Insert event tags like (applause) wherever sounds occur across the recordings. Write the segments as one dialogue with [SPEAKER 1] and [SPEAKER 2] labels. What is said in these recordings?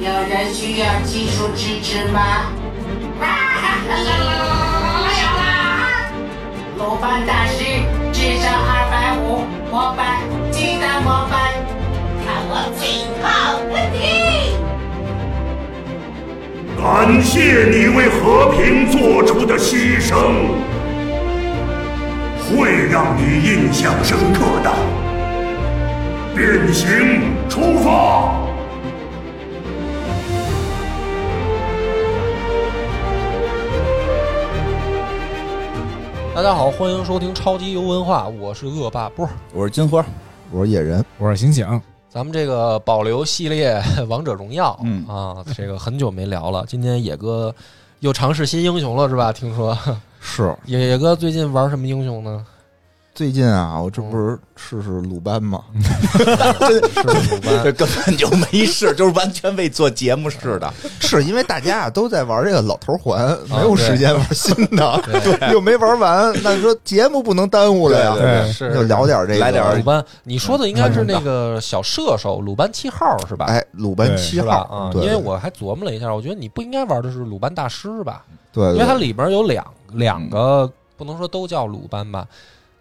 [SPEAKER 1] 有人需要技术支持吗？鲁班大师，智商二百五，模板，记得模板，看我最后的题。
[SPEAKER 2] 感谢你为和平做出的牺牲，会让你印象深刻的。变形，出发！
[SPEAKER 3] 大家好，欢迎收听超级游文化，我是恶霸波儿。
[SPEAKER 4] 我是金花，
[SPEAKER 5] 嗯我是野人，
[SPEAKER 6] 我是醒醒，
[SPEAKER 3] 咱们这个保留系列《王者荣耀》
[SPEAKER 4] 嗯
[SPEAKER 3] 啊，这个很久没聊了。今天野哥又尝试新英雄了是吧？听说 (laughs)
[SPEAKER 5] 是
[SPEAKER 3] 野野哥最近玩什么英雄呢？
[SPEAKER 5] 最近啊，我这不是试试鲁班吗？
[SPEAKER 3] 是鲁班。
[SPEAKER 4] (laughs) 这根本就没事，就是完全为做节目似的。
[SPEAKER 5] (laughs) 是因为大家啊都在玩这个老头环，没有
[SPEAKER 3] 对
[SPEAKER 5] 时间玩新的，又没玩完，那说节目不能耽误了
[SPEAKER 4] 对
[SPEAKER 5] 呀，
[SPEAKER 6] 对
[SPEAKER 3] 是
[SPEAKER 5] 就聊点这个。
[SPEAKER 4] 来点
[SPEAKER 3] 鲁班，你说的应该是那个小射手鲁班七号是吧？
[SPEAKER 5] 哎，鲁班七
[SPEAKER 3] 是吧？
[SPEAKER 5] 号
[SPEAKER 3] 啊，，
[SPEAKER 5] 对
[SPEAKER 3] 因为我还琢磨了一下，我觉得你不应该玩的是鲁班大师吧？
[SPEAKER 5] 对，
[SPEAKER 3] 因为它
[SPEAKER 5] 对
[SPEAKER 3] 里边有两两个，不能说都叫鲁班吧，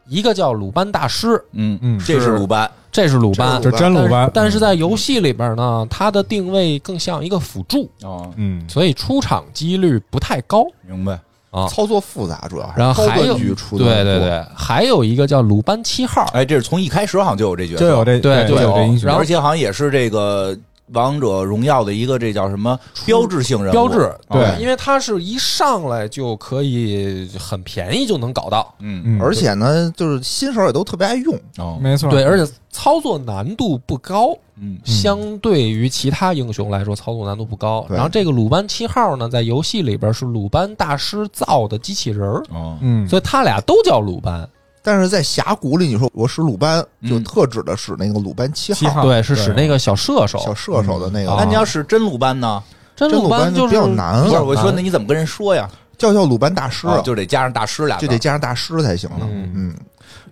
[SPEAKER 3] 一个叫鲁班大师，
[SPEAKER 4] 嗯
[SPEAKER 6] 嗯
[SPEAKER 4] 这是
[SPEAKER 3] 是
[SPEAKER 4] 鲁班，
[SPEAKER 3] 这是鲁班
[SPEAKER 5] 班，
[SPEAKER 6] 就真鲁班，
[SPEAKER 3] 但是在游戏里边呢，它的定位更像一个辅助，
[SPEAKER 4] 哦，
[SPEAKER 6] 嗯，
[SPEAKER 3] 所以出场几率不太高。
[SPEAKER 4] 明白。
[SPEAKER 3] 啊
[SPEAKER 5] 操作复杂，主要还
[SPEAKER 3] 然
[SPEAKER 5] 是
[SPEAKER 3] 后
[SPEAKER 5] 高
[SPEAKER 3] 还有
[SPEAKER 5] 段局出的
[SPEAKER 3] 对对
[SPEAKER 5] 多，
[SPEAKER 3] 对，还有一个叫鲁班七号，
[SPEAKER 4] 哎，这是从一开始好像就有这角色，
[SPEAKER 6] 就有这
[SPEAKER 3] 对
[SPEAKER 6] 就
[SPEAKER 3] 对
[SPEAKER 6] 有这英雄
[SPEAKER 3] 然，后
[SPEAKER 4] 而且好像也是这个王者荣耀的一个这叫什么标志性人物
[SPEAKER 3] 标志
[SPEAKER 4] 哦
[SPEAKER 6] 对
[SPEAKER 3] 因为它是一上来就可以很便宜就能搞到，
[SPEAKER 4] 嗯
[SPEAKER 6] 嗯，
[SPEAKER 5] 而且呢，就是新手也都特别爱用，
[SPEAKER 4] 哦
[SPEAKER 6] 没错，
[SPEAKER 3] 对，而且操作难度不高，
[SPEAKER 4] 嗯
[SPEAKER 3] 相对于其他英雄来说，操作难度不高。
[SPEAKER 5] 对
[SPEAKER 3] 然后这个鲁班七号呢，在游戏里边是鲁班大师造的机器人儿，
[SPEAKER 4] 哦
[SPEAKER 6] 嗯，
[SPEAKER 3] 所以他俩都叫鲁班。
[SPEAKER 5] 但是在峡谷里，你说我使鲁班，就
[SPEAKER 4] 嗯
[SPEAKER 5] 特指的使那个鲁班七
[SPEAKER 6] 七
[SPEAKER 5] 号
[SPEAKER 6] 号
[SPEAKER 3] 啊对，是使那个小射
[SPEAKER 5] 小
[SPEAKER 3] 手。
[SPEAKER 5] 射手的那个
[SPEAKER 3] 嗯
[SPEAKER 4] 那
[SPEAKER 3] 啊
[SPEAKER 4] 你要是真鲁班呢？
[SPEAKER 3] 真
[SPEAKER 5] 真鲁
[SPEAKER 3] 班
[SPEAKER 5] 班
[SPEAKER 3] 就是
[SPEAKER 5] 比较
[SPEAKER 3] 啊
[SPEAKER 5] 难
[SPEAKER 4] 不
[SPEAKER 5] 不
[SPEAKER 4] 是，
[SPEAKER 5] 是
[SPEAKER 4] 我
[SPEAKER 3] 嗯
[SPEAKER 4] 说那你怎么跟人说呀？
[SPEAKER 5] 叫叫鲁班大师
[SPEAKER 4] 啊
[SPEAKER 5] 啊，
[SPEAKER 4] 就得加上大师俩字，
[SPEAKER 5] 就得加上大师才行呢。
[SPEAKER 3] 嗯
[SPEAKER 5] 嗯，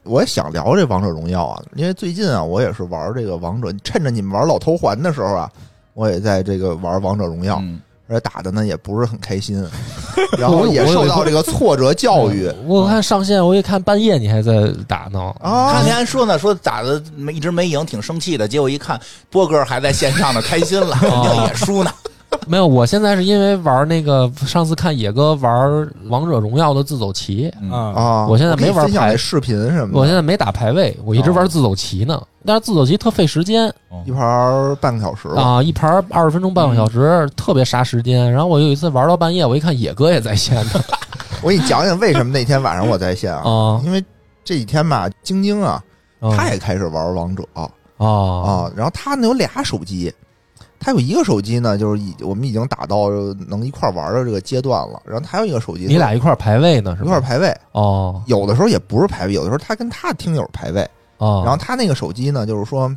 [SPEAKER 5] 我也想聊这王者荣耀啊，因为最近啊，我也是玩这个王者，趁着你们玩老头环的时候啊，我也在这个玩王者荣耀，
[SPEAKER 4] 嗯
[SPEAKER 5] 而且打的呢也不是很开心，然后也受到这个挫折教育。
[SPEAKER 3] 我
[SPEAKER 4] 啊
[SPEAKER 3] 看上线，我一看半夜你还在打呢，
[SPEAKER 5] 啊
[SPEAKER 4] 他，那天说呢，说打的没一直没赢，挺生气的。结果一看，波哥还在线上呢，开心了，肯定也输呢。
[SPEAKER 3] (laughs) 没有，我现在是因为玩那个，上次看野哥玩王者荣耀的自走棋，
[SPEAKER 6] 啊，
[SPEAKER 5] 啊！
[SPEAKER 3] 我现在没玩
[SPEAKER 5] 可以分享
[SPEAKER 3] 牌
[SPEAKER 5] 那视频什么的，
[SPEAKER 3] 我现在没打排位，我一直玩
[SPEAKER 5] 哦
[SPEAKER 3] 自走棋呢。但是自走棋特费时间
[SPEAKER 5] 一盘半个小时吧。嗯
[SPEAKER 3] 啊，一盘二十分钟半个小时，特别杀时间。然后我有一次玩到半夜，我一看野哥也在线
[SPEAKER 5] (laughs)
[SPEAKER 3] 呢，
[SPEAKER 5] 我给你讲讲为什么那天晚上我在线啊
[SPEAKER 3] 啊，
[SPEAKER 5] 因为这几天吧，晶晶啊，她
[SPEAKER 3] 嗯
[SPEAKER 5] 也开始玩王者
[SPEAKER 3] 啊
[SPEAKER 5] 啊，然后他呢有俩手机，他有一个手机呢，就是已我们已经打到能一块儿玩的这个阶段了，然后他有一个手机，
[SPEAKER 3] 你俩一块儿排位呢是
[SPEAKER 5] 一
[SPEAKER 3] 吧？
[SPEAKER 5] 块儿排位，
[SPEAKER 3] 哦
[SPEAKER 5] 有的时候也不是排位，有的时候他跟他听友排位，
[SPEAKER 3] 哦，
[SPEAKER 5] 然后他那个手机呢，就是说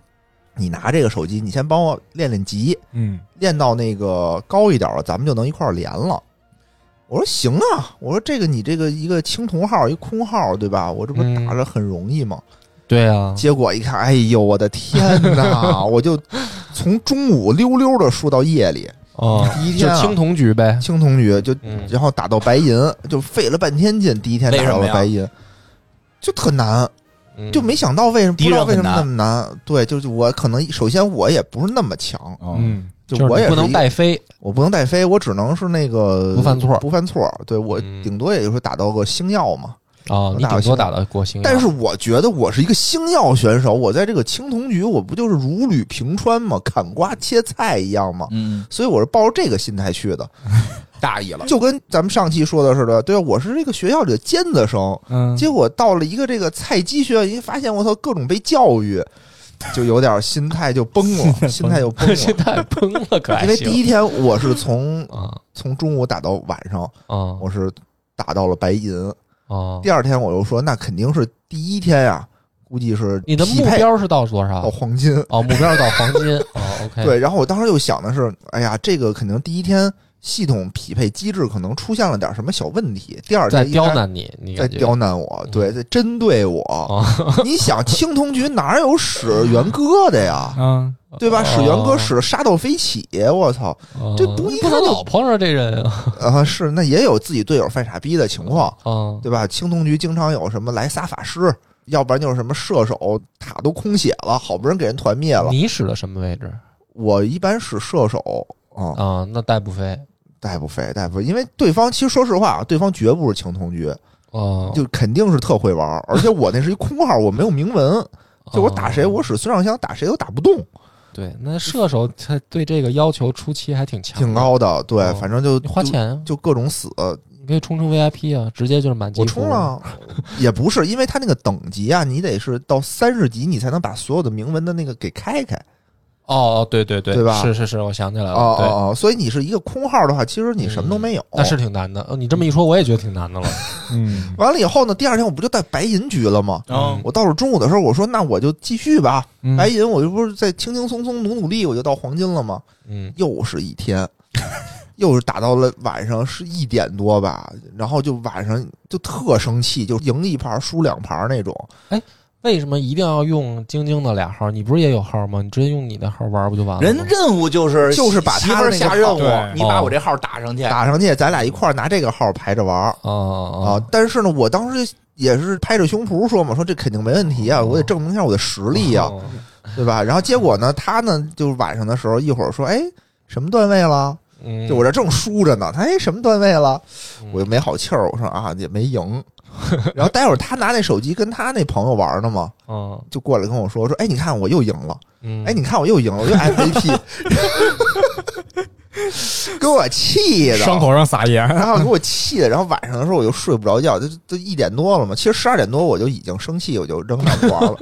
[SPEAKER 5] 你拿这个手机，你先帮我练练级，
[SPEAKER 6] 嗯，
[SPEAKER 5] 练到那个高一点了，咱们就能一块儿连了。我说行啊，我说这个你这个一个青铜号一空号对吧？我这不是
[SPEAKER 3] 嗯
[SPEAKER 5] 打着很容易吗？
[SPEAKER 3] 对啊，
[SPEAKER 5] 结果一看，哎呦，我的天哪！我就从中午溜溜的输到夜里，
[SPEAKER 3] 哦，
[SPEAKER 5] 第一
[SPEAKER 3] 就
[SPEAKER 5] 天、啊、
[SPEAKER 3] 青铜局呗，
[SPEAKER 5] 青铜局就，
[SPEAKER 3] 嗯
[SPEAKER 5] 然后打到白银，就费了半天劲，第一天
[SPEAKER 4] 为
[SPEAKER 5] 打
[SPEAKER 4] 什
[SPEAKER 5] 到
[SPEAKER 4] 么
[SPEAKER 5] 了
[SPEAKER 4] 呀
[SPEAKER 5] 白银，就特难，
[SPEAKER 3] 嗯
[SPEAKER 5] 就没想到为什么不
[SPEAKER 4] 敌
[SPEAKER 5] 知
[SPEAKER 4] 人
[SPEAKER 5] 道
[SPEAKER 4] 很
[SPEAKER 5] 为什么那么难。对，就是我可能首先我也不是那么强，
[SPEAKER 4] 嗯，
[SPEAKER 6] 嗯，
[SPEAKER 5] 就
[SPEAKER 3] 就是
[SPEAKER 5] 我
[SPEAKER 3] 你
[SPEAKER 5] 也是
[SPEAKER 3] 不能
[SPEAKER 5] 一
[SPEAKER 3] 带飞，
[SPEAKER 5] 我不能带飞，我只能是那个
[SPEAKER 3] 不犯错
[SPEAKER 5] 不犯错。对我
[SPEAKER 3] 嗯
[SPEAKER 5] 顶多也就是打到个星耀嘛，
[SPEAKER 3] 啊，你顶
[SPEAKER 5] 打到
[SPEAKER 3] 多
[SPEAKER 5] 星
[SPEAKER 3] 打到国星，
[SPEAKER 5] 但是我觉得我是一个星耀选手，我在这个青铜局，我不就是如履平川吗？砍瓜切菜一样吗？
[SPEAKER 4] 嗯，
[SPEAKER 5] 所以我是抱着这个心态去的，
[SPEAKER 4] 大意了。
[SPEAKER 5] 就跟咱们上期说的似的，对吧？我是这个学校里的尖子生，
[SPEAKER 6] 嗯，
[SPEAKER 5] 结果到了一个这个菜鸡学校，一发现我操，各种被教育，就有点心态就崩了，心态就
[SPEAKER 3] (laughs)
[SPEAKER 5] 崩
[SPEAKER 3] 现
[SPEAKER 5] 了。
[SPEAKER 3] 在崩了，可还
[SPEAKER 5] 因为第
[SPEAKER 3] 行
[SPEAKER 5] 一天我是从
[SPEAKER 3] 啊
[SPEAKER 5] 从中午打到晚上，
[SPEAKER 3] 啊
[SPEAKER 5] 我是打到了白银。
[SPEAKER 3] 啊，
[SPEAKER 5] 第二天我就说，那肯定是第一天呀、估计是
[SPEAKER 3] 你的
[SPEAKER 5] 匹
[SPEAKER 3] 目
[SPEAKER 5] 配
[SPEAKER 3] 标啊是到多
[SPEAKER 5] 到
[SPEAKER 3] 少？
[SPEAKER 5] 黄金。 (laughs)
[SPEAKER 3] 哦，目标是到黄金。哦，OK，
[SPEAKER 5] 哎对，然后我当时又想的是，哎呀，这个肯定第一天系统匹配机制可能出现了点什么小问题。第二，
[SPEAKER 3] 在
[SPEAKER 5] 它应该
[SPEAKER 3] 刁难你，你啊
[SPEAKER 5] 在
[SPEAKER 3] 感觉
[SPEAKER 5] 刁难我，
[SPEAKER 3] 嗯
[SPEAKER 5] 对，在针对我。
[SPEAKER 3] 啊，
[SPEAKER 5] (laughs) 你想，青铜局哪有使元歌的呀？
[SPEAKER 3] (laughs)
[SPEAKER 6] 嗯，
[SPEAKER 5] 对吧？使元歌
[SPEAKER 3] 哦
[SPEAKER 5] 使杀到飞起，我操！这不一
[SPEAKER 3] 不
[SPEAKER 5] 看
[SPEAKER 3] 能
[SPEAKER 5] 就
[SPEAKER 3] 老碰上这人啊
[SPEAKER 5] 啊，是那也有自己队友犯傻逼的情况，
[SPEAKER 3] 啊
[SPEAKER 5] 对吧？青铜局经常有什么来仨法师，要不然就是什么射手塔都空血了，好不容易给人团灭了。
[SPEAKER 3] 你使的什么位置
[SPEAKER 5] 我一般是射手啊，
[SPEAKER 3] 啊？那带不飞
[SPEAKER 5] 带不飞带不飞，因为对方其实说实话，啊对方绝不是青铜局，
[SPEAKER 3] 哦，
[SPEAKER 5] 就肯定是特会玩儿，而且我那是一空号，我没有铭文，就我打谁，
[SPEAKER 3] 哦
[SPEAKER 5] 我使孙尚香打谁都打不动，
[SPEAKER 3] 对，那射手他对这个要求初期还挺强，
[SPEAKER 5] 挺。高的。对，反正就
[SPEAKER 3] 哦你花
[SPEAKER 5] 就
[SPEAKER 3] 钱啊，
[SPEAKER 5] 就各种死，
[SPEAKER 3] 你可以充成 VIP 啊，直接就是满级
[SPEAKER 5] 我
[SPEAKER 3] 服务。
[SPEAKER 5] 冲了，啊也不是，因为他那个等级啊，你得是到三十级，你才能把所有的铭文的那个给开开。
[SPEAKER 3] 哦，哦，对对对，
[SPEAKER 5] 对吧
[SPEAKER 3] 是是是，我想起来了，
[SPEAKER 5] 哦哦
[SPEAKER 3] 对，
[SPEAKER 5] 哦，所以你是一个空号的话，其实你什么都没有。
[SPEAKER 3] 那是挺难的。哦你这么一说，我也觉得挺难的了。
[SPEAKER 6] 嗯，
[SPEAKER 5] 完了以后呢，第二天我不就在白银局了吗？
[SPEAKER 4] 嗯
[SPEAKER 5] 我到了中午的时候，我说那我就继续吧，
[SPEAKER 6] 嗯
[SPEAKER 5] 白银我就不是再轻轻松松努努力，我就到黄金了吗？
[SPEAKER 3] 嗯，
[SPEAKER 5] 又是一天， (laughs) 又是打到了晚上是一点多吧，然后就晚上就特生气，就赢一盘输两盘那种。
[SPEAKER 3] 为什么一定要用晶晶的俩号？你不是也有号吗？你直接用你的号玩不就完了吗？
[SPEAKER 4] 人任务就是
[SPEAKER 5] 就是把
[SPEAKER 4] 媳妇
[SPEAKER 5] 他
[SPEAKER 4] 儿
[SPEAKER 5] 的那个
[SPEAKER 4] 下任务
[SPEAKER 6] 对，
[SPEAKER 4] 你把我这号打上去，
[SPEAKER 5] 打上去，咱俩一块儿拿这个号排着玩儿
[SPEAKER 3] 啊
[SPEAKER 5] 啊
[SPEAKER 3] 啊！
[SPEAKER 5] 但是呢，我当时也是拍着胸脯说嘛，说这肯定没问题啊，我得证明一下我的实力啊，
[SPEAKER 3] 哦
[SPEAKER 5] 对吧？然后结果呢，他呢就是晚上的时候一会儿说，哎，什么段位了？
[SPEAKER 3] 嗯，
[SPEAKER 5] 就我这正输着呢，他哎什么段位了
[SPEAKER 3] 嗯？
[SPEAKER 5] 我就没好气儿，我说啊也没赢。 (laughs) 然后待会儿他拿那手机跟他那朋友玩呢嘛，
[SPEAKER 3] 嗯
[SPEAKER 5] 就过来跟我说说，哎你看我又赢了，
[SPEAKER 3] 嗯，
[SPEAKER 5] 哎你看我又赢了，我又 MVP，给我气的，啊
[SPEAKER 6] 伤口上撒盐，
[SPEAKER 5] 然后给我气的，然后晚上的时候我就睡不着觉，就都一点多了嘛。其实十二点多我就已经生气，我就扔上不玩了，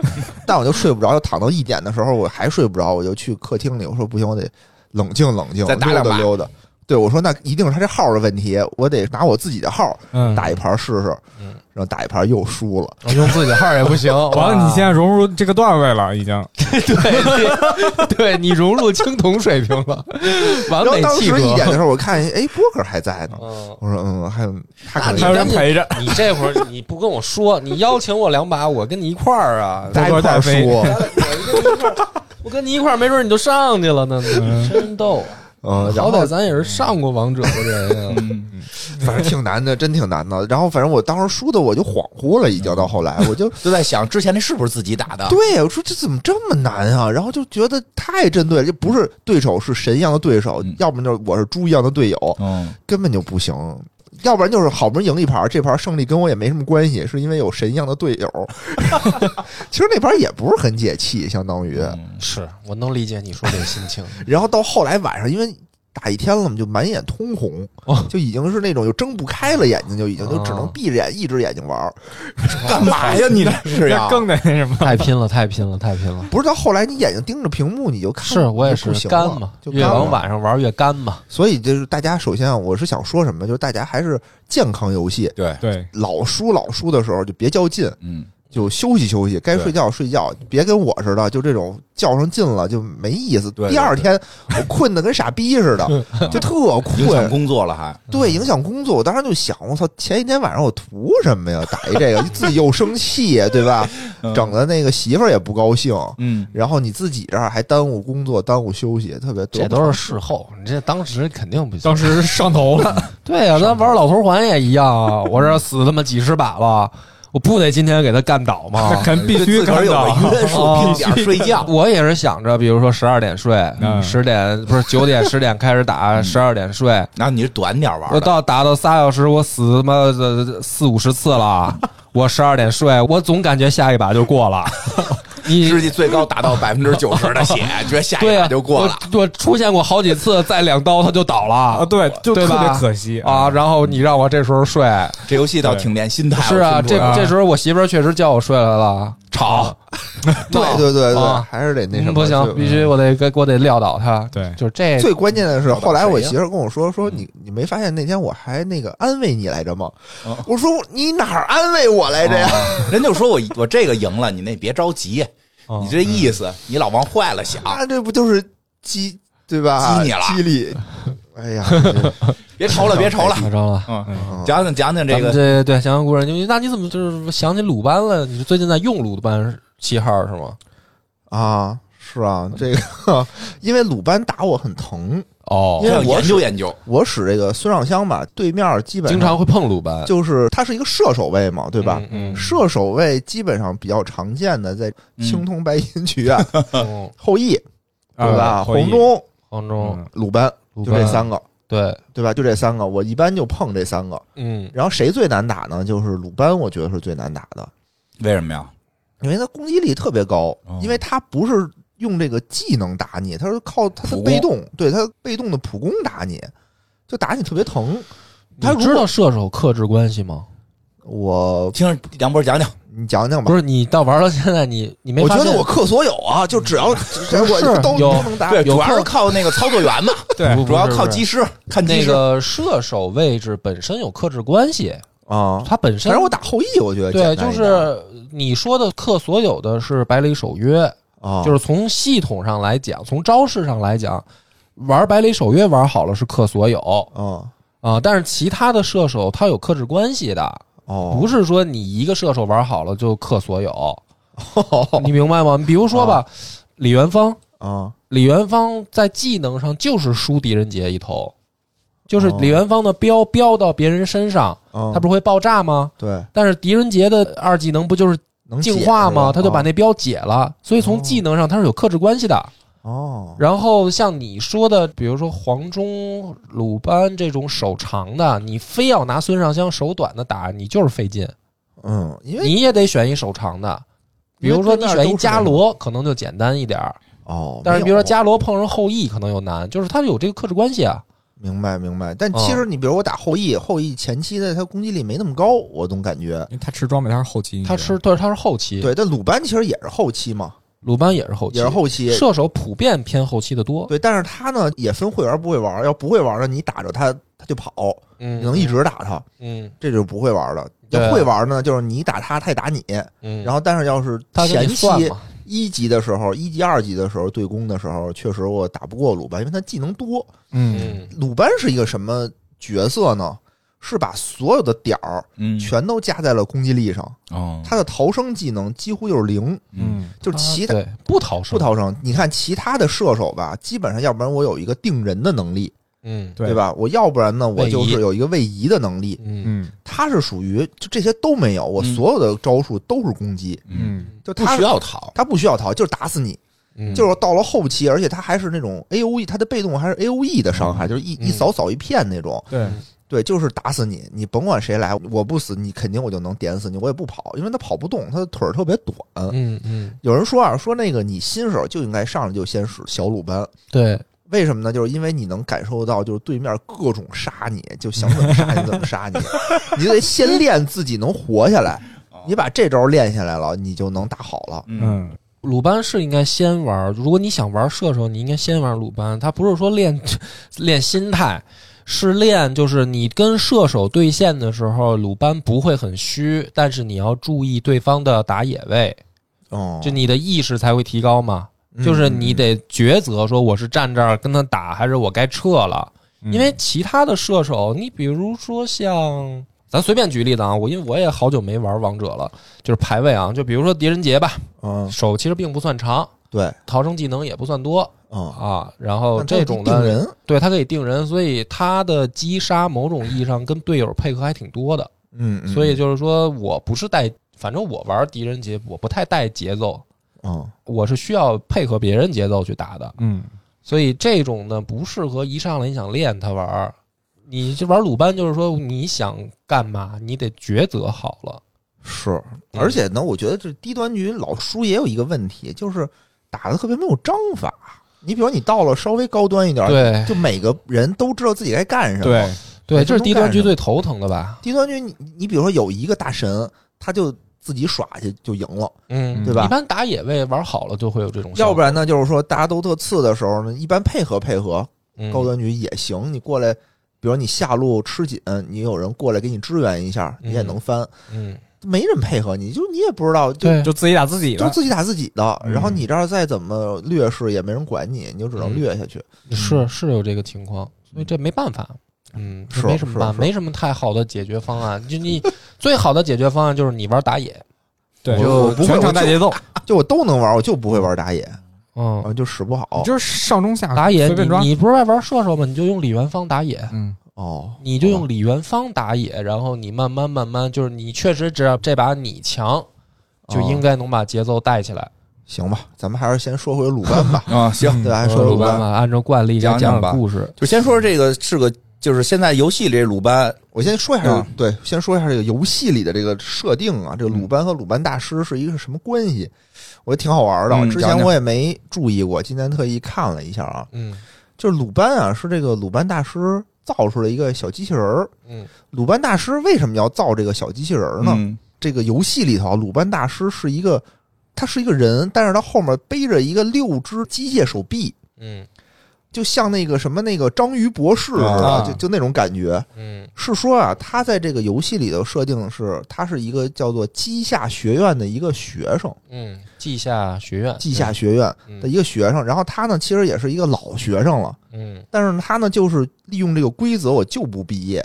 [SPEAKER 5] 但我就睡不着，就躺到一点的时候我还睡不着，我就去客厅里，我说不行，我得冷静冷静，
[SPEAKER 4] 再打两
[SPEAKER 5] 溜达
[SPEAKER 4] 把
[SPEAKER 5] 溜达。对，我说那一定是他这号的问题，我得拿我自己的号
[SPEAKER 6] 嗯，
[SPEAKER 5] 打一盘试试，
[SPEAKER 3] 嗯
[SPEAKER 5] 然后打一盘又输了，
[SPEAKER 3] 我用自己的号也不 (laughs) 行。
[SPEAKER 6] 完了，你现
[SPEAKER 3] 在
[SPEAKER 6] 在融入这个段位了，已经。
[SPEAKER 3] 对对对，你融入青铜水平了，
[SPEAKER 5] (laughs)
[SPEAKER 3] 完
[SPEAKER 5] 然后
[SPEAKER 3] 美
[SPEAKER 5] 当
[SPEAKER 3] 契
[SPEAKER 5] 时一点的
[SPEAKER 3] 合。
[SPEAKER 5] 时候，我看哎波哥还在呢，
[SPEAKER 3] 嗯，
[SPEAKER 5] 我说嗯，还有他可
[SPEAKER 3] 那
[SPEAKER 5] 能
[SPEAKER 3] 你
[SPEAKER 6] 还有人陪着，
[SPEAKER 3] 你这会儿你不跟我说，你邀请我两把，我跟你一块儿啊，
[SPEAKER 5] 大家一块儿
[SPEAKER 6] 波哥带飞
[SPEAKER 5] 输。
[SPEAKER 3] 我跟你一块儿，没准你就上去了呢。
[SPEAKER 6] 嗯
[SPEAKER 3] 真逗啊，
[SPEAKER 5] 嗯，然
[SPEAKER 3] 好
[SPEAKER 5] 后
[SPEAKER 3] 歹咱也是上过王者的人啊。
[SPEAKER 6] 嗯，
[SPEAKER 5] (laughs) 反正挺难的，真挺难的。然后反正我当时输的我就恍惚了，已经到后来我就
[SPEAKER 4] 就在想之前那是不是自己打的？
[SPEAKER 5] 对我说这怎么这么难啊？然后就觉得太针对了，就不是对手是神一样的对手，
[SPEAKER 4] 嗯
[SPEAKER 5] 要不然就是我是猪一样的队友，
[SPEAKER 4] 嗯，
[SPEAKER 5] 根本就不行。要不然就是好不容易赢一盘，这盘胜利跟我也没什么关系，是因为有神一样的队友。 (laughs) 其实那盘也不是很解气，相当于。
[SPEAKER 3] 是我能理解你说这个心情，
[SPEAKER 5] 然后到后来晚上，因为打一天了嘛，就满眼通红，就已经是那种就睁不开了，眼睛就已经就只能
[SPEAKER 3] 哦
[SPEAKER 5] 闭着眼一只眼睛
[SPEAKER 3] (laughs)
[SPEAKER 5] 玩儿。
[SPEAKER 4] 干嘛呀你这
[SPEAKER 5] 是哎呀
[SPEAKER 6] 那， (laughs) 更得那什么，
[SPEAKER 3] 太拼了，太拼了，太拼了。
[SPEAKER 5] 不是到后来你眼睛盯着屏幕你就看，
[SPEAKER 3] 是我也是
[SPEAKER 5] 就不行了
[SPEAKER 3] 干嘛，
[SPEAKER 5] 就
[SPEAKER 3] 越
[SPEAKER 5] 干
[SPEAKER 3] 往
[SPEAKER 5] 了
[SPEAKER 3] 晚上玩越干嘛。
[SPEAKER 5] 所以就是大家首先啊，我是想说什么，就是大家还是健康游戏，
[SPEAKER 4] 对，
[SPEAKER 6] 对，
[SPEAKER 5] 老输老输的时候就别较劲，
[SPEAKER 4] 嗯，
[SPEAKER 5] 就休息休息，该
[SPEAKER 4] 对
[SPEAKER 5] 睡觉睡觉，别跟我似的，就这种较上劲了就没意思。
[SPEAKER 4] 对对
[SPEAKER 5] 第二天我困得跟傻逼似
[SPEAKER 4] (laughs)
[SPEAKER 5] 的，就特
[SPEAKER 4] 影响
[SPEAKER 5] 困。
[SPEAKER 4] 工作了还。
[SPEAKER 5] 对，影响工作。我当时就想，我操，前一天晚上我图什么呀？打一这个， (laughs) 自己又生气，对吧？整的那个媳妇儿也不高兴，
[SPEAKER 4] 嗯，
[SPEAKER 5] 然后你自己这儿还耽误工作，耽误休息，特别得
[SPEAKER 3] 这
[SPEAKER 5] 不
[SPEAKER 3] 都是
[SPEAKER 5] 偿
[SPEAKER 3] 事后，你这当时肯定不行。
[SPEAKER 6] 当时上头了，
[SPEAKER 3] 对呀、啊咱玩老头环也一样啊， (laughs) 我这死他妈几十把了，我不得今天给他干倒 (laughs) 吗？
[SPEAKER 6] (laughs) 肯必须
[SPEAKER 4] 自个儿
[SPEAKER 6] 干
[SPEAKER 4] 有
[SPEAKER 6] 到，
[SPEAKER 4] 个 (laughs) 约束，定点睡觉。
[SPEAKER 3] 我也是想着，比如说十二点睡，
[SPEAKER 6] 嗯
[SPEAKER 3] 十、点不是九点十点开始打，十二点睡，
[SPEAKER 4] 然后你是短点玩
[SPEAKER 3] 我
[SPEAKER 4] 的，
[SPEAKER 3] 到打到仨小时，我死他妈呃四五十次了，我十二点睡，我总感觉下一把就过了。你
[SPEAKER 4] 实际最高达到百分之九十的血，觉得下一
[SPEAKER 3] 对啊
[SPEAKER 4] 把哎就过了。
[SPEAKER 3] 我。我出现过好几次，再两刀他就倒了
[SPEAKER 6] 啊，对，就
[SPEAKER 3] 对
[SPEAKER 6] 特
[SPEAKER 3] 吧
[SPEAKER 6] 别可惜
[SPEAKER 3] 啊！，然后你让我这时候睡，
[SPEAKER 4] 这游戏倒挺练心态，
[SPEAKER 3] 是啊，
[SPEAKER 4] 我听
[SPEAKER 3] 这
[SPEAKER 4] 出来了
[SPEAKER 3] 这时候我媳妇儿确实叫我睡来了，吵，
[SPEAKER 5] 对对对对，
[SPEAKER 3] 啊
[SPEAKER 5] 还是得那什么。
[SPEAKER 3] 嗯不
[SPEAKER 5] 就
[SPEAKER 3] 行，必须我得给我得撂倒他。
[SPEAKER 6] 对
[SPEAKER 3] 就是这
[SPEAKER 5] 最关键的是，
[SPEAKER 4] 老
[SPEAKER 5] 后来
[SPEAKER 4] 谁
[SPEAKER 5] 我
[SPEAKER 4] 呀
[SPEAKER 5] 媳妇儿跟我说：“说你你没发现那天我还那个安慰你来着吗？”我说：“你哪儿安慰我来着呀
[SPEAKER 4] 啊人就说我我这个赢了，你那别着急，
[SPEAKER 3] 哦
[SPEAKER 4] 你这
[SPEAKER 5] 啊
[SPEAKER 4] 意思，你老往坏了？”想，
[SPEAKER 5] 啊，这不就是激对吧？
[SPEAKER 4] 哦激你了
[SPEAKER 5] 激励哎呀，这
[SPEAKER 4] 别愁了，别愁了，
[SPEAKER 3] 夸张了。
[SPEAKER 4] 嗯，
[SPEAKER 5] 嗯
[SPEAKER 4] 讲讲讲讲这
[SPEAKER 3] 咱们
[SPEAKER 4] 个，
[SPEAKER 3] 对对，讲讲故事。你那你怎么就是想起鲁班了？你是最近在用鲁班七号是吗？
[SPEAKER 5] 啊，是啊，这个因为鲁班打我很疼，
[SPEAKER 3] 哦
[SPEAKER 5] 因为
[SPEAKER 4] 要
[SPEAKER 5] 我
[SPEAKER 4] 研究研究，
[SPEAKER 5] 我使这个孙尚香吧，对面基本
[SPEAKER 3] 经
[SPEAKER 5] 上
[SPEAKER 3] 常会碰鲁班，
[SPEAKER 5] 就是他是一个射手位嘛，对吧？
[SPEAKER 3] 嗯，
[SPEAKER 5] 射手位基本上比较常见的在青铜白银局啊，
[SPEAKER 3] 嗯，
[SPEAKER 5] 后羿对吧？
[SPEAKER 6] 啊后羿
[SPEAKER 5] 红中、
[SPEAKER 3] 黄忠，
[SPEAKER 6] 嗯
[SPEAKER 5] 鲁班
[SPEAKER 3] 鲁
[SPEAKER 5] 就
[SPEAKER 3] 班
[SPEAKER 5] 这三个，
[SPEAKER 3] 对，
[SPEAKER 5] 对吧？就这三个，我一般就碰这三个。
[SPEAKER 3] 嗯，
[SPEAKER 5] 然后谁最难打呢？就是鲁班，我觉得是最难打的，
[SPEAKER 4] 为什么呀？
[SPEAKER 5] 因为他攻击力特别高
[SPEAKER 4] 哦，
[SPEAKER 5] 因为他不是用这个技能打你，他是靠他
[SPEAKER 4] 普
[SPEAKER 5] 的
[SPEAKER 4] 攻
[SPEAKER 5] 被动，对他被动的普攻打你，就打你特别疼。他
[SPEAKER 3] 你
[SPEAKER 5] 如
[SPEAKER 3] 知
[SPEAKER 5] 果
[SPEAKER 3] 道射手克制关系吗？
[SPEAKER 5] 我，
[SPEAKER 4] 听着梁博讲讲，
[SPEAKER 5] 你讲讲吧
[SPEAKER 3] 不。是，你到玩到现在，你你没
[SPEAKER 5] 我
[SPEAKER 3] 发
[SPEAKER 5] 觉
[SPEAKER 3] 现
[SPEAKER 5] 得我克所有啊，就只要只要我
[SPEAKER 3] 是
[SPEAKER 5] 都
[SPEAKER 3] 有
[SPEAKER 5] 都能打。
[SPEAKER 4] 对，
[SPEAKER 3] 有
[SPEAKER 4] 主要
[SPEAKER 3] 空
[SPEAKER 4] 是靠那个操作 (laughs) 员嘛，
[SPEAKER 6] 对
[SPEAKER 3] 不不
[SPEAKER 4] 主要
[SPEAKER 3] 是
[SPEAKER 4] 靠
[SPEAKER 3] 不是
[SPEAKER 4] 技师看技
[SPEAKER 3] 那
[SPEAKER 4] 师。
[SPEAKER 3] 个射手位置本身有克制关系，
[SPEAKER 5] 啊，
[SPEAKER 3] 它本身
[SPEAKER 5] 反正我打后羿，我觉得
[SPEAKER 3] 对，
[SPEAKER 5] 简单
[SPEAKER 3] 就
[SPEAKER 5] 一点
[SPEAKER 3] 是你说的克所有的是百里守约，
[SPEAKER 5] 啊，
[SPEAKER 3] 就是从系统上来讲，从招式上来讲，玩百里守约玩好了是克所有
[SPEAKER 5] 啊
[SPEAKER 3] 啊、但是其他的射手它有克制关系的，
[SPEAKER 5] 哦，
[SPEAKER 3] 不是说你一个射手玩好了就克所有，你明白吗？比如说吧，李元芳，
[SPEAKER 5] 啊
[SPEAKER 3] 李元芳在技能上就是输狄仁杰一头，就是
[SPEAKER 5] 哦
[SPEAKER 3] 李元芳的标标到别人身上，
[SPEAKER 5] 啊，
[SPEAKER 3] 他不是会爆炸吗？
[SPEAKER 5] 对
[SPEAKER 3] 但是狄仁杰的二技能不就是
[SPEAKER 5] 能
[SPEAKER 3] 净化吗？他
[SPEAKER 5] 他
[SPEAKER 3] 就把那标解了，所以从技能上它是有克制关系的。
[SPEAKER 5] 哦哦
[SPEAKER 3] 然后像你说的，比如说黄忠、鲁班这种手长的，你非要拿孙尚香手短的打，你就是费劲，
[SPEAKER 5] 嗯，因为
[SPEAKER 3] 你也得选一手长的。比如说你选一伽罗，可能就简单一点儿，
[SPEAKER 5] 哦，
[SPEAKER 3] 但是比如说
[SPEAKER 5] 加
[SPEAKER 3] 伽罗碰上后羿，可能又难，就是它有这个克制关系啊。
[SPEAKER 5] 明白明白，但其实
[SPEAKER 3] 嗯
[SPEAKER 5] 你比如我打后羿，后羿前期的他攻击力没那么高，我总感觉
[SPEAKER 6] 因为他吃装备，他是后期，
[SPEAKER 3] 他吃对，他是后期，
[SPEAKER 5] 对，但鲁班其实也是后期嘛，
[SPEAKER 3] 鲁班也是后期，
[SPEAKER 5] 也是后期。
[SPEAKER 3] 射手普遍偏后期的多。
[SPEAKER 5] 对，但是他呢也分会员不会玩，要不会玩的你打着他他就跑，
[SPEAKER 3] 嗯，
[SPEAKER 5] 你能一直打他，
[SPEAKER 3] 嗯
[SPEAKER 5] 这就是不会玩的。
[SPEAKER 3] 对啊
[SPEAKER 5] 要会玩呢，就是你打他，他也打你。
[SPEAKER 3] 嗯，
[SPEAKER 5] 然
[SPEAKER 3] 后
[SPEAKER 5] 后，但是要是
[SPEAKER 3] 他跟
[SPEAKER 5] 前
[SPEAKER 3] 你
[SPEAKER 5] 期
[SPEAKER 3] 算嘛，
[SPEAKER 5] 一级的时候，一级、二级的时候对攻的时候，确实我打不过鲁班，因为他技能多。
[SPEAKER 6] 嗯，
[SPEAKER 3] 嗯，
[SPEAKER 5] 鲁班是一个什么角色呢？是把所有的点儿
[SPEAKER 4] 嗯
[SPEAKER 5] 全都加在了攻击力上，
[SPEAKER 4] 哦，
[SPEAKER 5] 他的逃生技能几乎就是零，
[SPEAKER 6] 嗯，
[SPEAKER 5] 就是其他、
[SPEAKER 3] 啊对不逃生，
[SPEAKER 5] 不，逃生。你看其他的射手吧，基本上要不然我有一个定人的能力，
[SPEAKER 3] 嗯
[SPEAKER 6] 对
[SPEAKER 5] 对？吧？我要不然呢，我
[SPEAKER 3] 位移
[SPEAKER 5] 就是有一个位移的能力。
[SPEAKER 3] 嗯
[SPEAKER 6] 嗯
[SPEAKER 5] 他是属于就这些都没有，我
[SPEAKER 4] 嗯
[SPEAKER 5] 所有的招数都是攻击，
[SPEAKER 6] 嗯
[SPEAKER 5] 就
[SPEAKER 4] 不
[SPEAKER 5] 他
[SPEAKER 4] 需要 (laughs) 逃，
[SPEAKER 5] 他不需要逃，就是打死你。
[SPEAKER 3] 嗯，
[SPEAKER 5] 就是到了后期，而且他还是那种 A O E，他的被动还是 A O E 的伤害，就是一
[SPEAKER 3] 嗯
[SPEAKER 5] 一扫扫一片那种。
[SPEAKER 6] 嗯对，
[SPEAKER 5] 对，就是打死你，你甭管谁来，我不死你，肯定我就能点死你，我也不跑，因为他跑不动，他的腿儿特别短。
[SPEAKER 3] 嗯嗯，
[SPEAKER 5] 有人说啊，说那个你新手就应该上来就先使小鲁班，
[SPEAKER 3] 对，
[SPEAKER 5] 为什么呢？就是因为你能感受到，就是对面各种杀你，就想怎么杀你怎么
[SPEAKER 3] (laughs)
[SPEAKER 5] 杀你，你得先练自己能活下来。
[SPEAKER 3] 哦
[SPEAKER 5] 你把这招练下来了，你就能打好了。
[SPEAKER 4] 嗯，
[SPEAKER 6] 嗯，
[SPEAKER 3] 鲁班是应该先玩，如果你想玩射手，你应该先玩鲁班。他不是说练 (laughs) 练心态，是练就是你跟射手对线的时候，鲁班不会很虚，但是你要注意对方的打野位，
[SPEAKER 5] 哦，
[SPEAKER 3] 就你的意识才会提高嘛。
[SPEAKER 5] 嗯
[SPEAKER 3] 就是你得抉择，说我是站这儿跟他打，还是我该撤了。
[SPEAKER 5] 嗯
[SPEAKER 3] 因为其他的射手，你比如说像咱随便举例子啊，我因为我也好久没玩王者了，就是排位啊，就比如说狄仁杰吧，
[SPEAKER 5] 嗯，
[SPEAKER 3] 手其实并不算长，
[SPEAKER 5] 对，
[SPEAKER 3] 逃生技能也不算多
[SPEAKER 5] 嗯，
[SPEAKER 3] 啊，然后
[SPEAKER 5] 但他
[SPEAKER 3] 这种
[SPEAKER 5] 定
[SPEAKER 3] 的，
[SPEAKER 5] 人，
[SPEAKER 3] 对他可以定人，所以他的击杀某种意义上跟队友配合还挺多的，
[SPEAKER 5] 嗯，嗯
[SPEAKER 3] 所以就是说我不是带，反正我玩狄仁杰我不太带节奏，
[SPEAKER 5] 嗯
[SPEAKER 3] 我是需要配合别人节奏去打的，
[SPEAKER 6] 嗯
[SPEAKER 3] 所以这种呢不适合一上来你想练它玩儿，你就玩鲁班就是说你想干嘛，你得抉择好了。
[SPEAKER 5] 是，
[SPEAKER 3] 嗯
[SPEAKER 5] 而且呢，我觉得这低端局老输也有一个问题，就是打的特别没有章法。你比如你到了稍微高端一点，，
[SPEAKER 3] 嗯对
[SPEAKER 5] 就每个人都知道自己该干什么。
[SPEAKER 6] 对，
[SPEAKER 3] 对，
[SPEAKER 5] 对
[SPEAKER 3] 这是低端局
[SPEAKER 5] 这种
[SPEAKER 3] 最头疼的吧？
[SPEAKER 5] 低端局你你比如说有一个大神，他就自己耍去就赢了，
[SPEAKER 3] 嗯，
[SPEAKER 5] 对吧
[SPEAKER 3] 一般打野位玩好了就会有这种效
[SPEAKER 5] 要不
[SPEAKER 3] 果，
[SPEAKER 5] 然呢，就是说大家都特次的时候呢，一般配合配合，
[SPEAKER 3] 嗯
[SPEAKER 5] 高端局也行。你过来，比如你下路吃紧，你有人过来给你支援一下，你也
[SPEAKER 3] 嗯
[SPEAKER 5] 能翻。
[SPEAKER 3] 嗯，
[SPEAKER 5] 没人配合你，就你也不知道，就
[SPEAKER 3] 对，
[SPEAKER 6] 就自己打自己
[SPEAKER 5] 就
[SPEAKER 6] 的，
[SPEAKER 5] 自己打自己的，
[SPEAKER 6] 嗯
[SPEAKER 5] 然后你这儿再怎么劣势也没人管你，你就只能
[SPEAKER 3] 嗯
[SPEAKER 5] 略下去。
[SPEAKER 3] 是是有这个情况，所以这没办法。嗯，这
[SPEAKER 5] 是
[SPEAKER 3] 没什么
[SPEAKER 5] 是
[SPEAKER 3] 办，
[SPEAKER 5] 是
[SPEAKER 3] 没什么太好的解决方案。就你 (laughs) 最好的解决方案就是你玩打野，
[SPEAKER 6] 对，
[SPEAKER 5] 我我不会
[SPEAKER 6] 全
[SPEAKER 5] 我
[SPEAKER 6] 场
[SPEAKER 5] 就
[SPEAKER 6] 带节奏，
[SPEAKER 5] 就我都能玩，我就不会玩打野，
[SPEAKER 3] 嗯，
[SPEAKER 5] 啊，就使不好
[SPEAKER 6] 你。就是上中下
[SPEAKER 3] 打野
[SPEAKER 6] 随便抓
[SPEAKER 3] 你，。你不是爱玩射手吗？你就用李元芳打野，
[SPEAKER 6] 嗯，
[SPEAKER 5] 哦，
[SPEAKER 3] 你就用李元芳打野，然后你慢慢慢慢，就是你确实只要这把你强，就应该能把节奏带起来。
[SPEAKER 5] 行吧，咱们还是先说回鲁班吧
[SPEAKER 4] 啊，行，
[SPEAKER 5] 对吧，还
[SPEAKER 3] 按
[SPEAKER 5] 是说
[SPEAKER 3] 说
[SPEAKER 5] 回鲁
[SPEAKER 3] 嗯鲁班
[SPEAKER 5] 班。
[SPEAKER 3] 吧，按照惯例
[SPEAKER 4] 讲
[SPEAKER 3] 讲
[SPEAKER 4] 讲
[SPEAKER 3] 讲
[SPEAKER 4] 吧
[SPEAKER 3] 故事。
[SPEAKER 4] 就先说这个是个，就是现在游戏里鲁班，
[SPEAKER 5] 我先说一下
[SPEAKER 4] 啊，
[SPEAKER 5] 对，先说一下这个游戏里的这个设定啊，这个鲁班和鲁班大师是一个是什么关系？我觉得挺好玩的，
[SPEAKER 4] 嗯
[SPEAKER 5] 之
[SPEAKER 4] 讲
[SPEAKER 5] 前
[SPEAKER 4] 讲
[SPEAKER 5] 我也没注意过，今天特意看了一下啊，
[SPEAKER 3] 嗯
[SPEAKER 5] 就是鲁班啊，是这个鲁班大师造出了一个小机器人儿。
[SPEAKER 3] 嗯
[SPEAKER 5] 鲁班大师为什么要造这个小机器人儿呢？
[SPEAKER 4] 嗯
[SPEAKER 5] 这个游戏里头啊，鲁班大师是一个，他是一个人，但是他后面背着一个六只机械手臂，
[SPEAKER 3] 嗯
[SPEAKER 5] 就像那个什么那个章鱼博士似的，
[SPEAKER 6] 啊
[SPEAKER 5] 就就那种感觉。
[SPEAKER 3] 嗯
[SPEAKER 5] 是说啊，他在这个游戏里头设定是，他是一个叫做稷下学院的一个学生，
[SPEAKER 3] 嗯，稷下学院，
[SPEAKER 5] 稷下学院的
[SPEAKER 3] 嗯
[SPEAKER 5] 一个学生。然后他呢，其实也是一个老学生了。
[SPEAKER 3] 嗯
[SPEAKER 5] 但是他呢，就是利用这个规则，我就不毕业，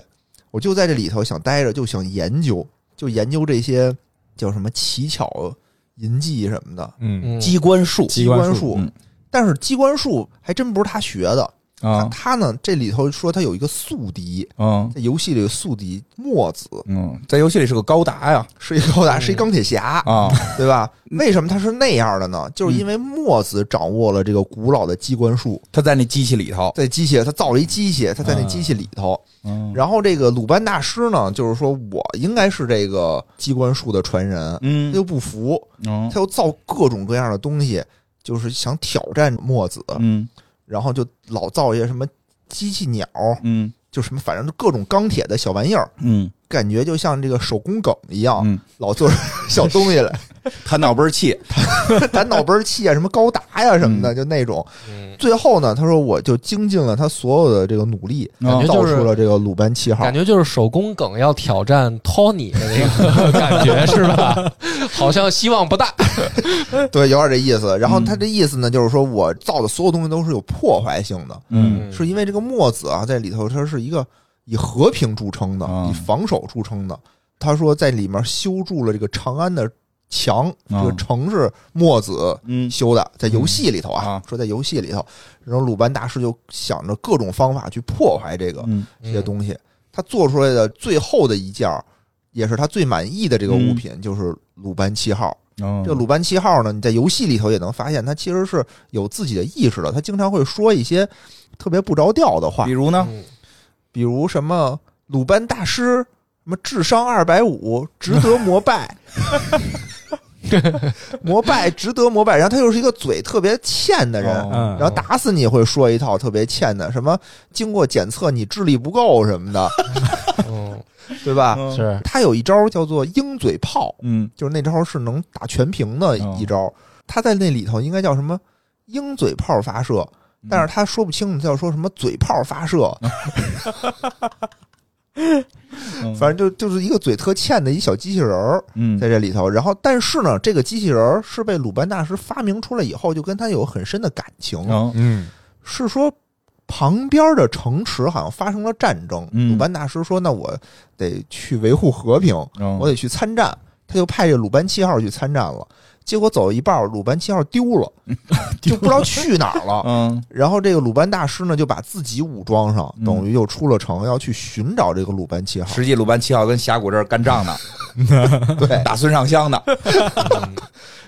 [SPEAKER 5] 我就在这里头想待着，就想研究，就研究这些叫什么奇巧银技什么的
[SPEAKER 6] 嗯，
[SPEAKER 3] 嗯，
[SPEAKER 4] 机关术
[SPEAKER 6] 机关术
[SPEAKER 5] 术
[SPEAKER 4] 嗯
[SPEAKER 5] 但是机关术还真不是他学的，他
[SPEAKER 6] 嗯
[SPEAKER 4] 啊，
[SPEAKER 5] 他呢这里头说他有一个宿敌，
[SPEAKER 4] 嗯
[SPEAKER 5] 在游戏里有宿敌墨子
[SPEAKER 4] 嗯，在游戏里是个高达呀，
[SPEAKER 5] 是一个高达，
[SPEAKER 6] 嗯
[SPEAKER 5] 是一钢铁侠，
[SPEAKER 4] 啊，
[SPEAKER 5] 对吧？为什么他是那样的呢？
[SPEAKER 6] 嗯
[SPEAKER 5] 就是因为墨子掌握了这个古老的机关术，
[SPEAKER 4] (laughs) 他在那机器里头，
[SPEAKER 5] 在机械他造了一机械，他在那
[SPEAKER 4] 嗯
[SPEAKER 5] 机器里头。
[SPEAKER 4] 嗯
[SPEAKER 5] 然后这个鲁班大师呢，就是说我应该是这个机关术的传人，他
[SPEAKER 4] 嗯
[SPEAKER 5] 又不服，
[SPEAKER 4] 嗯
[SPEAKER 5] 他又造各种各样的东西，就是想挑战墨子，
[SPEAKER 4] 嗯
[SPEAKER 5] 然后就老造一些什么机器鸟，
[SPEAKER 4] 嗯
[SPEAKER 5] 就什么反正就各种钢铁的小玩意儿，
[SPEAKER 4] 嗯
[SPEAKER 5] 感觉就像这个手工梗一样，
[SPEAKER 4] 嗯，
[SPEAKER 5] 老做出小东西来，
[SPEAKER 4] 他脑倍儿气，
[SPEAKER 5] 咱脑门儿气啊，什么高达呀、什么的，就那种。
[SPEAKER 3] 嗯，
[SPEAKER 5] 最后呢，他说我就精进了他所有的这个努力，
[SPEAKER 4] 感
[SPEAKER 3] 觉
[SPEAKER 5] 造
[SPEAKER 3] 就是
[SPEAKER 5] 出了这个鲁班七号
[SPEAKER 3] 感。觉就是手工梗要挑战 Tony 的那个感觉是吧？好像希望不大。
[SPEAKER 5] 对，有点这意思。然后
[SPEAKER 4] 嗯
[SPEAKER 5] 他这意思呢，就是说我造的所有东西都是有破坏性的，
[SPEAKER 4] 嗯
[SPEAKER 5] 是因为这个墨子啊，在里头它是一个以和平著称的，
[SPEAKER 4] 啊
[SPEAKER 5] 以防守著称的。他说在里面修筑了这个长安的墙，
[SPEAKER 4] 啊
[SPEAKER 5] 这个城是墨子
[SPEAKER 4] 嗯
[SPEAKER 5] 修的，在游戏里头
[SPEAKER 4] 嗯
[SPEAKER 5] 啊，
[SPEAKER 4] 啊
[SPEAKER 5] 说在游戏里头，然后鲁班大师就想着各种方法去破坏这个、
[SPEAKER 4] 嗯
[SPEAKER 5] 这些东西。他做出来的最后的一件儿，也是他最满意的这个
[SPEAKER 4] 嗯
[SPEAKER 5] 物品，就是鲁班七号。
[SPEAKER 4] 这
[SPEAKER 5] 这个鲁班七号呢，你在游戏里头也能发现，他其实是有自己的意识的。他经常会说一些特别不着调的话
[SPEAKER 4] 比，如呢，
[SPEAKER 3] 嗯
[SPEAKER 5] 比如什么鲁班大师，什么智商二百五，值得膜
[SPEAKER 4] (laughs)
[SPEAKER 5] 拜，膜拜值得膜拜。然后他又是一个嘴特别欠的人，
[SPEAKER 4] 哦
[SPEAKER 6] 嗯
[SPEAKER 5] 然后打死你会说一套特别欠的，什么经过检测你智力不够什么的，
[SPEAKER 3] 嗯，
[SPEAKER 5] 对吧？
[SPEAKER 4] 嗯
[SPEAKER 3] 是
[SPEAKER 5] 他有一招叫做鹰嘴炮，
[SPEAKER 4] 嗯
[SPEAKER 5] 就是那招是能打全屏的
[SPEAKER 4] 哦
[SPEAKER 5] 一招。他在那里头应该叫什么鹰嘴炮发射，但是他说不清楚叫说什么嘴炮发射，
[SPEAKER 4] 嗯
[SPEAKER 5] (laughs) 反正就就是一个嘴特欠的一小机器人儿
[SPEAKER 4] 嗯
[SPEAKER 5] 在这里头。然后，但是呢，这个机器人儿是被鲁班大师发明出来以后，就跟他有很深的感情。
[SPEAKER 4] 嗯
[SPEAKER 6] 嗯
[SPEAKER 5] 是说旁边的城池好像发生了战争，
[SPEAKER 4] 嗯
[SPEAKER 5] 鲁班大师说：“那我得去维护和平，
[SPEAKER 4] 嗯
[SPEAKER 5] 我得去参战。”他就派这鲁班七号去参战了。结果走一半，鲁班七号丢了，就不知道去哪儿了。
[SPEAKER 4] 嗯
[SPEAKER 5] (laughs) 然后这个鲁班大师呢，就把自己武装上，
[SPEAKER 4] 嗯
[SPEAKER 5] 等于又出了城，要去寻找这个鲁班七号。
[SPEAKER 4] 实际鲁班七号跟峡谷这儿干仗呢，对，打孙尚香呢，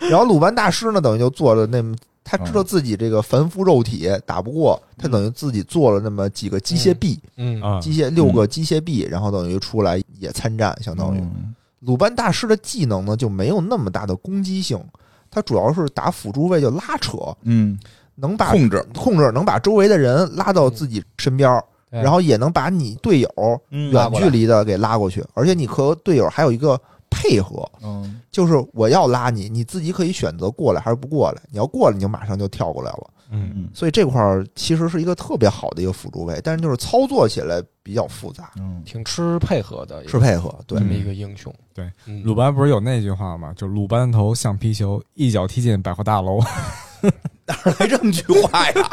[SPEAKER 5] 然后鲁班大师呢，等于就做了那么，他知道自己这个凡夫肉体打不过，他等于自己做了那么几个机械臂，
[SPEAKER 3] 嗯
[SPEAKER 6] 啊，
[SPEAKER 5] 机械六个机械臂，然后等于出来也参战，相当于
[SPEAKER 4] 嗯
[SPEAKER 5] 鲁班大师的技能呢就没有那么大的攻击性，他主要是打辅助位就拉扯，
[SPEAKER 4] 嗯，
[SPEAKER 5] 能把
[SPEAKER 4] 控制
[SPEAKER 5] 控制能把周围的人拉到自己身边儿，
[SPEAKER 3] 对
[SPEAKER 5] 然后也能把你队友
[SPEAKER 4] 嗯
[SPEAKER 5] 远距离的给拉过去，而且你和队友还有一个配合，
[SPEAKER 4] 嗯
[SPEAKER 5] 就是我要拉你，你自己可以选择过来还是不过来，你要过来你就马上就跳过来了。
[SPEAKER 6] 嗯，
[SPEAKER 4] 嗯
[SPEAKER 5] 所以这块儿其实是一个特别好的一个辅助位，但是就是操作起来比较复杂。
[SPEAKER 4] 嗯
[SPEAKER 3] 挺吃配合的，
[SPEAKER 5] 是配合，对
[SPEAKER 3] 这，么一个英雄。
[SPEAKER 6] 对
[SPEAKER 3] 嗯，
[SPEAKER 6] 鲁班不是有那句话吗？就鲁班头橡皮球，一脚踢进百货大楼。
[SPEAKER 4] 哪儿来这么句话呀？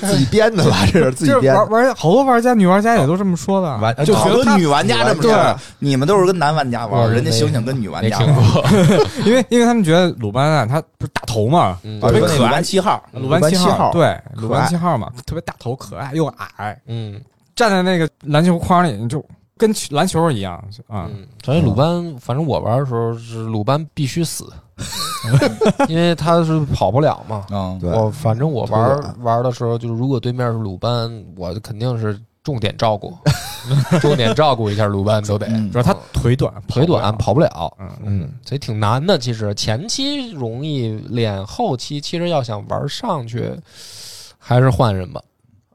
[SPEAKER 5] 自己编的吧？这是自己
[SPEAKER 6] 就是
[SPEAKER 5] 编
[SPEAKER 6] 玩
[SPEAKER 5] 的。
[SPEAKER 6] 玩好多玩家女玩家也都这么说的，
[SPEAKER 3] 玩
[SPEAKER 6] 就
[SPEAKER 4] 好
[SPEAKER 6] 觉得
[SPEAKER 4] 多
[SPEAKER 6] 他
[SPEAKER 4] 女玩家这么
[SPEAKER 6] 对
[SPEAKER 4] 说的，你们都是跟男玩家玩，
[SPEAKER 3] 我
[SPEAKER 4] 人家
[SPEAKER 3] 没
[SPEAKER 4] 醒醒跟女玩
[SPEAKER 3] 没
[SPEAKER 4] 家
[SPEAKER 3] 听
[SPEAKER 4] 玩。
[SPEAKER 3] 过，
[SPEAKER 6] 因为因为他们觉得鲁班啊，他不是大头嘛，
[SPEAKER 3] 嗯
[SPEAKER 6] 特别
[SPEAKER 4] 啊那
[SPEAKER 6] 可
[SPEAKER 4] 鲁
[SPEAKER 6] 爱
[SPEAKER 4] 班。七号，
[SPEAKER 6] 鲁
[SPEAKER 5] 班
[SPEAKER 6] 七
[SPEAKER 5] 七号
[SPEAKER 6] 对，鲁
[SPEAKER 5] 可
[SPEAKER 6] 班
[SPEAKER 5] 爱
[SPEAKER 6] 七号嘛，特别大头，可爱又矮，
[SPEAKER 3] 嗯
[SPEAKER 6] 站在那个篮球框里，你就跟篮球一样啊。
[SPEAKER 3] 嗯，所以鲁班，反正我玩的时候是鲁班必须死，因为他是跑不了嘛。
[SPEAKER 4] 嗯，
[SPEAKER 5] 对
[SPEAKER 3] 我反正我
[SPEAKER 5] 特别
[SPEAKER 3] 玩玩的时候，就是如果对面是鲁班，我肯定是重点照顾，重点照顾一下鲁班都得。
[SPEAKER 4] 嗯
[SPEAKER 6] 主要他腿短，
[SPEAKER 3] 腿短
[SPEAKER 6] 跑
[SPEAKER 3] 跑不了，
[SPEAKER 6] 嗯
[SPEAKER 3] 嗯，所以挺难的。其实前期容易练，后期其实要想玩上去，还是换人吧。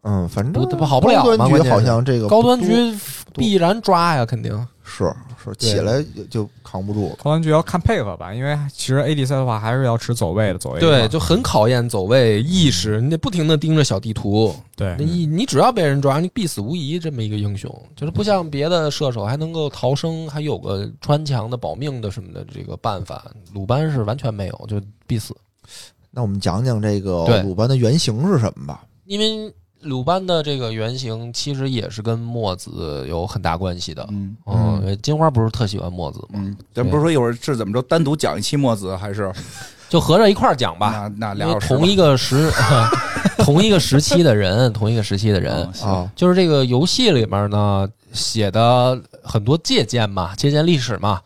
[SPEAKER 5] 嗯，反
[SPEAKER 3] 不
[SPEAKER 5] 正
[SPEAKER 3] 不好不了嘛
[SPEAKER 5] 高
[SPEAKER 3] 关
[SPEAKER 5] 端局
[SPEAKER 3] 键是
[SPEAKER 5] 好像这个
[SPEAKER 3] 高
[SPEAKER 5] 不
[SPEAKER 3] 端
[SPEAKER 5] 多
[SPEAKER 3] 局必然抓呀，肯定。
[SPEAKER 5] 是是
[SPEAKER 3] 对
[SPEAKER 5] 起来就扛不住了。
[SPEAKER 6] 投篮局要看配合吧，因为其实 AD 赛的话还是要吃走位的，走位
[SPEAKER 3] 对，
[SPEAKER 6] 嘛
[SPEAKER 3] 就很考验走位意识，你得不停的盯着小地图。
[SPEAKER 6] 对
[SPEAKER 3] 那一你只要被人抓，你必死无疑。这么一个英雄，就是不像别的射手还能够逃生，还有个穿墙的保命的什么的这个办法。鲁班是完全没有，就必死。
[SPEAKER 5] 那我们讲讲这
[SPEAKER 3] 对
[SPEAKER 5] 个鲁班的原型是什么吧？
[SPEAKER 3] 因为鲁班的这个原型其实也是跟墨子有很大关系的。
[SPEAKER 4] 嗯
[SPEAKER 3] 嗯，金花不是特喜欢墨子吗？
[SPEAKER 4] 嗯，咱不是说一会儿是怎么着，单独讲一期墨子，还是
[SPEAKER 3] 就合着一块儿讲吧，
[SPEAKER 4] 那那
[SPEAKER 3] 因
[SPEAKER 4] 俩
[SPEAKER 3] 为
[SPEAKER 4] 小时吧？
[SPEAKER 3] 同一个时， (laughs) 同一个时期的人，同一个时期的人。
[SPEAKER 4] 嗯行
[SPEAKER 5] 啊，
[SPEAKER 3] 就是这个游戏里面呢写的很多借鉴嘛，借鉴历史嘛。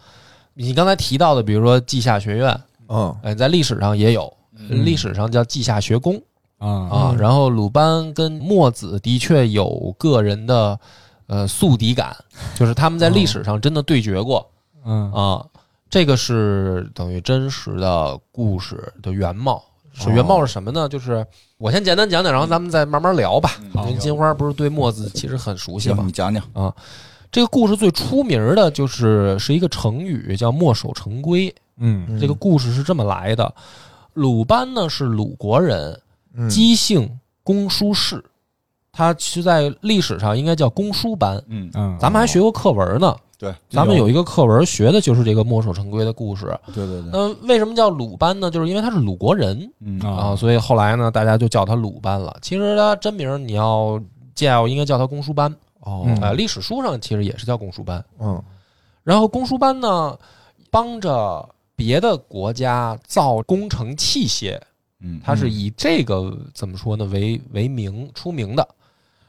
[SPEAKER 3] 你刚才提到的，比如说稷下学院，
[SPEAKER 5] 嗯，
[SPEAKER 3] 哎，在历史上也有，
[SPEAKER 6] 嗯
[SPEAKER 3] 历史上叫稷下学宫
[SPEAKER 6] 啊
[SPEAKER 3] 啊。然后鲁班跟墨子的确有个人的呃宿敌感，就是他们在历史上真的对决过
[SPEAKER 6] 嗯
[SPEAKER 3] 啊。这个是等于真实的故事的原貌。是
[SPEAKER 6] 哦
[SPEAKER 3] 原貌是什么呢？就是我先简单讲讲，然后咱们再慢慢聊吧。因为金花不是对墨子其实很熟悉嘛
[SPEAKER 4] 嗯行，，你讲讲，
[SPEAKER 3] 这个故事最出名儿的就是是一个成语，叫“墨守成规”。
[SPEAKER 6] 嗯
[SPEAKER 3] 这个故事是这么来的：鲁班呢是鲁国人，
[SPEAKER 5] 嗯
[SPEAKER 3] 姬姓公输氏，他是在历史上应该叫公输班。
[SPEAKER 4] 嗯，
[SPEAKER 6] 嗯，
[SPEAKER 3] 咱们还学过课文呢，
[SPEAKER 4] 对，
[SPEAKER 3] 咱们有一个课文学的就是这个墨守成规的故事。
[SPEAKER 4] 对对对，
[SPEAKER 3] 那为什么叫鲁班呢？就是因为他是鲁国人
[SPEAKER 4] 嗯
[SPEAKER 3] 啊，
[SPEAKER 6] 啊
[SPEAKER 3] 所以后来呢，大家就叫他鲁班了。其实他真名儿你要叫应该叫他公输班
[SPEAKER 5] 哦
[SPEAKER 6] 嗯
[SPEAKER 3] 啊、历史书上其实也是叫公输班。
[SPEAKER 5] 嗯
[SPEAKER 3] 然后公输班呢，帮着别的国家造工程器械，
[SPEAKER 4] 嗯，
[SPEAKER 3] 他是以这个怎么说呢为为名出名的。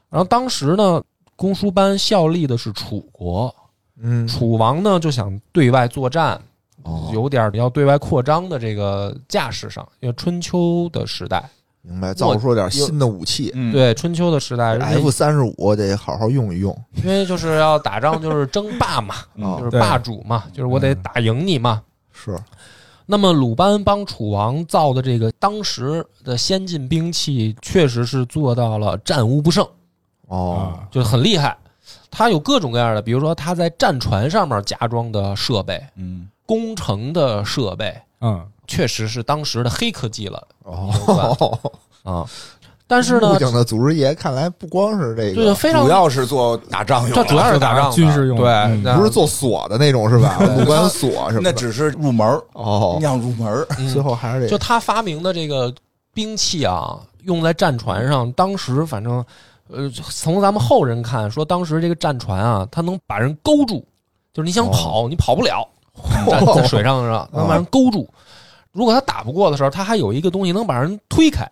[SPEAKER 3] 然后当时呢，公输班效力的是楚国，
[SPEAKER 5] 嗯，
[SPEAKER 3] 楚王呢就想对外作战，
[SPEAKER 5] 哦
[SPEAKER 3] 有点要对外扩张的这个架势上，因为春秋的时代，
[SPEAKER 5] 明白，造出了点新的武器
[SPEAKER 4] 嗯，
[SPEAKER 3] 对春秋的时代，因
[SPEAKER 5] ，F
[SPEAKER 3] 为
[SPEAKER 5] 三十五得好好用一用
[SPEAKER 3] 因为就是要打仗，就是争霸
[SPEAKER 6] (laughs)
[SPEAKER 3] 嘛，
[SPEAKER 5] 啊
[SPEAKER 3] 嗯就，是啊
[SPEAKER 6] 对
[SPEAKER 3] 霸主嘛，就是我得
[SPEAKER 6] 嗯
[SPEAKER 3] 打赢你嘛。
[SPEAKER 5] 是
[SPEAKER 3] 那么鲁班帮楚王造的这个当时的先进兵器，确实是做到了战无不胜，
[SPEAKER 5] 哦，
[SPEAKER 6] 啊
[SPEAKER 3] 就是很厉害。它有各种各样的，比如说它在战船上面加装的设备、
[SPEAKER 4] 嗯，
[SPEAKER 3] 工程的设备，
[SPEAKER 6] 嗯
[SPEAKER 3] 确实是当时的黑科技了
[SPEAKER 5] 哦，
[SPEAKER 6] (laughs)
[SPEAKER 3] 啊。但是呢
[SPEAKER 5] 木，匠的祖师爷看来不光是这
[SPEAKER 3] 对，
[SPEAKER 5] 个，
[SPEAKER 3] 非常
[SPEAKER 4] 主要是做打仗用
[SPEAKER 3] 这
[SPEAKER 4] 的，
[SPEAKER 3] 主要是打仗的
[SPEAKER 6] 军事用的
[SPEAKER 3] 对，
[SPEAKER 6] 嗯
[SPEAKER 3] 那
[SPEAKER 5] 不是做锁的那种是吧？鲁班锁什么
[SPEAKER 4] 那
[SPEAKER 5] 的，
[SPEAKER 4] 只是入门儿，
[SPEAKER 5] 哦
[SPEAKER 4] 你，想入门儿，
[SPEAKER 3] 嗯
[SPEAKER 5] 最后还是
[SPEAKER 3] 就
[SPEAKER 5] 得
[SPEAKER 3] 他发明的这个兵器啊，用在战船上，当时反正，呃，从咱们后人看，说当时这个战船啊，它能把人勾住，就是你想跑，你跑不了，站在水上上能把人勾住。如果他打不过的时候，他还有一个东西能把人推开，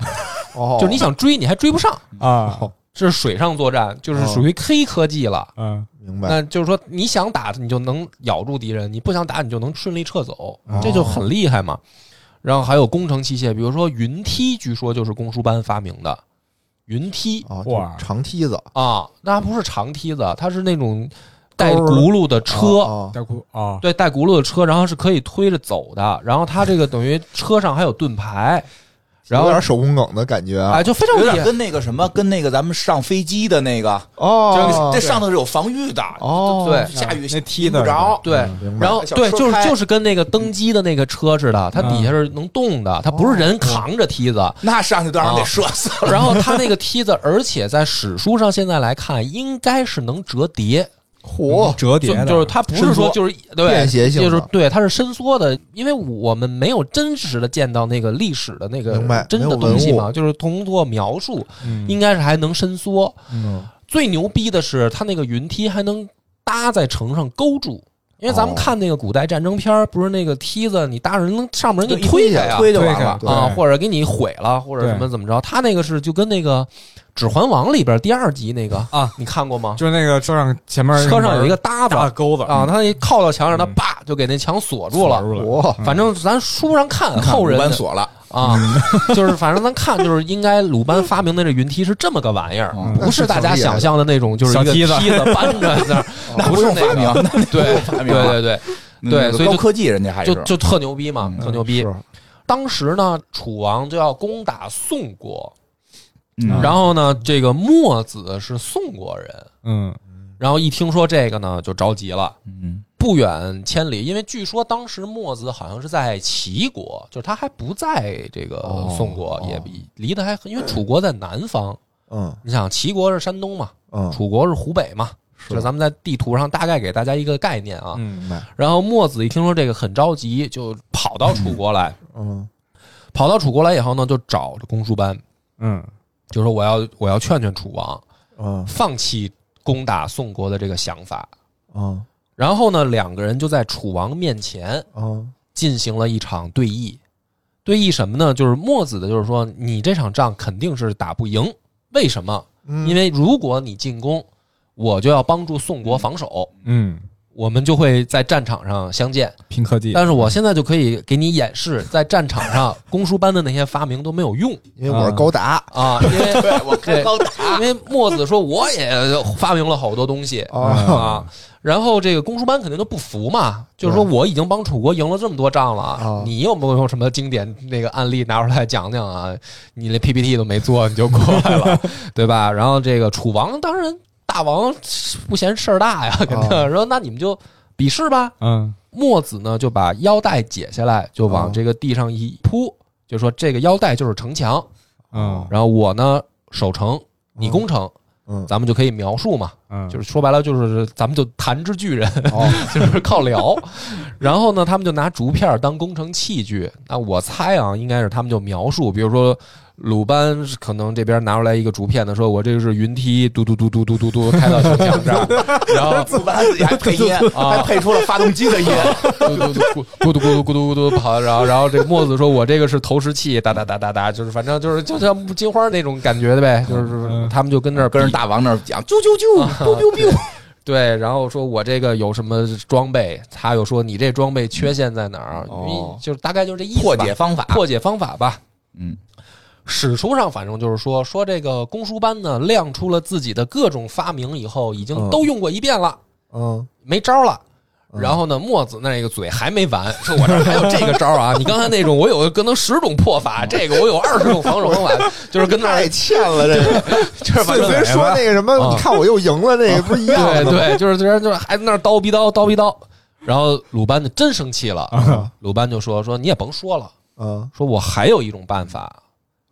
[SPEAKER 5] 哦，
[SPEAKER 3] 就是你想追你还追不上。
[SPEAKER 6] 啊
[SPEAKER 3] 这是水上作战，就是属于黑科技了。
[SPEAKER 6] 嗯
[SPEAKER 5] 明白
[SPEAKER 3] 那就是说，你想打你就能咬住敌人，你不想打你就能顺利撤走，
[SPEAKER 4] 哦
[SPEAKER 3] 这就很厉害嘛。然后还有工程器械，比如说云梯，据说就是公输班发明的云梯
[SPEAKER 4] 哦
[SPEAKER 5] 啊，
[SPEAKER 6] 哇
[SPEAKER 5] 就长梯子
[SPEAKER 3] 啊，那不是长梯子，它是那种带轱辘的
[SPEAKER 4] 哦
[SPEAKER 3] 车，
[SPEAKER 5] 啊，啊
[SPEAKER 6] 大哭啊
[SPEAKER 3] 对，带轱辘的车，然后是可以推着走的。然后它这个等于车上还有盾牌，然
[SPEAKER 5] 有
[SPEAKER 3] 后
[SPEAKER 5] 点手工梗的感觉啊
[SPEAKER 3] 哎，，就非常
[SPEAKER 4] 有
[SPEAKER 3] 厉
[SPEAKER 4] 点
[SPEAKER 3] 害。
[SPEAKER 4] 跟那个什么，跟那个咱们上飞机的那个，
[SPEAKER 5] 哦，
[SPEAKER 4] 这上头是有防御的，
[SPEAKER 5] 哦，
[SPEAKER 3] 对
[SPEAKER 4] 下雨
[SPEAKER 6] 那踢
[SPEAKER 4] 不
[SPEAKER 6] 的
[SPEAKER 4] 着，
[SPEAKER 3] 对，
[SPEAKER 5] 明白
[SPEAKER 3] 然后
[SPEAKER 4] 嗯小
[SPEAKER 3] 对，
[SPEAKER 4] 车
[SPEAKER 3] 就是
[SPEAKER 4] 开嗯
[SPEAKER 3] 就是跟那个登机的那个车似的，它底下是能动的，它不是人扛着梯子，
[SPEAKER 4] 那上去当然
[SPEAKER 3] 啊
[SPEAKER 4] 得射死
[SPEAKER 3] (laughs)
[SPEAKER 4] 了。
[SPEAKER 3] 然后它那个梯子，而且在史书上现在来看，应该是能折叠，
[SPEAKER 6] 嗯
[SPEAKER 5] 嚯，
[SPEAKER 7] 折叠
[SPEAKER 3] 就
[SPEAKER 7] 的，
[SPEAKER 3] 就是它不是
[SPEAKER 5] 伸缩
[SPEAKER 3] 说就是对
[SPEAKER 5] 便携性的
[SPEAKER 3] 就是对它是伸缩的，因为我们没有真实的见到那个历史的那个
[SPEAKER 5] 明白
[SPEAKER 3] 真
[SPEAKER 5] 没
[SPEAKER 3] 的
[SPEAKER 5] 有文
[SPEAKER 3] 东西
[SPEAKER 5] 物
[SPEAKER 3] 嘛，就是通过描述，
[SPEAKER 7] 嗯
[SPEAKER 3] 应该是还能伸缩。
[SPEAKER 7] 嗯
[SPEAKER 3] 最牛逼的是它那个云梯还能搭在城上勾住。因为咱们
[SPEAKER 5] 哦
[SPEAKER 3] 看那个古代战争片儿，不是那个梯子，你搭上能上面人给
[SPEAKER 5] 就一
[SPEAKER 3] 推
[SPEAKER 5] 推
[SPEAKER 3] 开
[SPEAKER 5] 下
[SPEAKER 3] 呀，
[SPEAKER 5] 推就
[SPEAKER 7] 推
[SPEAKER 5] 完
[SPEAKER 7] 开
[SPEAKER 5] 了。
[SPEAKER 7] 对
[SPEAKER 3] 啊，或者给你毁了，或者
[SPEAKER 7] 对
[SPEAKER 3] 什么怎么着？他那个是就跟那个《指环王》里边第二集那个
[SPEAKER 6] 啊，
[SPEAKER 3] 你看过吗？
[SPEAKER 6] 就是那个车上前面
[SPEAKER 3] 车上有一个搭子
[SPEAKER 6] 大钩子
[SPEAKER 3] 啊，，他一靠到墙上，他
[SPEAKER 6] 嗯
[SPEAKER 3] 叭就给那墙锁住
[SPEAKER 7] 住
[SPEAKER 3] 了。
[SPEAKER 5] 嚯，
[SPEAKER 3] 反正咱书上看
[SPEAKER 4] 看
[SPEAKER 3] 后人
[SPEAKER 4] 鲁班
[SPEAKER 3] 的
[SPEAKER 4] 锁了，
[SPEAKER 3] 啊，就是反正咱看就是应该鲁班发明的这云梯是这么个玩意儿，
[SPEAKER 4] 嗯
[SPEAKER 3] 不是大家想象的那种就是一个
[SPEAKER 6] 小
[SPEAKER 3] 梯
[SPEAKER 6] 梯
[SPEAKER 3] 子
[SPEAKER 6] 子
[SPEAKER 3] 搬着在那儿，
[SPEAKER 4] 那
[SPEAKER 3] 哦不
[SPEAKER 4] 不
[SPEAKER 3] 是
[SPEAKER 4] 用
[SPEAKER 3] 那
[SPEAKER 4] 发
[SPEAKER 3] 个
[SPEAKER 4] 明， (laughs) 那
[SPEAKER 3] 对
[SPEAKER 4] 发明
[SPEAKER 3] 对对对，
[SPEAKER 4] (laughs) 那
[SPEAKER 3] 对
[SPEAKER 4] 那个
[SPEAKER 3] 所以
[SPEAKER 4] 高
[SPEAKER 3] 就
[SPEAKER 4] 科技人家还是
[SPEAKER 3] 就就特牛逼嘛，
[SPEAKER 4] 嗯
[SPEAKER 3] 特牛逼。
[SPEAKER 5] 是
[SPEAKER 3] 当时呢，楚王就要攻打宋国，
[SPEAKER 4] 嗯
[SPEAKER 3] 然后呢，这个墨子是宋国人，
[SPEAKER 7] 嗯
[SPEAKER 3] 然后一听说这个呢，就着急了， (laughs)
[SPEAKER 4] 嗯
[SPEAKER 3] 不远千里，因为据说当时墨子好像是在齐国，就是他还不在这个宋国，也比离得还很，因为楚国在南方，
[SPEAKER 5] 嗯
[SPEAKER 3] 你想齐国是山东嘛，
[SPEAKER 5] 嗯，
[SPEAKER 3] 楚国是湖北嘛，
[SPEAKER 5] 是
[SPEAKER 3] 就是咱们在地图上大概给大家一个概念
[SPEAKER 6] 嗯
[SPEAKER 3] 啊。
[SPEAKER 5] 明白，
[SPEAKER 3] 然后墨子一听说这个很着急，就跑到楚国来，
[SPEAKER 5] 嗯
[SPEAKER 3] 跑到楚国来以后呢，就找这公输班，
[SPEAKER 7] 嗯
[SPEAKER 3] 就说我要我要劝劝楚王，
[SPEAKER 5] 嗯
[SPEAKER 3] 放弃攻打宋国的这个想法。
[SPEAKER 5] 嗯
[SPEAKER 3] 然后呢，两个人就在楚王面前
[SPEAKER 5] 嗯
[SPEAKER 3] 进行了一场对弈。对弈什么呢？就是墨子的，就是说你这场仗肯定是打不赢。为什么？
[SPEAKER 5] 嗯，
[SPEAKER 3] 因为如果你进攻，我就要帮助宋国防守，
[SPEAKER 7] 嗯，
[SPEAKER 3] 我们就会在战场上相见。
[SPEAKER 7] 拼科技，
[SPEAKER 3] 但是我现在就可以给你演示，在战场上 (laughs) 公输班的那些发明都没有用
[SPEAKER 5] 因为我是高达
[SPEAKER 3] 啊，因为
[SPEAKER 4] 对我开
[SPEAKER 3] 对
[SPEAKER 4] 高
[SPEAKER 3] 因
[SPEAKER 4] 达，
[SPEAKER 3] 为墨子说我也发明了好多东西，
[SPEAKER 5] 啊，
[SPEAKER 3] 啊，然后这个公输班肯定就不服嘛，就是说我已经帮楚国赢了这么多仗了
[SPEAKER 5] 啊，
[SPEAKER 3] 你有没有什么经典那个案例拿出来讲讲啊？你连 PPT 都没做你就过来了，对吧？然后这个楚王当然大王不嫌事儿大呀，肯定说那你们就比试吧。
[SPEAKER 7] 嗯
[SPEAKER 3] 墨子呢就把腰带解下来，就往
[SPEAKER 5] 哦
[SPEAKER 3] 这个地上一铺，就说这个腰带就是城墙，
[SPEAKER 7] 嗯
[SPEAKER 3] 然后我呢守城，你攻城，
[SPEAKER 5] 嗯
[SPEAKER 3] 咱们就可以描述嘛。
[SPEAKER 7] 嗯，
[SPEAKER 3] 就是是说白了，就是咱们就谈之巨人，
[SPEAKER 5] 哦
[SPEAKER 3] (laughs) 就是靠聊。然后呢，他们就拿竹片儿当工程器具。那我猜啊，应该是他们就描述，比如说鲁班是可能这边拿出来一个竹片的，说我这个是云梯，嘟嘟嘟嘟嘟嘟嘟开到城墙上， (laughs) 然后
[SPEAKER 4] 鲁班自己还配音， (laughs) 还配出了发动
[SPEAKER 3] (laughs)
[SPEAKER 4] 机的音，
[SPEAKER 3] 嘟嘟嘟咕嘟咕嘟咕嘟咕嘟跑，然后然后这个墨子说我这个是投石器，哒哒哒哒哒，就是反正就是就像金花那种感觉的呗，就是他们就跟这儿
[SPEAKER 4] 跟人
[SPEAKER 3] 比
[SPEAKER 4] 大王那儿讲，啾啾啾，
[SPEAKER 3] 啊
[SPEAKER 4] 啾啾
[SPEAKER 3] (laughs)
[SPEAKER 4] 啾，
[SPEAKER 3] 对，然后说我这个有什么装备，他又说你这装备缺陷在哪儿，
[SPEAKER 4] 哦
[SPEAKER 3] 就是大概就是这意思
[SPEAKER 4] 破
[SPEAKER 3] 吧
[SPEAKER 4] 解方法，
[SPEAKER 3] 破解方法吧。
[SPEAKER 4] 嗯，
[SPEAKER 3] 史书上反正就是说说这个公输班呢亮出了自己的各种发明以后，已经
[SPEAKER 5] 嗯
[SPEAKER 3] 都用过一遍了，
[SPEAKER 5] 嗯
[SPEAKER 3] 没招儿了。
[SPEAKER 5] 嗯
[SPEAKER 3] 然后呢，墨子那个嘴还没完， (laughs) 说我这儿还有这个招儿啊！你刚才那种我有可能十种破法，这个我有二十种防守方
[SPEAKER 5] (laughs)
[SPEAKER 3] 法，就是跟那儿
[SPEAKER 5] 嗯太欠了这个，
[SPEAKER 3] 就是反
[SPEAKER 5] 最
[SPEAKER 3] 正
[SPEAKER 5] 随说那个什么，
[SPEAKER 3] 啊
[SPEAKER 5] 你看我又赢了，那个不是一样的
[SPEAKER 3] 对
[SPEAKER 5] 吗？
[SPEAKER 3] 对，就是就是就是还在那儿叨逼叨叨逼叨，然后鲁班就真生气
[SPEAKER 5] 啊
[SPEAKER 3] 了，鲁班就说说你也甭说了，
[SPEAKER 5] 嗯
[SPEAKER 3] 说我还有一种办法，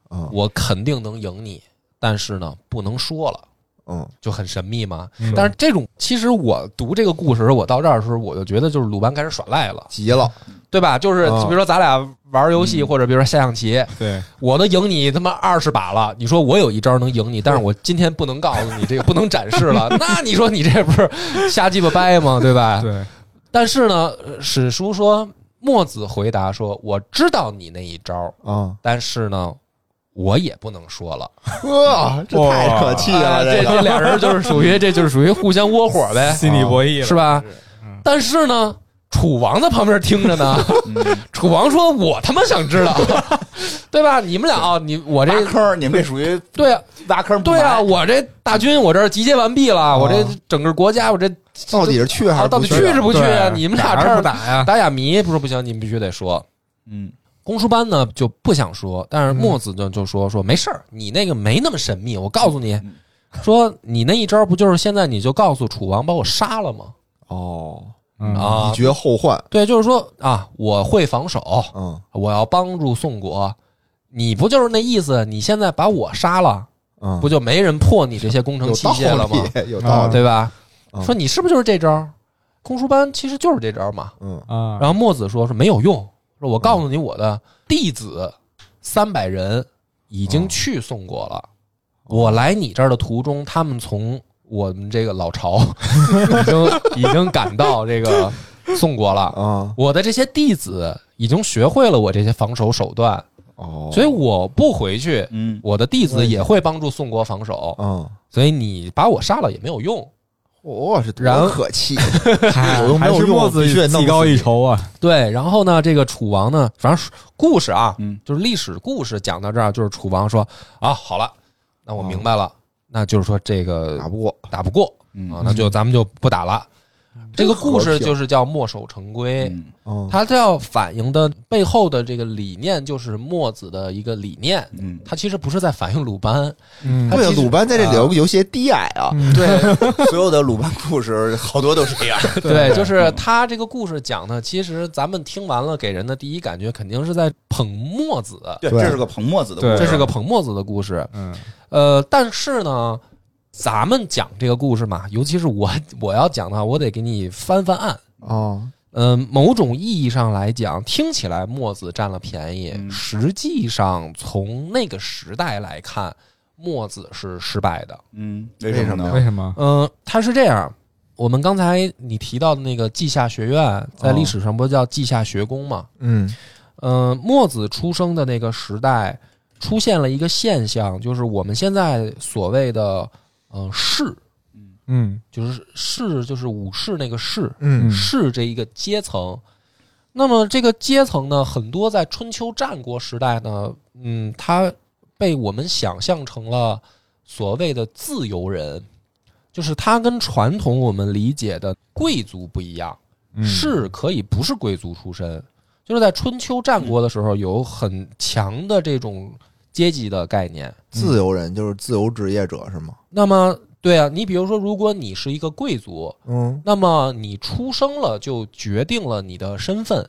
[SPEAKER 5] 嗯
[SPEAKER 3] 我肯定能赢你，但是呢不能说了。
[SPEAKER 5] 嗯
[SPEAKER 3] 就很神秘嘛，但是这种其实我读这个故事的时候，我到这儿的时候，我就觉得就是鲁班开始耍赖了，
[SPEAKER 5] 急了，
[SPEAKER 3] 对吧？就是
[SPEAKER 5] 啊
[SPEAKER 3] 比如说咱俩玩游戏，或者比如说下象棋，
[SPEAKER 7] 对，
[SPEAKER 3] 我都赢你他妈二十把了，你说我有一招能赢你，但是我今天不能告诉你，这个不能展示了。那你说你这不是瞎鸡巴掰吗？对吧？
[SPEAKER 7] 对，
[SPEAKER 3] 但是呢，呃史书说墨子回答说：“我知道你那一招，
[SPEAKER 5] 啊，
[SPEAKER 3] 但是呢，我也不能说了。
[SPEAKER 5] 呵，这太可气
[SPEAKER 3] 啊
[SPEAKER 5] 了，
[SPEAKER 3] 这
[SPEAKER 5] 个
[SPEAKER 3] 这俩人就是属于这就是属于互相窝火呗，
[SPEAKER 7] (laughs)
[SPEAKER 3] 啊
[SPEAKER 7] 心理博弈了
[SPEAKER 3] 是？吧？但是呢。”楚王在旁边听着呢，
[SPEAKER 7] 嗯
[SPEAKER 3] (laughs) 楚王说：“我他妈想知道，对吧？你们俩啊，你我这
[SPEAKER 4] 挖坑，你们这属于
[SPEAKER 3] 对啊，
[SPEAKER 4] 挖坑不
[SPEAKER 3] 对啊，
[SPEAKER 4] 埋，
[SPEAKER 3] 我这大军我这儿集结完毕了，我
[SPEAKER 7] 哦
[SPEAKER 3] 这整个国家我这
[SPEAKER 5] 到底是去还
[SPEAKER 3] 啊
[SPEAKER 5] 是
[SPEAKER 3] 到
[SPEAKER 5] 不
[SPEAKER 3] 底去是不去啊？
[SPEAKER 7] 对
[SPEAKER 3] 你们俩
[SPEAKER 7] 打
[SPEAKER 3] 这
[SPEAKER 7] 还是
[SPEAKER 3] 儿
[SPEAKER 7] 不打呀？
[SPEAKER 3] 打哑谜不是不行，你们必须得说。
[SPEAKER 4] 嗯，
[SPEAKER 3] 公输班呢就不想说，但
[SPEAKER 7] 嗯
[SPEAKER 3] 是墨子呢就说说没事儿，你那个没那么神秘，我告诉你
[SPEAKER 4] 嗯，
[SPEAKER 3] 说你那一招不就是现在你就告诉楚王把我杀了吗？
[SPEAKER 5] 哦，
[SPEAKER 7] 嗯，
[SPEAKER 3] 啊
[SPEAKER 5] 以，绝后患，
[SPEAKER 3] 对，就是说啊，我会防守，
[SPEAKER 5] 嗯
[SPEAKER 3] 我要帮助宋国，你不就是那意思？你现在把我杀了，
[SPEAKER 5] 嗯，
[SPEAKER 3] 不就没人破你这些工程
[SPEAKER 5] 有
[SPEAKER 3] 器
[SPEAKER 5] 道
[SPEAKER 3] 械了吗？
[SPEAKER 5] 理，有道
[SPEAKER 7] 啊
[SPEAKER 5] 理，
[SPEAKER 3] 对吧？
[SPEAKER 5] 嗯
[SPEAKER 3] 说你是不是就是这招儿？公输班其实就是这招儿嘛。
[SPEAKER 5] 嗯
[SPEAKER 6] 啊，
[SPEAKER 3] 然后墨子说是没有用，说我告诉你我的弟子三百人已
[SPEAKER 5] 嗯
[SPEAKER 3] 经去宋国了，我来你这儿的途中，他们从我们这个老巢 (laughs) 已经已经赶到这个宋国了。
[SPEAKER 5] 啊
[SPEAKER 3] 我的这些弟子已经学会了我这些防守手段，
[SPEAKER 5] 哦，
[SPEAKER 3] 所以我不回去，
[SPEAKER 4] 嗯，
[SPEAKER 3] 我的弟子也会帮助宋国防守，
[SPEAKER 5] 嗯，
[SPEAKER 3] 所以你把我杀了也没有用。
[SPEAKER 5] 我是多
[SPEAKER 3] 然
[SPEAKER 5] 可气，
[SPEAKER 6] 还
[SPEAKER 5] 我又没有
[SPEAKER 6] 还是
[SPEAKER 5] 用
[SPEAKER 6] 墨子
[SPEAKER 5] 必须得弄
[SPEAKER 6] 技高
[SPEAKER 5] 死
[SPEAKER 6] 一
[SPEAKER 5] 你
[SPEAKER 6] 筹啊，
[SPEAKER 3] 对，然后呢，这个楚王呢，反正故事啊，
[SPEAKER 4] 嗯
[SPEAKER 3] 就是历史故事讲到这儿，就是楚王说啊，好了，那我明白了，那就是说这个
[SPEAKER 5] 打不过。
[SPEAKER 3] 打不过
[SPEAKER 4] 嗯
[SPEAKER 3] 啊，那就咱们就不打了。这个故事就是叫墨守成规，
[SPEAKER 4] 嗯
[SPEAKER 5] 嗯，
[SPEAKER 3] 它这要反映的背后的这个理念就是墨子的一个理念，
[SPEAKER 4] 嗯
[SPEAKER 3] 它其实不是在反映鲁班，
[SPEAKER 6] 嗯
[SPEAKER 3] 他
[SPEAKER 5] 对
[SPEAKER 3] 其实
[SPEAKER 5] 鲁班在这里有有些低矮啊，
[SPEAKER 4] 对， (laughs) 所有的鲁班故事好多都是这样。
[SPEAKER 3] 对，就是他这个故事讲的，其实咱们听完了给人的第一感觉肯定是在捧墨子，
[SPEAKER 4] 对，
[SPEAKER 5] 对
[SPEAKER 4] 这是个彭墨子的故
[SPEAKER 6] 对
[SPEAKER 4] 事，
[SPEAKER 3] 这是个捧墨子的故事。
[SPEAKER 6] 嗯，
[SPEAKER 3] 呃，但是呢，咱们讲这个故事嘛，尤其是我我要讲的话，我得给你翻翻案。
[SPEAKER 5] 哦，
[SPEAKER 3] 嗯、某种意义上来讲，听起来墨子占了便宜，
[SPEAKER 4] 嗯
[SPEAKER 3] 实际上从那个时代来看，墨子是失败的。
[SPEAKER 4] 嗯，
[SPEAKER 5] 为
[SPEAKER 4] 为
[SPEAKER 5] 什么呢
[SPEAKER 4] 呢？
[SPEAKER 6] 为什么？
[SPEAKER 3] 嗯、他是这样。我们刚才你提到的那个稷下学院，在历史上不是叫稷下学宫吗？
[SPEAKER 5] 嗯
[SPEAKER 3] 嗯，墨子出生的那个时代，出现了一个现象，就是我们现在所谓的呃士，
[SPEAKER 6] 嗯
[SPEAKER 3] 就是士，就是武士那个士，
[SPEAKER 5] 嗯
[SPEAKER 3] 士这一个阶层。那么这个阶层呢，很多在春秋战国时代呢，嗯，它被我们想象成了所谓的自由人，就是它跟传统我们理解的贵族不一样。
[SPEAKER 6] 嗯
[SPEAKER 3] 是可以不是贵族出身，就是在春秋战国的时候有很强的这种阶级的概念。
[SPEAKER 5] 自由人就是自由职业者是吗？
[SPEAKER 3] 那么，对啊，你比如说，如果你是一个贵族，
[SPEAKER 5] 嗯
[SPEAKER 3] 那么你出生了就决定了你的身份。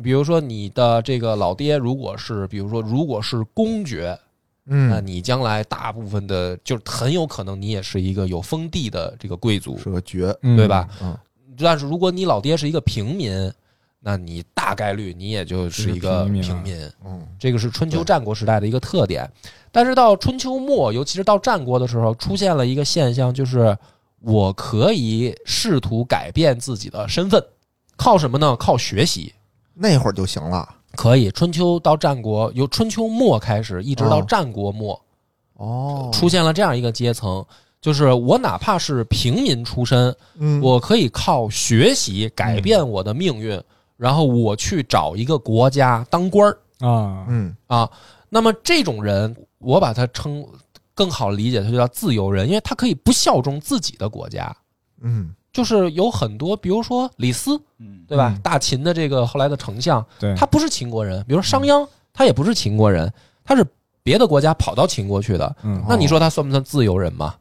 [SPEAKER 3] 比如说，你的这个老爹如果是，比如说如果是公爵，那
[SPEAKER 5] 嗯，
[SPEAKER 3] 你将来大部分的，就是很有可能你也是一个有封地的这个贵族，
[SPEAKER 5] 是个爵，
[SPEAKER 3] 对吧？？
[SPEAKER 5] 嗯，
[SPEAKER 3] 但是如果你老爹是一个平民，那你大概率你也就是一个
[SPEAKER 6] 就是平民了
[SPEAKER 3] 平民。
[SPEAKER 5] 嗯
[SPEAKER 3] 这个是春秋战国时代的一个特点。但是到春秋末，尤其是到战国的时候，出现了一个现象，就是我可以试图改变自己的身份，靠什么呢？靠学习。
[SPEAKER 5] 那会儿就行了。
[SPEAKER 3] 可以，春秋到战国，由春秋末开始，一直到
[SPEAKER 5] 哦
[SPEAKER 3] 战国末，
[SPEAKER 5] 哦
[SPEAKER 3] 出现了这样一个阶层，就是我哪怕是平民出身，
[SPEAKER 5] 嗯
[SPEAKER 3] 我可以靠学习改变我的命运，然后我去找一个国家当官儿
[SPEAKER 6] 啊，
[SPEAKER 5] 嗯
[SPEAKER 3] 啊。那么这种人，我把他称更好理解，他就叫自由人，因为他可以不效忠自己的国家。
[SPEAKER 5] 嗯
[SPEAKER 3] 就是有很多，比如说李斯，
[SPEAKER 4] 嗯，
[SPEAKER 3] 对吧？
[SPEAKER 6] 嗯
[SPEAKER 3] 大秦的这个后来的丞相，
[SPEAKER 6] 对，
[SPEAKER 3] 他不是秦国人。比如说商鞅，他也不是秦国人，他是别的国家跑到秦国去的。
[SPEAKER 6] 嗯
[SPEAKER 3] 那你说他算不算自由人嘛？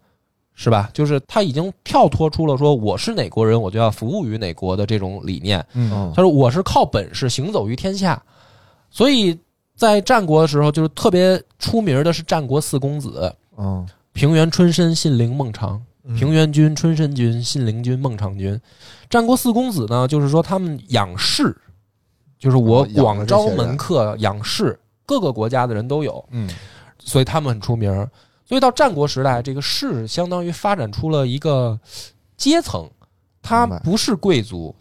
[SPEAKER 3] 是吧？就是他已经跳脱出了说我是哪国人，我就要服务于哪国的这种理念。
[SPEAKER 6] 嗯
[SPEAKER 5] 嗯
[SPEAKER 3] 他说我是靠本事行走于天下，所以在战国的时候，就是特别出名的是战国四公子：
[SPEAKER 5] 嗯
[SPEAKER 3] 平原春申、信陵、孟尝。
[SPEAKER 5] 嗯
[SPEAKER 3] 平原君、春申君、信陵君、孟尝君。战国四公子呢，就是说他们仰视，就是我
[SPEAKER 5] 哦养了
[SPEAKER 3] 广
[SPEAKER 5] 这
[SPEAKER 3] 招
[SPEAKER 5] 些人
[SPEAKER 3] 门客仰视，各个国家的人都有。
[SPEAKER 6] 嗯
[SPEAKER 3] 所以他们很出名儿。所以到战国时代，这个士相当于发展出了一个阶层，他
[SPEAKER 5] 明白
[SPEAKER 3] 不是贵族，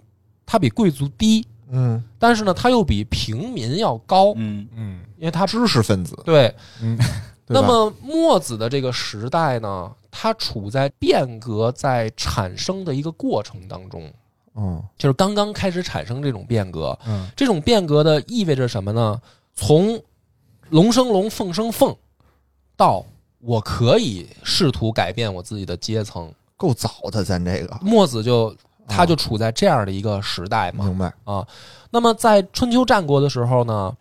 [SPEAKER 3] 他比贵族低，
[SPEAKER 5] 嗯，
[SPEAKER 3] 但是呢，他又比平民要高，
[SPEAKER 4] 嗯
[SPEAKER 6] 嗯
[SPEAKER 3] 因为他
[SPEAKER 5] 知识分子。
[SPEAKER 3] 对。
[SPEAKER 6] 嗯
[SPEAKER 5] 对吧
[SPEAKER 3] 那么墨子的这个时代呢，他处在变革在产生的一个过程当中，
[SPEAKER 5] 嗯
[SPEAKER 3] 就是刚刚开始产生这种变革。
[SPEAKER 6] 嗯
[SPEAKER 3] 这种变革的意味着什么呢？从龙生龙，凤生凤，到我可以试图改变我自己的阶层。
[SPEAKER 5] 够早的，咱这个
[SPEAKER 3] 墨子就他就处在这样的一个时代嘛
[SPEAKER 5] 明白？
[SPEAKER 3] 啊。那么在春秋战国的时候呢，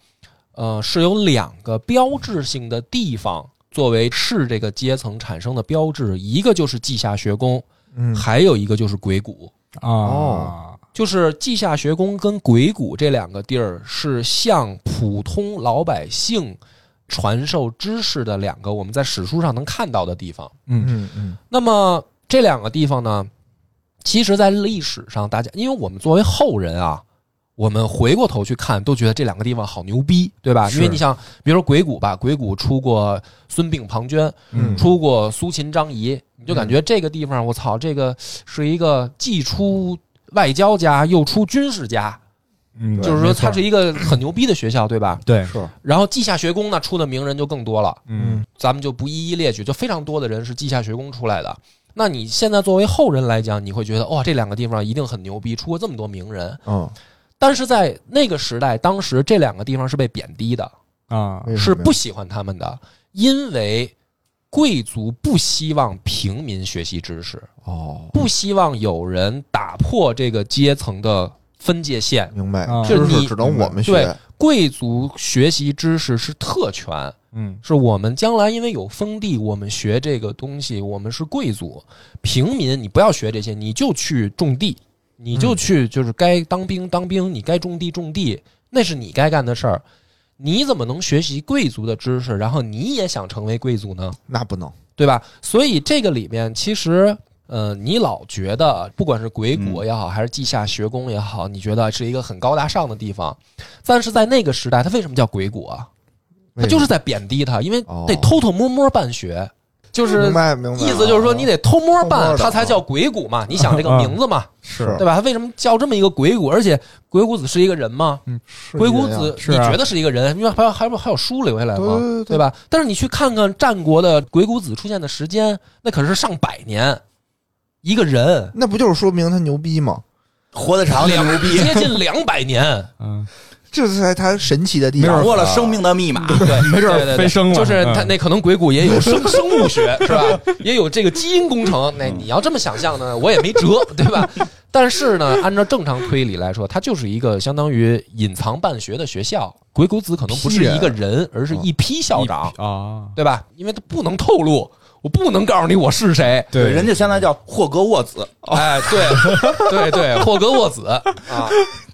[SPEAKER 3] 呃，是有两个标志性的地方作为士这个阶层产生的标志，一个就是稷下学宫，
[SPEAKER 5] 嗯
[SPEAKER 3] 还有一个就是鬼谷。
[SPEAKER 6] 啊
[SPEAKER 5] 哦
[SPEAKER 3] 就是稷下学宫跟鬼谷这两个地儿是向普通老百姓传授知识的两个我们在史书上能看到的地方。
[SPEAKER 6] 嗯
[SPEAKER 5] 嗯嗯
[SPEAKER 3] 那么这两个地方呢，其实，在历史上，大家因为我们作为后人啊，我们回过头去看，都觉得这两个地方好牛逼，对吧？因为你想，比如说鬼谷吧，鬼谷出过孙膑、庞涓，
[SPEAKER 5] 嗯
[SPEAKER 3] 出过苏秦、张仪，你就感觉这个地方，我操，这个是一个既出外交家又出军事家，
[SPEAKER 6] 嗯，
[SPEAKER 3] 就是说它是
[SPEAKER 6] 一
[SPEAKER 3] 一个很牛逼的学校，对吧？
[SPEAKER 6] 对，
[SPEAKER 5] 是，
[SPEAKER 3] 然后稷下学宫呢，出的名人就更多了。
[SPEAKER 6] 嗯
[SPEAKER 3] 咱们就不一一列举，就非常多的人是稷下学宫出来的。那你现在作为后人来讲，你会觉得哇，这两个地方一定很牛逼，出过这么多名人。
[SPEAKER 5] 嗯，
[SPEAKER 3] 但是在那个时代，当时这两个地方是被贬低的，
[SPEAKER 6] 啊，
[SPEAKER 5] 为什
[SPEAKER 3] 是
[SPEAKER 5] 么呀
[SPEAKER 3] 不喜欢他们的，因为贵族不希望平民学习知识，
[SPEAKER 5] 哦，
[SPEAKER 3] 不希望有人打破这个阶层的分界线。
[SPEAKER 5] 明白
[SPEAKER 6] 啊，
[SPEAKER 5] 知
[SPEAKER 3] 就
[SPEAKER 5] 识
[SPEAKER 3] 你
[SPEAKER 5] 只能我们
[SPEAKER 3] 对
[SPEAKER 5] 学，
[SPEAKER 3] 贵族学习知识是特权，
[SPEAKER 6] 嗯
[SPEAKER 3] 是我们将来因为有封地，我们学这个东西，我们是贵族，平民你不要学这些，你就去种地，你就去就是该当兵当兵，你该种地种地，那是你该干的事儿。你怎么能学习贵族的知识，然后你也想成为贵族呢？
[SPEAKER 5] 那不能，
[SPEAKER 3] 对吧？所以这个里面其实，呃，你老觉得不管是鬼谷也好，还是稷下学宫也好，你觉得是一个很高大上的地方，但是在那个时代，它为什么叫鬼谷啊？他就是在贬低他，因为
[SPEAKER 5] 哦
[SPEAKER 3] 得偷偷摸摸办学，就是
[SPEAKER 5] 明白明白，哦
[SPEAKER 3] 意思就是说你得偷摸
[SPEAKER 5] 偷摸
[SPEAKER 3] 办，
[SPEAKER 5] 的嗯
[SPEAKER 3] 他才叫鬼谷嘛。你想这个名字嘛，
[SPEAKER 5] 是
[SPEAKER 3] 对吧？他为什么叫这么一个鬼谷？而且鬼谷子是一个人吗？
[SPEAKER 5] 嗯是
[SPEAKER 3] 鬼
[SPEAKER 5] 一
[SPEAKER 3] 谷
[SPEAKER 5] 人呀
[SPEAKER 3] 子，
[SPEAKER 6] 是
[SPEAKER 3] 你
[SPEAKER 6] 啊
[SPEAKER 3] 觉得是一个人？因为还有还有还有书留下来
[SPEAKER 5] 对对
[SPEAKER 3] 吗
[SPEAKER 5] 对？
[SPEAKER 3] 对吧？但是你去看看战国的鬼谷子出现的时间，那可是上百年，一个人
[SPEAKER 5] 那不就是说明他牛逼吗？
[SPEAKER 4] 活得长就
[SPEAKER 3] 两
[SPEAKER 4] 牛逼，
[SPEAKER 3] 接近两百年。
[SPEAKER 6] 嗯，
[SPEAKER 5] 这才他神奇的地
[SPEAKER 4] 掌
[SPEAKER 5] 方，
[SPEAKER 4] 握了生命的密码。
[SPEAKER 3] 对，
[SPEAKER 6] 没准儿
[SPEAKER 3] 哎对对对
[SPEAKER 6] 飞升了
[SPEAKER 3] 就是
[SPEAKER 6] 嗯
[SPEAKER 3] 他那可能鬼谷也有生 (laughs) 生物学是吧？也有这个基因工程。
[SPEAKER 6] 嗯
[SPEAKER 3] 那你要这么想象呢，我也没辙，对吧？ (laughs) 但是呢，按照正常推理来说，它就是一个相当于隐藏办学的学校。鬼谷子可能不是一个人，而
[SPEAKER 6] 嗯
[SPEAKER 3] 是一批校长，
[SPEAKER 6] 啊，
[SPEAKER 3] 对吧？因为他不能透露，我不能告诉你我是谁。
[SPEAKER 6] 对，
[SPEAKER 4] 人家现在叫霍格沃兹，
[SPEAKER 3] 哎，对，对对，霍格沃
[SPEAKER 6] (laughs)
[SPEAKER 3] 兹啊，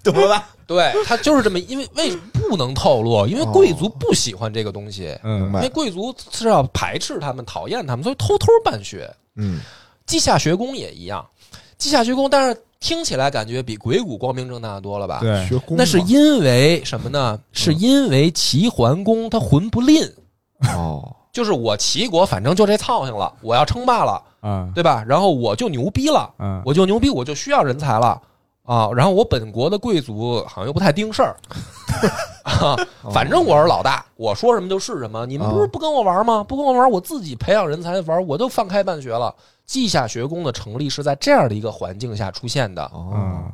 [SPEAKER 4] 懂了吧？
[SPEAKER 3] 对他就是这么，因为为不能透露，因为贵族不喜欢这个东西。
[SPEAKER 5] 明
[SPEAKER 6] 哦嗯
[SPEAKER 5] 白
[SPEAKER 3] 因为贵族是要排斥他们、讨厌他们，所以偷偷办学。
[SPEAKER 5] 嗯，
[SPEAKER 3] 稷下学宫也一样，稷下学宫，但是听起来感觉比鬼谷光明正大多了吧？，
[SPEAKER 6] 对，
[SPEAKER 5] 学工
[SPEAKER 3] 那是
[SPEAKER 5] 嘛
[SPEAKER 3] 因为什么呢？是因为齐桓公他魂不吝，
[SPEAKER 5] 哦，
[SPEAKER 3] 就是我齐国反正就这操性了，我要称霸了，
[SPEAKER 6] 啊
[SPEAKER 3] 对吧？然后我就牛逼了，
[SPEAKER 6] 嗯，
[SPEAKER 3] 我就牛逼，我就需要人才了啊！然后我本国的贵族好像又不太盯事
[SPEAKER 4] (laughs)
[SPEAKER 3] 儿。啊，
[SPEAKER 4] 哦
[SPEAKER 3] 反正我是老大，我说什么就是什么。你们不是
[SPEAKER 5] 哦
[SPEAKER 3] 不跟我玩吗？不跟我玩，我自己培养人才玩，我都放开办学了。稷下学宫的成立是在这样的一个环境下出现的，
[SPEAKER 5] 哦，
[SPEAKER 6] 嗯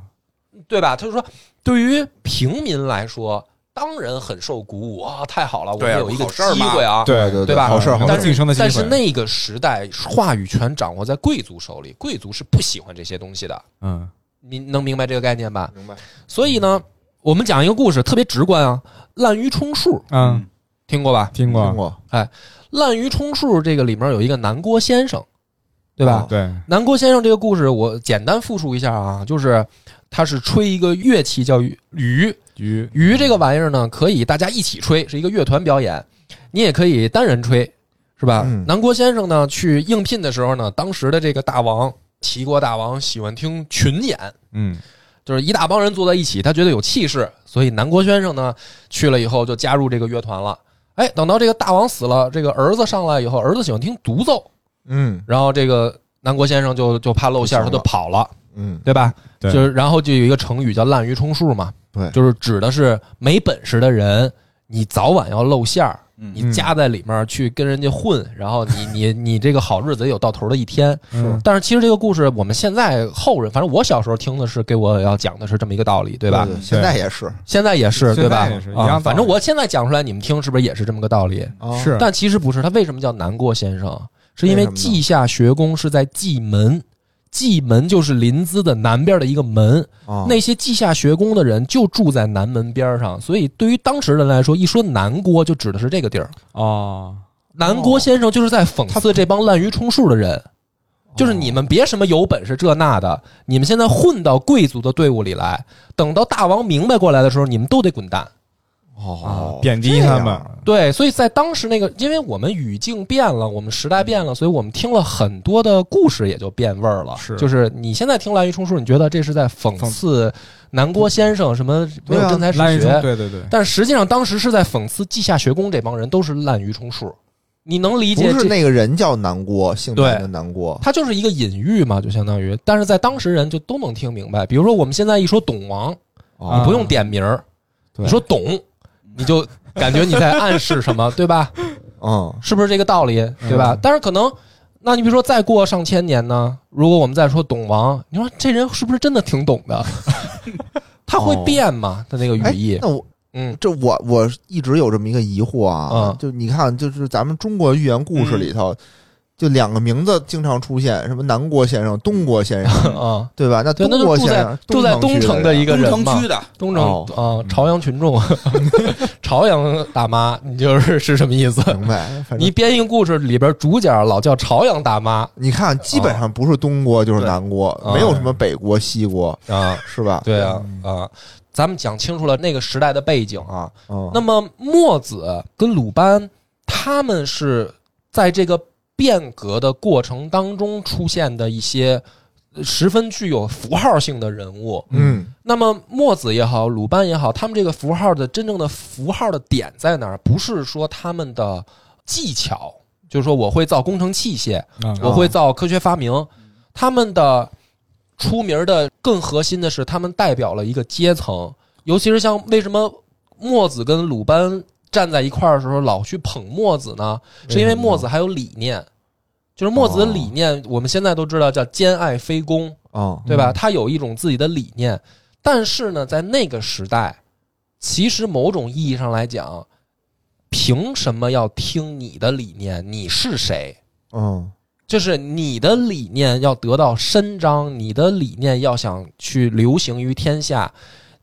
[SPEAKER 3] 对吧？他就说，对于平民来说，当然很受鼓舞啊！太好了，我
[SPEAKER 4] 对
[SPEAKER 3] 们
[SPEAKER 4] 啊
[SPEAKER 3] 有一个
[SPEAKER 4] 好
[SPEAKER 3] 机
[SPEAKER 4] 事儿嘛
[SPEAKER 3] 会啊，
[SPEAKER 5] 对对
[SPEAKER 3] 对吧
[SPEAKER 5] 好事儿好事
[SPEAKER 3] 但
[SPEAKER 5] 儿，
[SPEAKER 3] 是
[SPEAKER 6] 晋升的机会
[SPEAKER 3] 但是那个时代，话语权掌握在贵族手里，贵族是不喜欢这些东西的。
[SPEAKER 6] 嗯
[SPEAKER 3] 你能明白这个概念吧？
[SPEAKER 5] 明白，
[SPEAKER 3] 所以呢，我们讲一个故事，特别直观啊。滥竽充数，
[SPEAKER 6] 嗯，
[SPEAKER 3] 听过吧？
[SPEAKER 6] 听
[SPEAKER 5] 听
[SPEAKER 6] 过，
[SPEAKER 5] 过
[SPEAKER 3] 滥竽充数这个里面有一个南郭先生，对吧？
[SPEAKER 5] 哦
[SPEAKER 6] 对，
[SPEAKER 3] 南郭先生这个故事，我简单复述一下啊，就是他是吹一个乐器叫鱼，
[SPEAKER 6] 鱼，
[SPEAKER 3] 鱼这个玩意儿呢，可以大家一起吹，是一个乐团表演，你也可以单人吹，是吧？
[SPEAKER 5] 嗯
[SPEAKER 3] 南郭先生呢去应聘的时候呢，当时的这个大王齐国大王喜欢听群演，
[SPEAKER 6] 嗯
[SPEAKER 3] 就是一大帮人坐在一起，他觉得有气势，所以南郭先生呢去了以后就加入这个乐团了。哎，等到这个大王死了，这个儿子上来以后，儿子喜欢听独奏，
[SPEAKER 5] 嗯
[SPEAKER 3] 然后这个南国先生就就怕露馅儿，他就跑了，
[SPEAKER 5] 嗯，
[SPEAKER 3] 对吧？
[SPEAKER 6] 对
[SPEAKER 3] 就是然后就有一个成语叫“滥竽充数”嘛，
[SPEAKER 5] 对
[SPEAKER 3] 就是指的是没本事的人，你早晚要露馅儿，
[SPEAKER 6] 嗯
[SPEAKER 3] 你夹在里面去跟人家混，然后
[SPEAKER 6] (laughs)
[SPEAKER 3] 你你你这个好日子也有到头的一天。
[SPEAKER 6] 是
[SPEAKER 3] 但是其实这个故事，我们现在后人，反正我小时候听的是给我要讲的是这么一个道理，对
[SPEAKER 5] 对
[SPEAKER 3] 吧？
[SPEAKER 5] 对现在也是
[SPEAKER 3] 现在也是，
[SPEAKER 6] 现在
[SPEAKER 3] 对吧
[SPEAKER 6] 也是？一样道
[SPEAKER 3] 啊，
[SPEAKER 6] 理
[SPEAKER 3] 反正我现在讲出来，你们听是不是也是这么个道理？
[SPEAKER 5] 哦
[SPEAKER 6] 是，
[SPEAKER 3] 但其实不是，他为什么叫南郭先生？啊是因为
[SPEAKER 5] 为什么呢
[SPEAKER 3] 稷下学宫是在蓟门，蓟门就是临淄的南边的一个门。
[SPEAKER 5] 哦
[SPEAKER 3] 那些稷下学宫的人就住在南门边上，所以对于当时人来说，一说南郭就指的是这个地儿。
[SPEAKER 6] 哦，
[SPEAKER 3] 南郭先生就是在讽刺这帮滥竽充数的人，就是你们别什么有本事这那的，你们现在混到贵族的队伍里来，等到大王明白过来的时候，你们都得滚蛋。
[SPEAKER 5] 哦，
[SPEAKER 7] 贬低他们，
[SPEAKER 3] 对，所以在当时那个，因为我们语境变了，我们时代变了，所以我们听了很多的故事也就变味儿了。
[SPEAKER 7] 是
[SPEAKER 3] 就是你现在听滥竽充数，你觉得这是在讽
[SPEAKER 7] 讽
[SPEAKER 3] 刺南郭先生什么没
[SPEAKER 5] 对
[SPEAKER 3] 有
[SPEAKER 5] 啊
[SPEAKER 3] 真才实
[SPEAKER 7] 滥竽
[SPEAKER 3] 学，
[SPEAKER 7] 充对对对，
[SPEAKER 3] 但实际上当时是在讽刺稷下学宫这帮人都是滥竽充数。你能理解
[SPEAKER 5] 不是
[SPEAKER 3] 这？
[SPEAKER 5] 那个人叫南郭，姓南的南郭，
[SPEAKER 3] 它就是一个隐喻嘛，就相当于，但是在当时人就都能听明白。比如说我们现在一说董王，
[SPEAKER 7] 啊
[SPEAKER 5] 哦
[SPEAKER 3] 你不用点名儿，
[SPEAKER 5] 对
[SPEAKER 3] 你说董，你就感觉你在暗示什么，对吧？
[SPEAKER 5] 嗯，
[SPEAKER 3] 是不是这个道理？对吧？但是可能，那你比如说再过上千年呢，如果我们再说董王，你说这人是不是真的挺懂的？ (laughs) 他会变嘛？他那个
[SPEAKER 5] 哦哎
[SPEAKER 3] 语义，
[SPEAKER 5] 那我
[SPEAKER 3] 嗯
[SPEAKER 5] 这我我一直有这么一个疑惑啊，
[SPEAKER 3] 嗯
[SPEAKER 5] 就你看，就是咱们中国寓言故事里头，就两个名字经常出现，什么南郭先生、东郭先生，
[SPEAKER 3] 啊，
[SPEAKER 5] (laughs) 对吧？那
[SPEAKER 3] 对，
[SPEAKER 5] 东
[SPEAKER 3] 那
[SPEAKER 5] 郭
[SPEAKER 3] 就住
[SPEAKER 5] 先
[SPEAKER 3] 在
[SPEAKER 5] 生
[SPEAKER 3] 住在东
[SPEAKER 5] 城
[SPEAKER 3] 城的一
[SPEAKER 5] 个，
[SPEAKER 3] 个
[SPEAKER 4] 东
[SPEAKER 3] 人
[SPEAKER 4] 城
[SPEAKER 3] 嘛
[SPEAKER 4] 区，的，
[SPEAKER 3] 东城
[SPEAKER 5] 哦
[SPEAKER 3] 啊，朝阳群
[SPEAKER 5] (laughs)
[SPEAKER 3] 众， (laughs) 朝阳大妈，你就是是什么意思？
[SPEAKER 5] 明白？反正
[SPEAKER 3] 你编一个故事里边主角老叫朝阳大妈
[SPEAKER 5] 你看，基本上不是东郭就是南郭，
[SPEAKER 3] 对
[SPEAKER 5] 没有什么北郭、西郭，
[SPEAKER 3] 啊，
[SPEAKER 5] 是吧？
[SPEAKER 3] 对啊啊，咱们讲清楚了那个时代的背景啊，
[SPEAKER 5] 嗯，
[SPEAKER 3] 那么墨子跟鲁班他们是在这个变革的过程当中出现的一些呃十分具有符号性的人物。
[SPEAKER 5] 嗯，
[SPEAKER 3] 那么墨子也好，鲁班也好，他们这个符号的真正的符号的点在哪儿？不是说他们的技巧，就是说我会造工程器械，
[SPEAKER 7] 啊
[SPEAKER 3] 我会造科学发明。他们的出名的更核心的是，他们代表了一个阶层，尤其是像为什么墨子跟鲁班站在一块儿的时候老去捧墨子呢？是因为墨子还有理念，就是墨子的理念，我们现在都知道叫兼爱非攻，
[SPEAKER 5] 哦，
[SPEAKER 3] 对吧？他有一种自己的理念，但是呢，在那个时代，其实某种意义上来讲，凭什么要听你的理念？你是谁？
[SPEAKER 5] 嗯，
[SPEAKER 3] 就是你的理念要得到伸张，你的理念要想去流行于天下，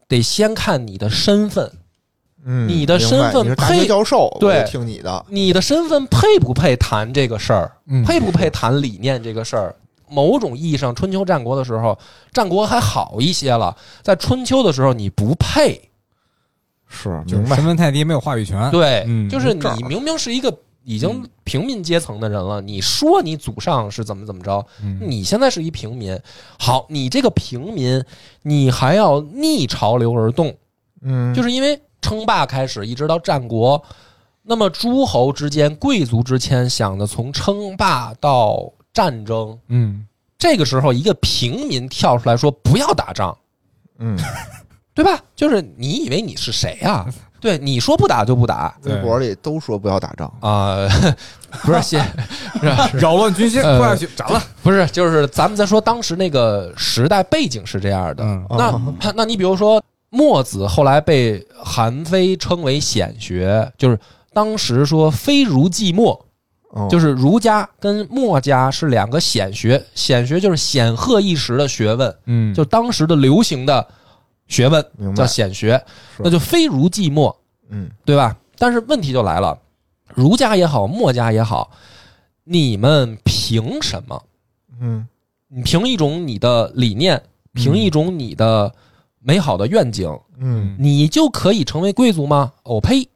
[SPEAKER 3] 得先看你的身份，
[SPEAKER 5] 嗯，
[SPEAKER 3] 你的身份
[SPEAKER 5] 明白你是大学
[SPEAKER 3] 配
[SPEAKER 5] 教授，
[SPEAKER 3] 对
[SPEAKER 5] 我就听你的，
[SPEAKER 3] 你的身份配不配谈这个事儿，
[SPEAKER 7] 嗯
[SPEAKER 3] 配不配谈理念这个事儿。某种意义上，春秋战国的时候，战国还好一些了，在春秋的时候你不配，
[SPEAKER 5] 是
[SPEAKER 7] 就
[SPEAKER 5] 明白
[SPEAKER 6] 身份太低，没有话语权。
[SPEAKER 3] 对，
[SPEAKER 7] 嗯
[SPEAKER 3] 就是
[SPEAKER 5] 这儿嗯
[SPEAKER 3] 你明明是一个已经平民阶层的人了，你说你祖上是怎么怎么着，
[SPEAKER 6] 嗯
[SPEAKER 5] 嗯
[SPEAKER 3] 你现在是一平民，好，你这个平民，你还要逆潮流而动，
[SPEAKER 5] 嗯，
[SPEAKER 3] 就是因为称霸开始一直到战国，那么诸侯之间、贵族之间想的从称霸到战争，
[SPEAKER 7] 嗯，
[SPEAKER 3] 这个时候一个平民跳出来说不要打仗。
[SPEAKER 5] 嗯，
[SPEAKER 3] 对吧？就是你以为你是谁
[SPEAKER 5] (laughs)
[SPEAKER 3] 啊？对，你说不打就不打，
[SPEAKER 5] 微博里都说不要打仗，
[SPEAKER 3] 啊、 (laughs) 不是先，是吧
[SPEAKER 6] 扰乱军心，
[SPEAKER 3] 呃
[SPEAKER 6] 拖下去斩了。
[SPEAKER 3] 不是，就是咱们在说当时那个时代背景是这样的。
[SPEAKER 7] 嗯
[SPEAKER 3] 那、
[SPEAKER 5] 哦
[SPEAKER 3] 那你比如说墨子后来被韩非称为显学，就是当时说非儒即墨，
[SPEAKER 5] 嗯
[SPEAKER 3] 就是儒家跟墨家是两个显学，显学就是显赫一时的学问，
[SPEAKER 7] 嗯，
[SPEAKER 3] 就当时的流行的学问
[SPEAKER 5] 明白
[SPEAKER 3] 叫显学，
[SPEAKER 5] 是
[SPEAKER 3] 那就非儒即墨。
[SPEAKER 5] 嗯，
[SPEAKER 3] 对吧？但是问题就来了，儒家也好，墨家也好，你们凭什么？
[SPEAKER 5] 嗯，
[SPEAKER 3] 你凭一种你的理念，凭一种你的美好的愿景，
[SPEAKER 5] 嗯，
[SPEAKER 3] 你就可以成为贵族吗？我呸！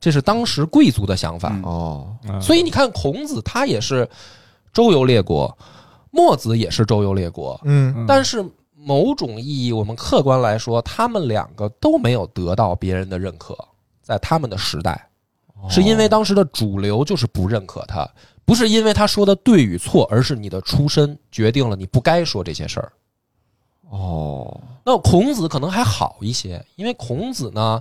[SPEAKER 3] 这是当时贵族的想法。
[SPEAKER 4] 嗯
[SPEAKER 5] 哦，
[SPEAKER 6] 啊
[SPEAKER 7] 嗯
[SPEAKER 3] 所以你看，孔子他也是周游列国，墨子也是周游列国，
[SPEAKER 5] 嗯，
[SPEAKER 3] 但是某种意义，我们客观来说，他们两个都没有得到别人的认可，在他们的时代，
[SPEAKER 5] 哦
[SPEAKER 3] 是因为当时的主流就是不认可他，不是因为他说的对与错，而是你的出身决定了你不该说这些事儿。
[SPEAKER 5] 哦，
[SPEAKER 3] 那孔子可能还好一些，因为孔子呢，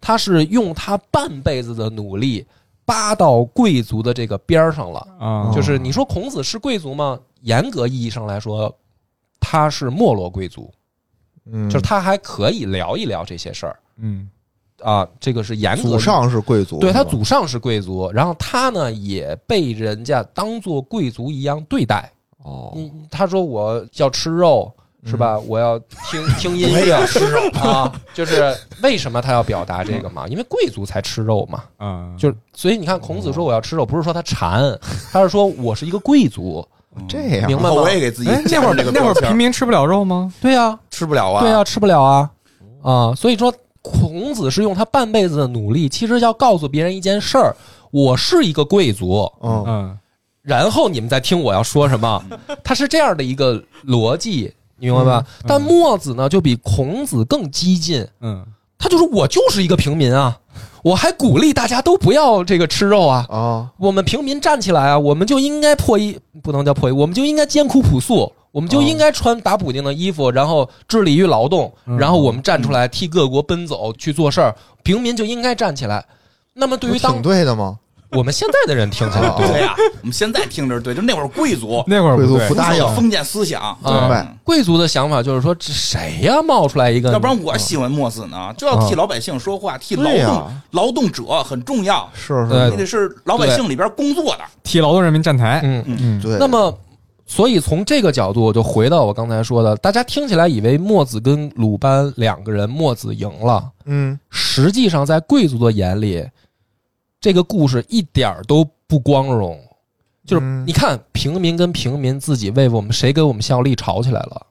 [SPEAKER 3] 他是用他半辈子的努力扒到贵族的这个边儿上了。
[SPEAKER 5] 哦
[SPEAKER 7] 啊，
[SPEAKER 3] 就是你说孔子是贵族吗？严格意义上来说，他是没落贵族。
[SPEAKER 5] 嗯，
[SPEAKER 3] 就是他还可以聊一聊这些事儿
[SPEAKER 7] 嗯
[SPEAKER 3] 啊。这个是严格
[SPEAKER 5] 祖上是贵族，
[SPEAKER 3] 对他
[SPEAKER 5] 是吧
[SPEAKER 3] 祖上是贵族，然后他呢也被人家当做贵族一样对待。
[SPEAKER 5] 哦，
[SPEAKER 3] 嗯，他说我要吃肉。是吧？我要 (laughs) 听听音乐，吃肉嗯啊！就是为什么他要表达这个嘛？因为贵族才吃肉嘛。
[SPEAKER 7] 啊，
[SPEAKER 3] 就是所以你看，孔子说我要吃肉，不是说他馋，他是说我是一个贵族，
[SPEAKER 5] 这样
[SPEAKER 3] 明白
[SPEAKER 4] 然
[SPEAKER 3] 吗
[SPEAKER 4] 后？我也给自己
[SPEAKER 6] 哎，那会
[SPEAKER 4] 加
[SPEAKER 6] 儿
[SPEAKER 4] 上这个
[SPEAKER 6] 那会儿
[SPEAKER 4] 标签
[SPEAKER 6] 平
[SPEAKER 4] 儿
[SPEAKER 6] 民吃不了肉吗？
[SPEAKER 3] 对啊，
[SPEAKER 4] 吃不了啊，
[SPEAKER 3] 嗯对啊，吃不了啊，啊、所以说孔子是用他半辈子的努力，其实要告诉别人一件事儿：我是一个贵族。
[SPEAKER 5] 嗯，
[SPEAKER 6] 嗯，
[SPEAKER 3] 然后你们再听我要说什么，他是这样的一个逻辑，你明白吧？
[SPEAKER 6] 嗯嗯
[SPEAKER 3] 但墨子呢，就比孔子更激进，
[SPEAKER 6] 嗯，
[SPEAKER 3] 他就是我就是一个平民啊，我还鼓励大家都不要这个吃肉啊，
[SPEAKER 5] 哦，
[SPEAKER 3] 我们平民站起来啊，我们就应该破衣，不能叫破衣，我们就应该艰苦朴素，我们就应该穿打补丁的衣服，然后致力于劳动，
[SPEAKER 6] 嗯
[SPEAKER 3] 然后我们站出来替各国奔走去做事儿，平民就应该站起来。那么对
[SPEAKER 5] 不
[SPEAKER 3] 于当
[SPEAKER 5] 挺对的吗？
[SPEAKER 3] 我们现在的人听起来
[SPEAKER 5] 啊
[SPEAKER 3] 对
[SPEAKER 4] (laughs) 对呀，我们现在听着对，就那会儿贵族
[SPEAKER 6] 那会儿
[SPEAKER 5] 贵族
[SPEAKER 6] 对
[SPEAKER 5] 不答应
[SPEAKER 4] 有封建思想，
[SPEAKER 3] 对
[SPEAKER 5] 明白
[SPEAKER 4] 嗯
[SPEAKER 3] 贵族的想法就是说，这谁呀冒出来一个？
[SPEAKER 4] 要不然我喜欢墨子呢，就要替老百姓说话，替劳
[SPEAKER 5] 对
[SPEAKER 4] 动
[SPEAKER 5] 呀
[SPEAKER 4] 劳动者很重要，
[SPEAKER 5] 是
[SPEAKER 3] 对
[SPEAKER 5] 是
[SPEAKER 4] 你得是老百姓里边工作的，
[SPEAKER 6] 替劳动人民站台。
[SPEAKER 3] 嗯，
[SPEAKER 6] 嗯
[SPEAKER 5] 是，，对。
[SPEAKER 3] 那么，所以从这个角度，我就回到我刚才说的，大家听起来以为墨子跟鲁班两个人，墨子赢了，
[SPEAKER 5] 嗯，
[SPEAKER 3] 实际上在贵族的眼里，这个故事一点儿都不光荣。就是
[SPEAKER 5] 嗯
[SPEAKER 3] 你看，平民跟平民自己为我们谁给我们效力吵起来了，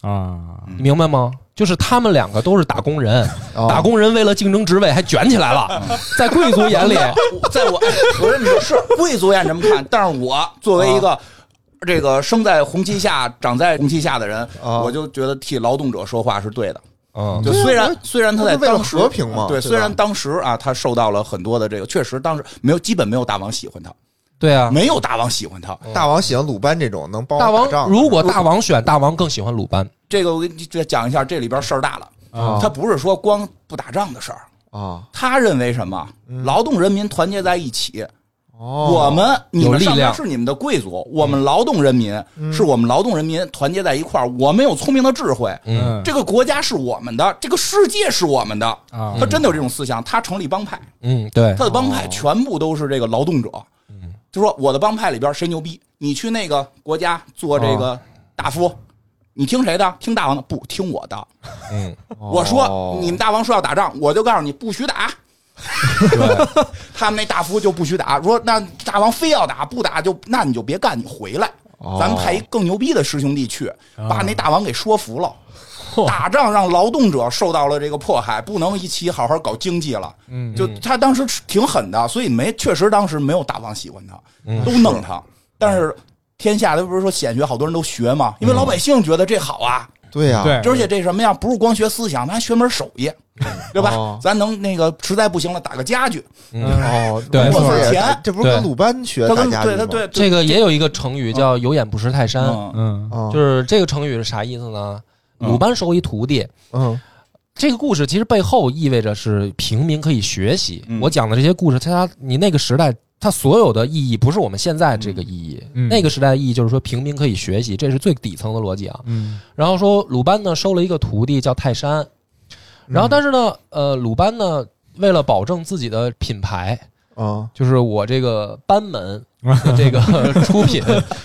[SPEAKER 6] 啊，
[SPEAKER 3] 你明白吗？就是他们两个都是打工人，
[SPEAKER 5] 哦
[SPEAKER 3] 打工人为了竞争职位还卷起来
[SPEAKER 5] (laughs)
[SPEAKER 3] 了，在贵族眼里，
[SPEAKER 4] 我 (laughs) 在我哎我这么说，是贵族愿意这么看，但是我作为一
[SPEAKER 5] 啊
[SPEAKER 4] 个、这个生在红旗下、长在红旗下的人，
[SPEAKER 5] 啊
[SPEAKER 4] 我就觉得替劳动者说话是对的。
[SPEAKER 3] 嗯，
[SPEAKER 4] 就
[SPEAKER 5] 对啊
[SPEAKER 4] 虽然、
[SPEAKER 5] 那
[SPEAKER 4] 虽然他
[SPEAKER 5] 那
[SPEAKER 4] 在
[SPEAKER 5] 是为了
[SPEAKER 4] 当时
[SPEAKER 5] 和平嘛
[SPEAKER 4] 对，
[SPEAKER 5] 对吧
[SPEAKER 4] 虽然当时啊他受到了很多的这个，确实当时没有基本没有大王喜欢他，
[SPEAKER 3] 对啊，
[SPEAKER 4] 没有大王喜欢他。
[SPEAKER 5] 大王喜欢鲁班这种能帮我
[SPEAKER 3] 大
[SPEAKER 5] 哦打仗
[SPEAKER 3] 王
[SPEAKER 5] 的
[SPEAKER 3] 如果大王选，大王更喜欢鲁班。
[SPEAKER 4] 这个我给你讲一下，这里边事儿大了。
[SPEAKER 5] 啊
[SPEAKER 4] 他不是说光不打仗的事儿，
[SPEAKER 5] 啊
[SPEAKER 4] 他认为什么？
[SPEAKER 5] 嗯
[SPEAKER 4] 劳动人民团结在一起，
[SPEAKER 5] 哦，
[SPEAKER 4] 我们你
[SPEAKER 3] 有
[SPEAKER 4] 们
[SPEAKER 3] 力
[SPEAKER 4] 上
[SPEAKER 3] 量嗯
[SPEAKER 4] 面是你们的贵族，我们劳动人民、是我们劳动人民团结在一块儿，我们有聪明的智慧，
[SPEAKER 6] 嗯
[SPEAKER 4] 这个国家是我们的，这个世界是我们的。
[SPEAKER 6] 啊
[SPEAKER 4] 他真的有这种思想，他成立帮派，
[SPEAKER 3] 嗯，对
[SPEAKER 4] 他，的帮派全部都是这个劳动者。
[SPEAKER 3] 嗯
[SPEAKER 4] 就说我的帮派里边谁牛逼，你去那个国家做这
[SPEAKER 3] 哦
[SPEAKER 4] 个大夫，你听谁的？听大王的，不听我的。
[SPEAKER 3] 嗯，
[SPEAKER 5] 哦
[SPEAKER 4] 我
[SPEAKER 6] 哦
[SPEAKER 4] 说你们大王说要打仗，我就告诉你不许打。 (laughs) 他们那大夫就不许打，说那大王非要打，不打就那你就别干，你回来，
[SPEAKER 6] 哦
[SPEAKER 4] 咱们派一更牛逼的师兄弟去，
[SPEAKER 6] 啊
[SPEAKER 4] 把那大王给说服了。打仗让劳动者受到了这个迫害，不能一起好好搞经济了。
[SPEAKER 6] 嗯
[SPEAKER 4] 就他当时挺狠的，所以没确实当时没有大王喜欢他，
[SPEAKER 3] 嗯
[SPEAKER 6] 嗯
[SPEAKER 4] (laughs) 都弄他。但是天下他不是说显学，好多人都学嘛，
[SPEAKER 6] 嗯
[SPEAKER 4] 因为老百姓觉得这好啊。
[SPEAKER 5] 对呀，
[SPEAKER 6] 哎对，
[SPEAKER 4] 而且这什么呀？不是光学思想，咱还学门手艺， (laughs) 对吧？
[SPEAKER 5] 哦
[SPEAKER 4] 咱能那个实在不行了，打个家具，
[SPEAKER 6] 嗯
[SPEAKER 5] 哦，
[SPEAKER 3] 对
[SPEAKER 5] 墨子
[SPEAKER 4] 没错
[SPEAKER 5] 也
[SPEAKER 4] 钱
[SPEAKER 5] 这不是跟
[SPEAKER 3] 对
[SPEAKER 5] 鲁班学
[SPEAKER 4] 他
[SPEAKER 5] 打
[SPEAKER 4] 跟
[SPEAKER 5] 架
[SPEAKER 4] 对他
[SPEAKER 5] 吗？
[SPEAKER 4] 对
[SPEAKER 3] 这个也有一个成语叫“有眼不识泰山”，
[SPEAKER 6] 嗯
[SPEAKER 4] 嗯
[SPEAKER 5] 啊，
[SPEAKER 3] 就是这个成语是啥意思呢？
[SPEAKER 4] 嗯
[SPEAKER 3] 鲁班收一徒弟，
[SPEAKER 5] 嗯
[SPEAKER 3] 这个故事其实背后意味着是平民可以学习。
[SPEAKER 4] 嗯
[SPEAKER 3] 我讲的这些故事，它你那个时代。它所有的意义不是我们现在这个意义，
[SPEAKER 6] 嗯
[SPEAKER 3] 那个时代的意义就是说平民可以学习，这是最底层的逻辑啊。
[SPEAKER 6] 嗯
[SPEAKER 3] 然后说鲁班呢收了一个徒弟叫泰山，然后但是呢，呃，鲁班呢为了保证自己的品牌，
[SPEAKER 5] 啊
[SPEAKER 3] 就是我这个班门的这个出品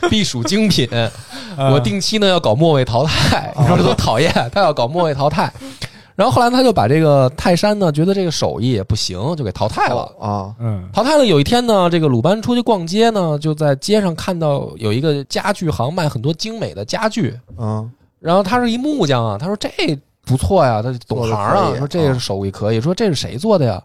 [SPEAKER 3] 必属精品，
[SPEAKER 6] 呃
[SPEAKER 3] 我定期呢要搞末位淘汰，你说多讨厌，他要搞末位淘汰。然后后来呢他就把这个泰山呢觉得这个手艺也不行，就给淘汰了。
[SPEAKER 5] 啊
[SPEAKER 6] 嗯
[SPEAKER 3] 淘汰了有一天呢，这个鲁班出去逛街呢，就在街上看到有一个家具行卖很多精美的家具，
[SPEAKER 5] 嗯
[SPEAKER 3] 然后他是一木匠啊，他说这不错呀，他懂行
[SPEAKER 5] 做得
[SPEAKER 3] 啊
[SPEAKER 5] 可，以
[SPEAKER 3] 说这个手艺可以，说这是谁做的呀？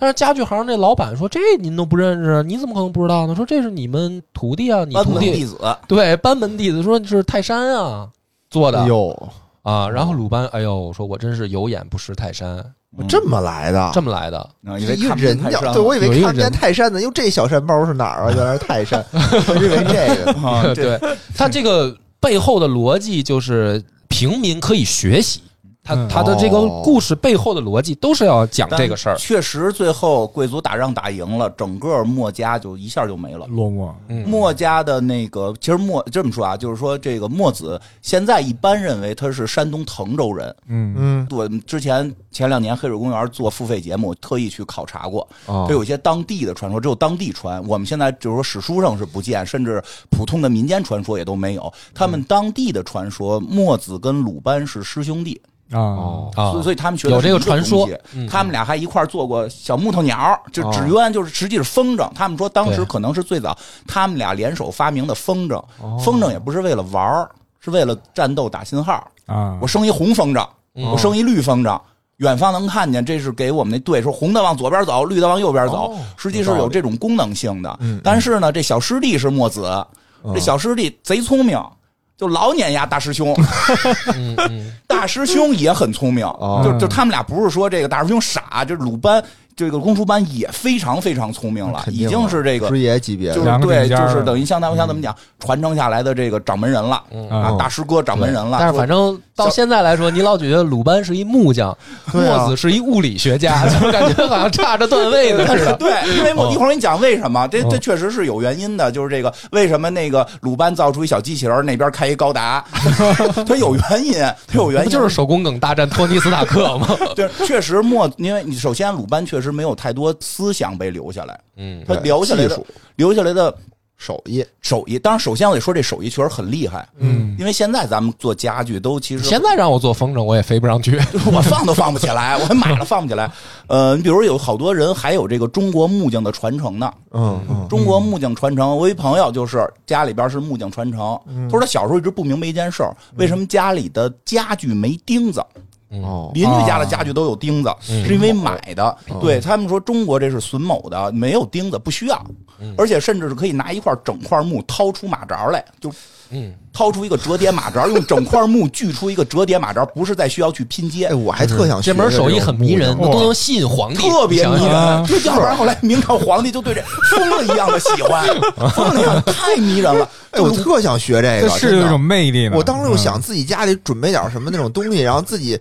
[SPEAKER 3] 但是家具行这老板说这您都不认识，啊你怎么可能不知道呢？说这是你们徒弟啊，你
[SPEAKER 4] 班
[SPEAKER 3] 徒
[SPEAKER 4] 门弟
[SPEAKER 3] 弟
[SPEAKER 4] 子，
[SPEAKER 3] 对班门弟子说是泰山啊做的
[SPEAKER 5] 哎呦，
[SPEAKER 3] 啊。然后鲁班，哎呦，说我真是有眼不识泰山，
[SPEAKER 5] 哦这么来的，
[SPEAKER 3] 这么来的。
[SPEAKER 4] 嗯因为
[SPEAKER 5] 一个
[SPEAKER 4] 看不
[SPEAKER 5] 人
[SPEAKER 4] 见泰
[SPEAKER 5] 家，
[SPEAKER 4] 山
[SPEAKER 5] 对我以
[SPEAKER 3] 有一
[SPEAKER 5] 为
[SPEAKER 3] 个
[SPEAKER 5] 看不见
[SPEAKER 3] 人
[SPEAKER 5] 泰山呢，哟，这小山包是哪儿 (laughs) 啊？原来是泰山，我以为这个
[SPEAKER 3] (laughs)
[SPEAKER 4] 啊，这
[SPEAKER 3] 对他这个背后的逻辑就是平民可以学习，他
[SPEAKER 6] 嗯
[SPEAKER 3] 他的这个
[SPEAKER 5] 哦
[SPEAKER 3] 故事背后的逻辑都是要讲这个事儿
[SPEAKER 4] 但。确实最后贵族打仗打赢了，整个墨家就一下就没了。
[SPEAKER 6] 落寞，
[SPEAKER 3] 嗯
[SPEAKER 4] 墨家的那个，其实墨这么说啊，就是说这个墨子现在一般认为他是山东滕州人。
[SPEAKER 6] 嗯
[SPEAKER 5] (laughs) 嗯
[SPEAKER 4] 我们之前前两年黑水公园做付费节目，特意去考察过，
[SPEAKER 5] 哦
[SPEAKER 4] 它有一些当地的传说，只有当地传。我们现在就是说史书上是不见，甚至普通的民间传说也都没有。他
[SPEAKER 3] 嗯
[SPEAKER 4] 们当地的传说，墨子跟鲁班是师兄弟，
[SPEAKER 6] 啊，
[SPEAKER 3] 啊
[SPEAKER 4] 所以，所以他们学的
[SPEAKER 3] 有这
[SPEAKER 4] 是
[SPEAKER 3] 个
[SPEAKER 4] 一
[SPEAKER 3] 传说
[SPEAKER 4] 东西
[SPEAKER 3] 嗯哦
[SPEAKER 4] 他们俩还一块儿做过小木头鸟，就纸鸢，就是实际是风筝。他们说当时
[SPEAKER 3] 对
[SPEAKER 4] 可能是最早他们俩联手发明的风筝，
[SPEAKER 3] 哦
[SPEAKER 4] 风筝也不是为了玩儿，是为了战斗打信号。
[SPEAKER 6] 啊
[SPEAKER 4] 我生一红风筝，
[SPEAKER 3] 嗯
[SPEAKER 4] 我生一绿风筝，远方能看见，这是给我们那队说红的往左边走，绿的往右边走，
[SPEAKER 5] 哦
[SPEAKER 4] 实际是有这种功能性的。但是呢，这小师弟是墨子，这小师弟贼聪明，就老碾压大师兄。
[SPEAKER 3] 嗯嗯，
[SPEAKER 4] (laughs) 大师兄也很聪明，就就他们俩不是说这个大师兄傻，就是鲁班这个公输班也非常非常聪明了，
[SPEAKER 5] 肯
[SPEAKER 4] 已
[SPEAKER 5] 定啊
[SPEAKER 4] 经是这个
[SPEAKER 5] 师爷级别的，
[SPEAKER 4] 就
[SPEAKER 6] 两
[SPEAKER 4] 是
[SPEAKER 6] 个
[SPEAKER 4] 对，
[SPEAKER 6] 顶尖
[SPEAKER 4] 就
[SPEAKER 6] 儿
[SPEAKER 4] 是等于像他们像怎么讲，传承下来的这个掌门人了啊，
[SPEAKER 6] 嗯
[SPEAKER 4] 大师哥掌门人了。
[SPEAKER 3] 但是反正到现在来说，你老觉得鲁班是一木
[SPEAKER 4] (laughs)
[SPEAKER 3] 匠，
[SPEAKER 5] 对啊
[SPEAKER 3] 墨子是一物理学家，就感觉好像差着段位 (laughs) 呢似的。
[SPEAKER 4] 对，因为我一会儿给你讲为什么，这这确实是有原因的，就是这个为什么那个鲁班造出一小机器人儿，那边开一高达，它有原因，它有原
[SPEAKER 3] 不 (laughs)
[SPEAKER 4] 因，
[SPEAKER 3] 就是手工梗大战托尼斯塔克
[SPEAKER 4] (laughs)
[SPEAKER 3] 吗？
[SPEAKER 4] 对，确实墨，因为你首先鲁班确实没有太多思想被留下来，
[SPEAKER 3] 嗯，
[SPEAKER 4] 他
[SPEAKER 5] 对
[SPEAKER 4] 留下来
[SPEAKER 5] 技
[SPEAKER 4] 的
[SPEAKER 5] 术
[SPEAKER 4] 留下来的
[SPEAKER 5] 手艺，
[SPEAKER 4] 手艺，当然首先我得说这手艺确实很厉害，嗯，因为现在咱们做家具都其实
[SPEAKER 3] 现在让我做风筝，我也飞不上去。
[SPEAKER 4] 我放都放不起来，我还买了放不起来。呃，你比如有好多人还有这个中国木匠的传承呢。
[SPEAKER 5] 嗯嗯，
[SPEAKER 4] 中国木匠传承，我一朋友就是家里边是木匠传承，
[SPEAKER 5] 嗯
[SPEAKER 4] 他说他小时候一直不明白一件事儿，为什么家里的家具没钉子？
[SPEAKER 5] 哦，
[SPEAKER 4] 邻居家的家具都有钉
[SPEAKER 5] 啊
[SPEAKER 4] 子，是因为买的。
[SPEAKER 5] 嗯
[SPEAKER 4] 对他们说，中国这是榫卯的，没有钉子，不需要，
[SPEAKER 5] 嗯
[SPEAKER 4] 而且甚至是可以拿一块整块木掏出马扎来，就
[SPEAKER 3] 嗯，
[SPEAKER 4] 掏出一个折叠马扎，用整块木锯出一个折叠马扎，不是再需要去拼接
[SPEAKER 5] 哎，。我还特
[SPEAKER 4] 嗯
[SPEAKER 5] 想学
[SPEAKER 3] 这门手艺
[SPEAKER 5] 种
[SPEAKER 3] 很迷人，
[SPEAKER 5] 木
[SPEAKER 3] 都
[SPEAKER 5] 匠
[SPEAKER 3] 能吸引皇帝，
[SPEAKER 4] 特别迷
[SPEAKER 3] 想
[SPEAKER 5] 啊
[SPEAKER 3] 想
[SPEAKER 4] 人，就要不然后来明朝皇帝就对这疯了一样的喜
[SPEAKER 5] (laughs)
[SPEAKER 4] 欢，疯了一样太迷人了。
[SPEAKER 5] 哎，我特想学这
[SPEAKER 6] 这
[SPEAKER 5] 个，真
[SPEAKER 6] 是有一
[SPEAKER 5] 的
[SPEAKER 6] 种魅力呢。
[SPEAKER 5] 我当时就想自己家里准备点什么那种东西，然后自己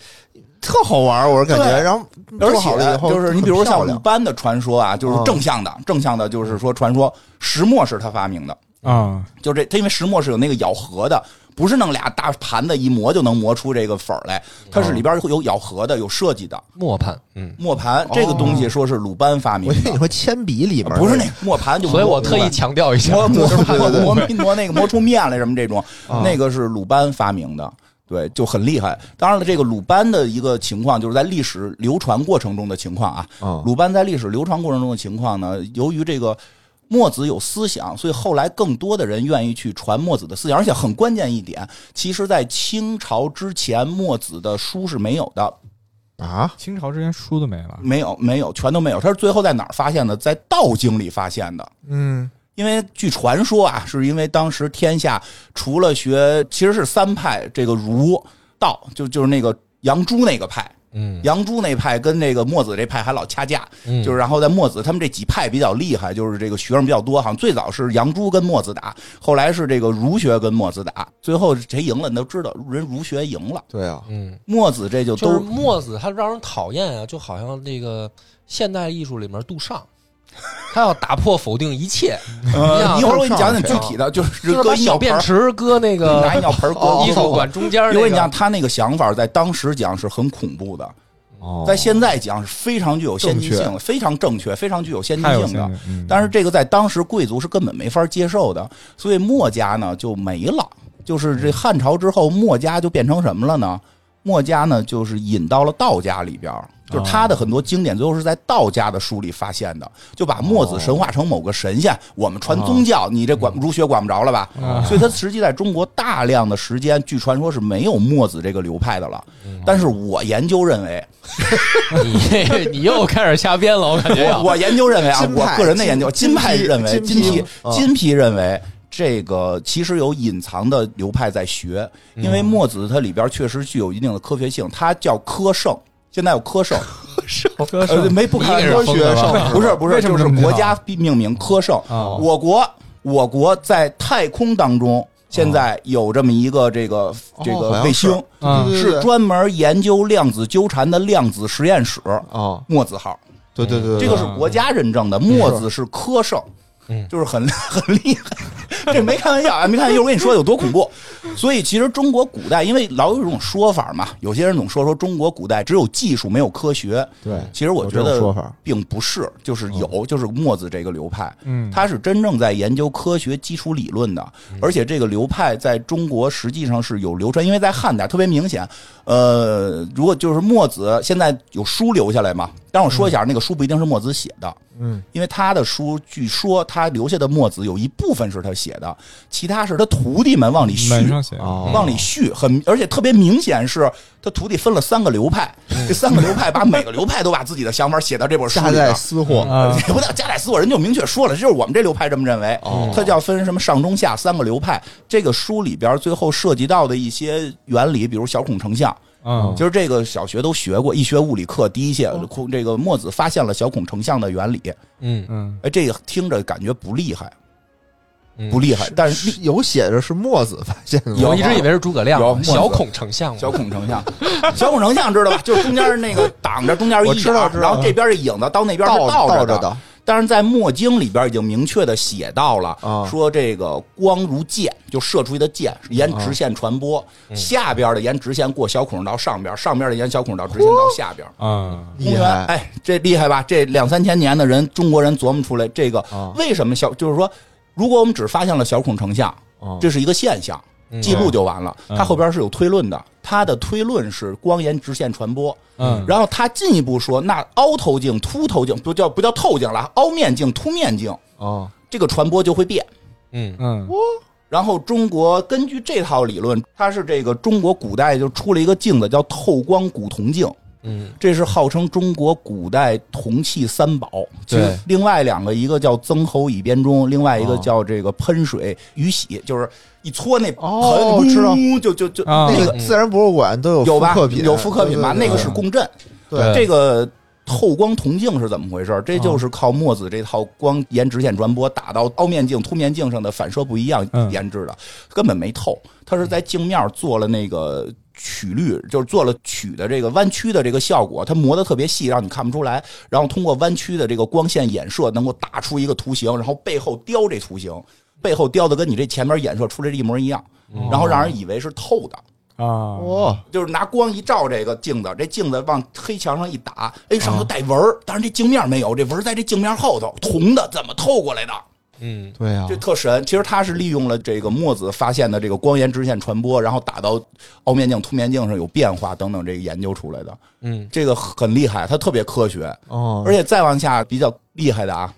[SPEAKER 5] 特好玩儿，我是感觉，
[SPEAKER 4] 对
[SPEAKER 5] 然后
[SPEAKER 4] 而
[SPEAKER 5] 嗯做好了以
[SPEAKER 4] 且
[SPEAKER 5] 后
[SPEAKER 4] 就是你比如
[SPEAKER 5] 很漂
[SPEAKER 4] 像鲁
[SPEAKER 5] 亮嗯
[SPEAKER 4] 班的传说啊，就是正向的，正向的就是说传说石墨是他发明的，
[SPEAKER 6] 啊，
[SPEAKER 4] 就这，它因为石磨是有那个咬合的，不是弄俩大盘子一磨就能磨出这个粉儿来，它是里边会有咬合的，有设计的
[SPEAKER 3] 磨盘，嗯，
[SPEAKER 4] 磨盘。这个东西说是鲁班发
[SPEAKER 5] 哦
[SPEAKER 4] 明
[SPEAKER 5] 我以为你
[SPEAKER 4] 的，
[SPEAKER 5] 说铅笔里面
[SPEAKER 4] 啊不是那磨盘就磨，
[SPEAKER 3] 所以我特意强调一下，
[SPEAKER 4] 磨磨
[SPEAKER 5] 对对对对啊
[SPEAKER 4] 磨磨磨那个磨出面来什么这种，那个是鲁班发明的。对，就很厉害。当然了，这个鲁班的一个情况，就是在历史流传过程中的情况啊。
[SPEAKER 5] 嗯
[SPEAKER 4] 鲁班在历史流传过程中的情况呢，由于这个墨子有思想，所以后来更多的人愿意去传墨子的思想。而且很关键一点，其实，在清朝之前，墨子的书是没有的，
[SPEAKER 5] 啊，
[SPEAKER 6] 清朝之前书都没了，
[SPEAKER 4] 没有，没有，全都没有。他是最后在哪儿发现的？在《道经》里发现的。
[SPEAKER 5] 嗯，
[SPEAKER 4] 因为据传说啊，是因为当时天下除了学，其实是三派，这个儒、道，就就是那个杨朱那个派。
[SPEAKER 3] 嗯，
[SPEAKER 4] 杨朱那派跟那个墨子这派还老掐架，
[SPEAKER 3] 嗯
[SPEAKER 4] 就是然后在墨子他们这几派比较厉害，就是这个学生比较多，好像最早是杨朱跟墨子打，后来是这个儒学跟墨子打，最后谁赢了你都知道，人儒学赢了，
[SPEAKER 5] 对啊，
[SPEAKER 3] 嗯，
[SPEAKER 4] 墨子这就
[SPEAKER 3] 就
[SPEAKER 4] 都
[SPEAKER 3] 是墨子，他让人讨厌啊，就好像这个现代艺术里面杜尚，他要打破否定一切，
[SPEAKER 4] 呃，
[SPEAKER 3] 像
[SPEAKER 4] 一会儿我给你讲讲具体的，就是
[SPEAKER 3] 就是
[SPEAKER 4] 搁
[SPEAKER 3] 把
[SPEAKER 4] 一
[SPEAKER 3] 小
[SPEAKER 4] 尿盆
[SPEAKER 3] 便
[SPEAKER 4] 儿，
[SPEAKER 3] 池搁那
[SPEAKER 4] 拿一
[SPEAKER 3] 个哦
[SPEAKER 4] 尿盆儿搁
[SPEAKER 3] 艺术馆中间那
[SPEAKER 4] 因为你
[SPEAKER 3] 个
[SPEAKER 4] 讲，他那个想法在当时讲是很恐怖的，
[SPEAKER 5] 哦
[SPEAKER 4] 在现在讲是非常具有先进
[SPEAKER 5] 正
[SPEAKER 4] 性、非常正确、非常具有先进
[SPEAKER 6] 太有
[SPEAKER 4] 性
[SPEAKER 6] 了
[SPEAKER 4] 的。。
[SPEAKER 6] 嗯
[SPEAKER 4] 但是这个在当时贵族是根本没法接受的，所以墨家呢就没了。就是这汉朝之后，墨家就变成什么了呢？墨家呢就是引到了道家里边儿，就是他的很多经典最后是在道家的书里发现的，就把墨子神化成某个神仙。我们传宗教，你这管儒学管不着了吧？所以他实际在中国大量的时间，据传说是没有墨子这个流派的了。但是我研究认为，
[SPEAKER 3] (laughs) 你你又开始瞎编了，我感觉要
[SPEAKER 4] 我我研究认为啊
[SPEAKER 5] 金，
[SPEAKER 4] 我
[SPEAKER 5] 派
[SPEAKER 4] 个人的研究，
[SPEAKER 5] 金
[SPEAKER 4] 金派认为，
[SPEAKER 5] 金批
[SPEAKER 4] 金批
[SPEAKER 5] 嗯
[SPEAKER 4] 金批认为。这个其实有隐藏的流派在学，
[SPEAKER 6] 嗯
[SPEAKER 4] 因为墨子它里边确实具有一定的科学性，它叫科圣，现在有科圣，
[SPEAKER 6] 歌
[SPEAKER 4] 呃，
[SPEAKER 6] 手
[SPEAKER 4] 没不开玩笑
[SPEAKER 5] 科学上
[SPEAKER 4] 不是不是，
[SPEAKER 6] 为什
[SPEAKER 4] 就
[SPEAKER 6] 么
[SPEAKER 4] 是
[SPEAKER 6] 这么知道
[SPEAKER 4] 国家命名科圣。
[SPEAKER 6] 哦
[SPEAKER 4] 我国我国在太空当中现在有这么一个这个这
[SPEAKER 5] 哦好像
[SPEAKER 4] 个
[SPEAKER 5] 是
[SPEAKER 4] 卫星，
[SPEAKER 6] 嗯
[SPEAKER 5] 对对
[SPEAKER 4] 是
[SPEAKER 5] 对
[SPEAKER 4] 专门研究量子纠缠的量子实验室。
[SPEAKER 5] 哦，
[SPEAKER 4] 墨子号，
[SPEAKER 5] 对对对，对
[SPEAKER 4] 这个是国家认证
[SPEAKER 5] 嗯
[SPEAKER 4] 的，墨子是科圣。
[SPEAKER 3] 嗯
[SPEAKER 4] 就是很 (laughs) 很厉害，这没开玩笑啊！没看，一会儿跟你说有多恐怖。所以其实中国古代，因为老有一种说法嘛，有些人总说说中国古代只有技术没有科学，
[SPEAKER 5] 对
[SPEAKER 4] 其实我觉
[SPEAKER 5] 有这
[SPEAKER 4] 得
[SPEAKER 5] 种说法
[SPEAKER 4] 并不是，就是
[SPEAKER 5] 嗯
[SPEAKER 4] 有，就是墨子这个流派，
[SPEAKER 6] 嗯
[SPEAKER 4] 他是真正在研究科学基础理论的，
[SPEAKER 5] 嗯
[SPEAKER 4] 而且这个流派在中国实际上是有流传，因为在汉代特别明显。呃，如果就是墨子现在有书留下来嘛，但是我说一下，那个书不一定是墨子写的，
[SPEAKER 5] 嗯，
[SPEAKER 4] 因为他的书据说他留下的墨子有一部分是他写的，其他是他徒弟们往里续。
[SPEAKER 6] 门上写的
[SPEAKER 5] 哦
[SPEAKER 4] 往里续，很而且特别明显是他徒弟分了三个流派，这三个流派把每个流派都把自己的想法写到这本书
[SPEAKER 5] 夹
[SPEAKER 4] 里
[SPEAKER 5] 带
[SPEAKER 4] 了。
[SPEAKER 5] 私货，
[SPEAKER 4] 嗯
[SPEAKER 6] 啊，
[SPEAKER 4] 也不叫加载斯，我人就明确说了，就是我们这流派这么认为。他叫分什么上中下三个流派。这个书里边最后涉及到的一些原理，比如小孔成像，
[SPEAKER 6] 嗯，
[SPEAKER 4] 其实这个小学都学过，一学物理课第一节，孔这个墨子发现了小孔成像的原理。
[SPEAKER 3] 嗯，
[SPEAKER 6] 嗯，
[SPEAKER 4] 哎，这个听着感觉不厉害，
[SPEAKER 3] 嗯
[SPEAKER 4] 不厉害，但是
[SPEAKER 5] 是有写着是墨子发现的吗，
[SPEAKER 3] 我一直以为是诸葛亮
[SPEAKER 4] 有，
[SPEAKER 3] 小孔丞相，
[SPEAKER 4] 小孔成像，小孔成像知道吧？就是中间那个挡着，中间一
[SPEAKER 5] 我知道
[SPEAKER 4] 点
[SPEAKER 5] 知道
[SPEAKER 4] 然后这边的影子到那边是
[SPEAKER 5] 倒
[SPEAKER 4] 倒
[SPEAKER 5] 倒
[SPEAKER 4] 的。
[SPEAKER 5] 的，
[SPEAKER 4] 但是在《墨经》里边已经明确的写到了，
[SPEAKER 5] 啊
[SPEAKER 4] 说这个光如箭，就射出去的箭，沿
[SPEAKER 5] 啊
[SPEAKER 4] 直线传播，下边的沿直线过小孔到上边，上边的沿小孔到直线到下边。
[SPEAKER 6] 啊，
[SPEAKER 5] 厉
[SPEAKER 4] 公元
[SPEAKER 5] 害，
[SPEAKER 4] 哎，这厉害吧？这两三千年的人，中国人琢磨出来这个
[SPEAKER 5] 啊
[SPEAKER 4] 为什么小，就是说，如果我们只发现了小孔成像，
[SPEAKER 5] 哦
[SPEAKER 4] 这是一个现象，
[SPEAKER 5] 嗯
[SPEAKER 4] 记录就完了。它后边是有推论的，它的推论是光沿直线传播。
[SPEAKER 6] 嗯
[SPEAKER 4] 然后他进一步说，那凹透镜、凸透镜不叫不叫透镜了，凹面镜、凸面镜，
[SPEAKER 5] 哦，
[SPEAKER 4] 这个传播就会变。
[SPEAKER 3] 嗯
[SPEAKER 6] 嗯，
[SPEAKER 4] 然后中国根据这套理论，它是这个中国古代就出了一个镜子叫透光古铜镜，
[SPEAKER 3] 嗯
[SPEAKER 4] 这是号称中国古代铜器三宝。
[SPEAKER 3] 对
[SPEAKER 4] 其实另外两个，一个叫曾侯乙编钟，另外一个叫这个喷水鱼洗，就是一搓那盆，
[SPEAKER 5] 哦我知道
[SPEAKER 4] 呜就就就
[SPEAKER 6] 啊
[SPEAKER 5] 那个
[SPEAKER 3] 嗯
[SPEAKER 5] 自然博物馆都有
[SPEAKER 4] 有吧？
[SPEAKER 5] 复刻品，
[SPEAKER 4] 有复刻品吧？
[SPEAKER 5] 对对
[SPEAKER 4] 那
[SPEAKER 5] 对
[SPEAKER 4] 个是共振。
[SPEAKER 5] 对嗯
[SPEAKER 4] 这个透光铜镜是怎么回事？这就是靠墨子这套光沿直线传播打到凹面镜、凸面镜上的反射不一样
[SPEAKER 6] 嗯
[SPEAKER 4] 研制的，根本没透。它是在镜面做了那个。曲率就是做了曲的这个弯曲的这个效果，它磨得特别细，让你看不出来。然后通过弯曲的这个光线衍射，能够打出一个图形，然后背后雕这图形，背后雕的跟你这前面衍射出来的一模一样，然后让人以为是透的。
[SPEAKER 6] 啊，
[SPEAKER 5] 哇，
[SPEAKER 4] 就是拿光一照这个镜子，这镜子往黑墙上一打，哎，上头带纹儿，但是这镜面没有，这纹儿在这镜面后头，铜的怎么透过来的？
[SPEAKER 3] 嗯，
[SPEAKER 5] 对呀
[SPEAKER 4] 这，特神。其实他是利用了这个墨子发现的这个光沿直线传播，然后打到凹面镜、凸面镜上有变化等等，这个研究出来的。
[SPEAKER 3] 嗯，
[SPEAKER 4] 这个很厉害，他特别科学，
[SPEAKER 5] 哦
[SPEAKER 4] 而且再往下比较厉害的啊。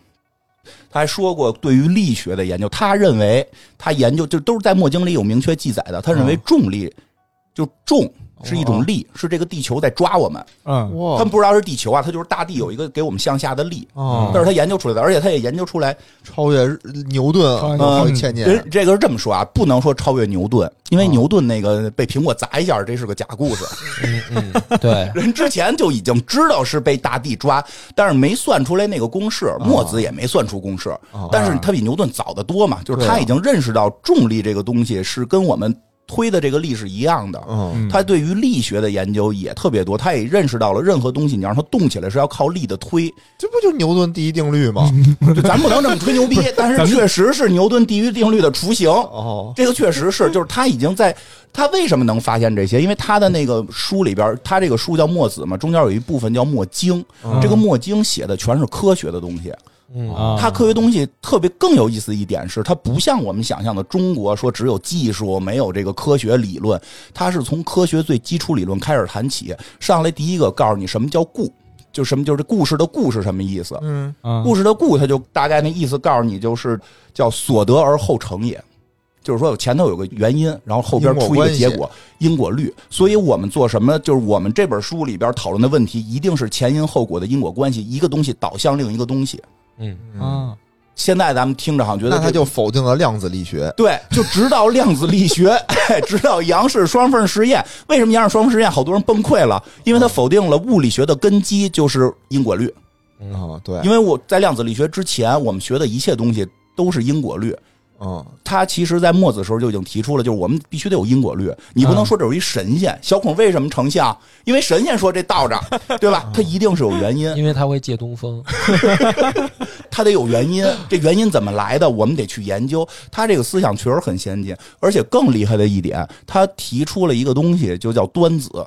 [SPEAKER 4] 他还说过对于力学的研究，他认为他研究就都是在《墨经》里有明确记载的。他认为重力，就重是一种力，是这个地球在抓我们。
[SPEAKER 6] 嗯，
[SPEAKER 5] 哇
[SPEAKER 4] 他们不知道是地球啊，它就是大地有一个给我们向下的力，
[SPEAKER 5] 哦
[SPEAKER 4] 但是他研究出来的，而且他也研究出来，
[SPEAKER 5] 超越牛顿
[SPEAKER 6] 超越牛
[SPEAKER 5] 好
[SPEAKER 6] 顿
[SPEAKER 5] 几千年，
[SPEAKER 4] 人这个是这么说啊，不能说超越牛顿，因为牛顿那个被苹果砸一下，这是个假故事。
[SPEAKER 3] 嗯嗯，对，
[SPEAKER 4] (laughs) 人之前就已经知道是被大地抓，但是没算出来那个公式，墨子也没算出公式，但是他比牛顿早得多嘛，就是他已经认识到重力这个东西是跟我们推的这个力是一样的。
[SPEAKER 5] 嗯，
[SPEAKER 4] 他对于力学的研究也特别多，他也认识到了任何东西你让它动起来是要靠力的推，
[SPEAKER 5] 这不就是牛顿第一定律吗？
[SPEAKER 4] 就咱 (laughs) 不能这么吹牛逼，但是确实是牛顿第一定律的雏形。
[SPEAKER 5] 哦，
[SPEAKER 4] 这个确实是，就是他已经在他为什么能发现这些？因为他的那个书里边，他这个书叫《墨子》嘛，中间有一部分叫《墨经》，这个《墨经》写的全是科学的东西。
[SPEAKER 3] 嗯
[SPEAKER 6] 啊
[SPEAKER 4] 它科学东西特别更有意思一点是，它不像我们想象的中国说只有技术没有这个科学理论，它是从科学最基础理论开始谈起。上来第一个告诉你什么叫故，就什么就是故事的故是什么意思。
[SPEAKER 5] 嗯，
[SPEAKER 6] 嗯
[SPEAKER 4] 故事的故，它就大概那意思告诉你，就是叫所得而后成也，就是说有前头有个原因，然后后边出一个结
[SPEAKER 5] 因果
[SPEAKER 4] 果，因果律。所以我们做什么，就是我们这本书里边讨论的问题，一定是前因后果的因果关系，一个东西导向另一个东西。
[SPEAKER 3] 嗯
[SPEAKER 6] 啊，
[SPEAKER 4] 现在咱们听着好像觉
[SPEAKER 5] 那
[SPEAKER 4] 得这
[SPEAKER 5] 他就否定了量子力学，
[SPEAKER 4] 对，就直到量子力学， (laughs) 哎，直到杨氏双缝实验。为什么杨氏双缝实验好多人崩溃了？因为它否定了物理学的根基就是因果律。
[SPEAKER 5] 哦，对，
[SPEAKER 4] 嗯因为我在量子力学之前，我们学的一切东西都是因果律。
[SPEAKER 5] 嗯，
[SPEAKER 4] 他其实，在墨子时候就已经提出了，就是我们必须得有因果律，你不能说这有一神仙。小孔为什么成像？因为神仙说这道着，对吧？他一定是有原因，
[SPEAKER 3] 因为他会借东风，
[SPEAKER 4] 他得有原因。这原因怎么来的？我们得去研究。他这个思想确实很先进，而且更厉害的一点，他提出了一个东西，就叫端子。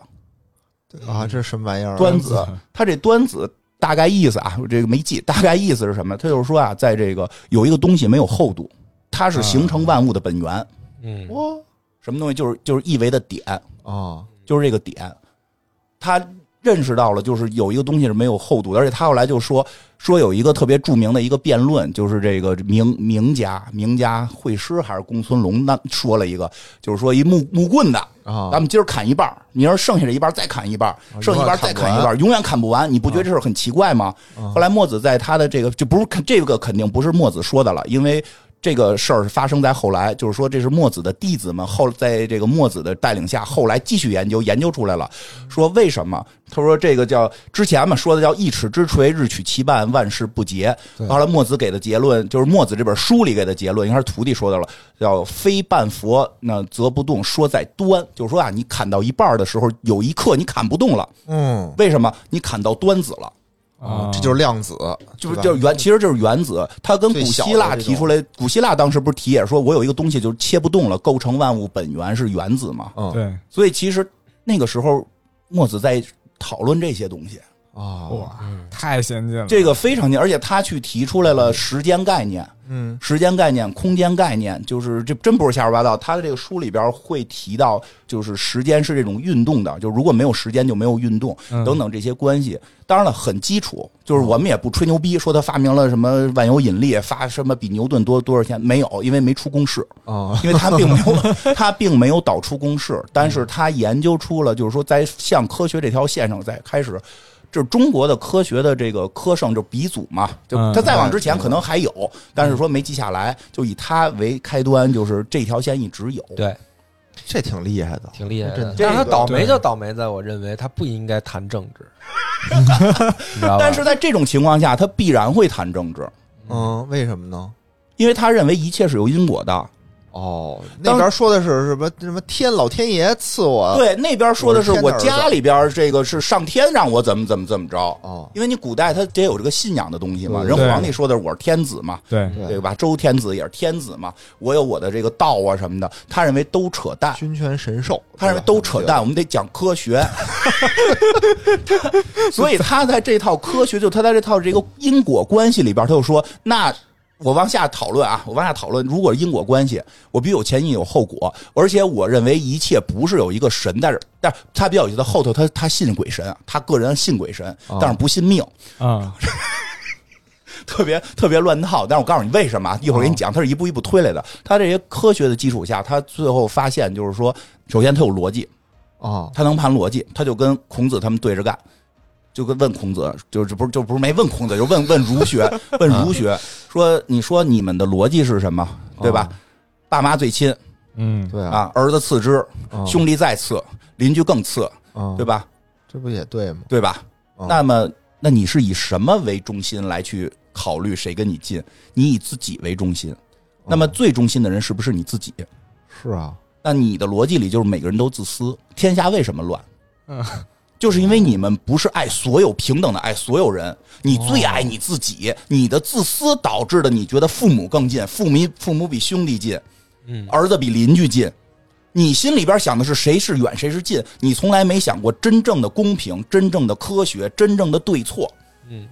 [SPEAKER 5] 啊，这是什么玩意儿啊？
[SPEAKER 4] 端子，他这端子大概意思啊，我这个没记，大概意思是什么？他就是说啊，在这个有一个东西没有厚度，它是形成万物的本源。
[SPEAKER 3] 嗯
[SPEAKER 4] 哦
[SPEAKER 5] 哇
[SPEAKER 4] 什么东西？就是就是一维的点，
[SPEAKER 5] 啊，
[SPEAKER 4] 就是这个点，它认识到了，就是有一个东西是没有厚度的，而且他后来就说说有一个特别著名的一个辩论，就是这个名名家名家会师还是公孙龙那说了一个，就是说一木木棍的
[SPEAKER 5] 啊
[SPEAKER 4] 咱们今儿砍一半儿，明儿剩下这一半儿再砍一半儿，剩下一半儿再砍一半儿，永远砍不完。你不觉得这事儿很奇怪吗？后来墨子在他的这个就不是这个肯定不是墨子说的了，因为。这个事儿发生在后来，就是说这是墨子的弟子们后在这个墨子的带领下，后来继续研究，研究出来了，说为什么？他说这个叫之前嘛说的叫一尺之锤，日取其半，万事不竭。后来墨子给的结论就是墨子这本书里给的结论，应该是徒弟说的了，叫非半佛那则不动，说在端，就是说啊，你砍到一半儿的时候，有一刻你砍不动了，
[SPEAKER 5] 嗯，
[SPEAKER 4] 为什么？你砍到端子了。嗯
[SPEAKER 6] 啊，
[SPEAKER 5] 这就是量子，
[SPEAKER 4] 就是
[SPEAKER 5] 吧
[SPEAKER 4] 就是原，其实就是原子，它跟古
[SPEAKER 5] 最小的
[SPEAKER 4] 希腊
[SPEAKER 5] 这种
[SPEAKER 4] 提出来，古希腊当时不是提也说，我有一个东西就是切不动了，构成万物本源是原子嘛。
[SPEAKER 5] 嗯
[SPEAKER 6] 对，
[SPEAKER 4] 所以其实那个时候，墨子在讨论这些东西，
[SPEAKER 5] 啊，
[SPEAKER 6] 哇，太先进了，
[SPEAKER 4] 这个非常近，而且他去提出来了时间概念，
[SPEAKER 5] 嗯，
[SPEAKER 4] 时间概念、空间概念，就是这真不是瞎说八道。他的这个书里边会提到，就是时间是这种运动的，就如果没有时间就没有运动
[SPEAKER 6] 嗯
[SPEAKER 4] 等等这些关系。当然了，很基础，就是我们也不吹牛逼，说他发明了什么万有引力，发什么比牛顿多多少钱没有，因为没出公式。
[SPEAKER 5] 啊，
[SPEAKER 4] 因为他并没有 (laughs) 他并没有导出公式，但是他研究出了，就是说在向科学这条线上再开始。就是中国的科学的这个科圣，就鼻祖嘛，就
[SPEAKER 6] 嗯
[SPEAKER 4] 他再往之前可能还有，但是说没记下来，就以他为开端，就是这条线一直有。
[SPEAKER 3] 对，
[SPEAKER 5] 这挺厉害的，
[SPEAKER 3] 挺厉害
[SPEAKER 5] 真
[SPEAKER 3] 的
[SPEAKER 5] 的。
[SPEAKER 3] 但是他
[SPEAKER 4] 这个
[SPEAKER 3] 倒霉
[SPEAKER 6] 对
[SPEAKER 3] 就倒霉在我认为他不应该谈政
[SPEAKER 4] (laughs)
[SPEAKER 3] 治， (laughs) 你知道吧？
[SPEAKER 4] 但是在这种情况下，他必然会谈政治，
[SPEAKER 5] 嗯，为什么呢？
[SPEAKER 4] 因为他认为一切是有因果的。
[SPEAKER 5] 哦，那
[SPEAKER 4] 当
[SPEAKER 5] 边说的是什么什么天老天爷赐我，，
[SPEAKER 4] 对，那边说的是
[SPEAKER 5] 呃我是
[SPEAKER 4] 我
[SPEAKER 5] 天的儿子
[SPEAKER 4] 家里边这个是上天让我怎么怎么怎么着，
[SPEAKER 5] 哦，
[SPEAKER 4] 因为你古代他得有这个信仰的东西嘛。
[SPEAKER 5] 对
[SPEAKER 4] 人
[SPEAKER 6] 对
[SPEAKER 4] 皇帝说的是我是天子嘛，
[SPEAKER 6] 对
[SPEAKER 5] 对
[SPEAKER 4] 对，吧？周天子也是天子嘛，我有我的这个道啊什么的，他认为都扯淡，
[SPEAKER 5] 君权神授，
[SPEAKER 4] 他认为都扯淡，我们得讲科学。所以他在这套科学，就他在这套这个因果关系里边，他就说，那我往下讨论啊，我往下讨论，如果因果关系，我必须有前因有后果，而且我认为一切不是有一个神，但是但是他比较有意思，后头他他信鬼神，啊他个人信鬼神，但是不信命。
[SPEAKER 6] 啊，
[SPEAKER 4] 特别特别乱套。但是我告诉你为什么啊，一会儿给你讲，它是一步一步推来的。它这些科学的基础下，它最后发现就是说，首先它有逻辑，
[SPEAKER 5] 啊，
[SPEAKER 4] 它能盘逻辑，它就跟孔子他们对着干。就跟问孔子，就是不是就不是没问孔子，就问问儒学，问儒学说，你说你们的逻辑是什么，对吧？爸妈最亲
[SPEAKER 6] 嗯，
[SPEAKER 5] 对啊，
[SPEAKER 4] 啊，儿子次之，
[SPEAKER 5] 啊
[SPEAKER 4] 兄弟再次，邻居更次，
[SPEAKER 5] 啊
[SPEAKER 4] 对，吧？
[SPEAKER 5] 这不也对吗？
[SPEAKER 4] 对吧？
[SPEAKER 5] 哦
[SPEAKER 4] 那么，那你是以什么为中心来去考虑谁跟你近？你以自己为中心，那么最中心的人是不是你自己？
[SPEAKER 5] 是啊，
[SPEAKER 4] 那你的逻辑里就是每个人都自私，天下为什么乱？
[SPEAKER 6] 嗯，
[SPEAKER 4] 就是因为你们不是爱所有平等的爱所有人，你最爱你自己，你的自私导致的，你觉得父母更近，父母父母比兄弟近，
[SPEAKER 3] 嗯
[SPEAKER 4] 儿子比邻居近。你心里边想的是谁是远谁是近，你从来没想过真正的公平、真正的科学、真正的对错。
[SPEAKER 3] 嗯，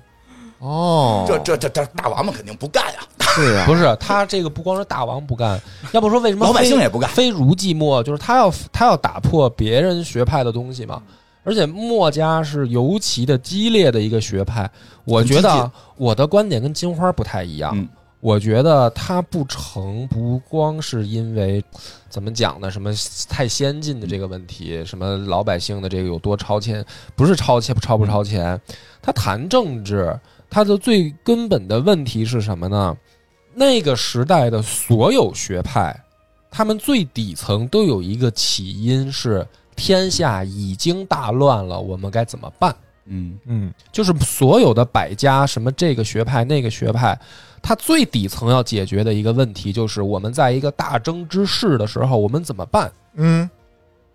[SPEAKER 5] 哦，啊
[SPEAKER 4] 这这这这大王八肯定不干啊呀、
[SPEAKER 5] 对
[SPEAKER 3] (laughs)
[SPEAKER 5] 呀，
[SPEAKER 3] 不是他这个不光是大王不干，要不说为什么
[SPEAKER 4] 老百
[SPEAKER 3] 非
[SPEAKER 4] 姓也不干
[SPEAKER 3] 非儒即墨，就是他要他要打破别人学派的东西嘛。而且墨家是尤其的激烈的一个学派，我觉得啊我的观点跟金花不太一样。
[SPEAKER 4] 嗯
[SPEAKER 3] 我觉得它不成，不光是因为怎么讲呢？什么太先进的这个问题，什么老百姓的这个有多超前，不是超前超不超前，他谈政治，他的最根本的问题是什么呢？那个时代的所有学派，他们最底层都有一个起因是天下已经大乱了，我们该怎么办？
[SPEAKER 4] 嗯，
[SPEAKER 6] 嗯，
[SPEAKER 3] 就是所有的百家，什么这个学派那个学派，它最底层要解决的一个问题就是，我们在一个大争之势的时候，我们怎么办？
[SPEAKER 5] 嗯，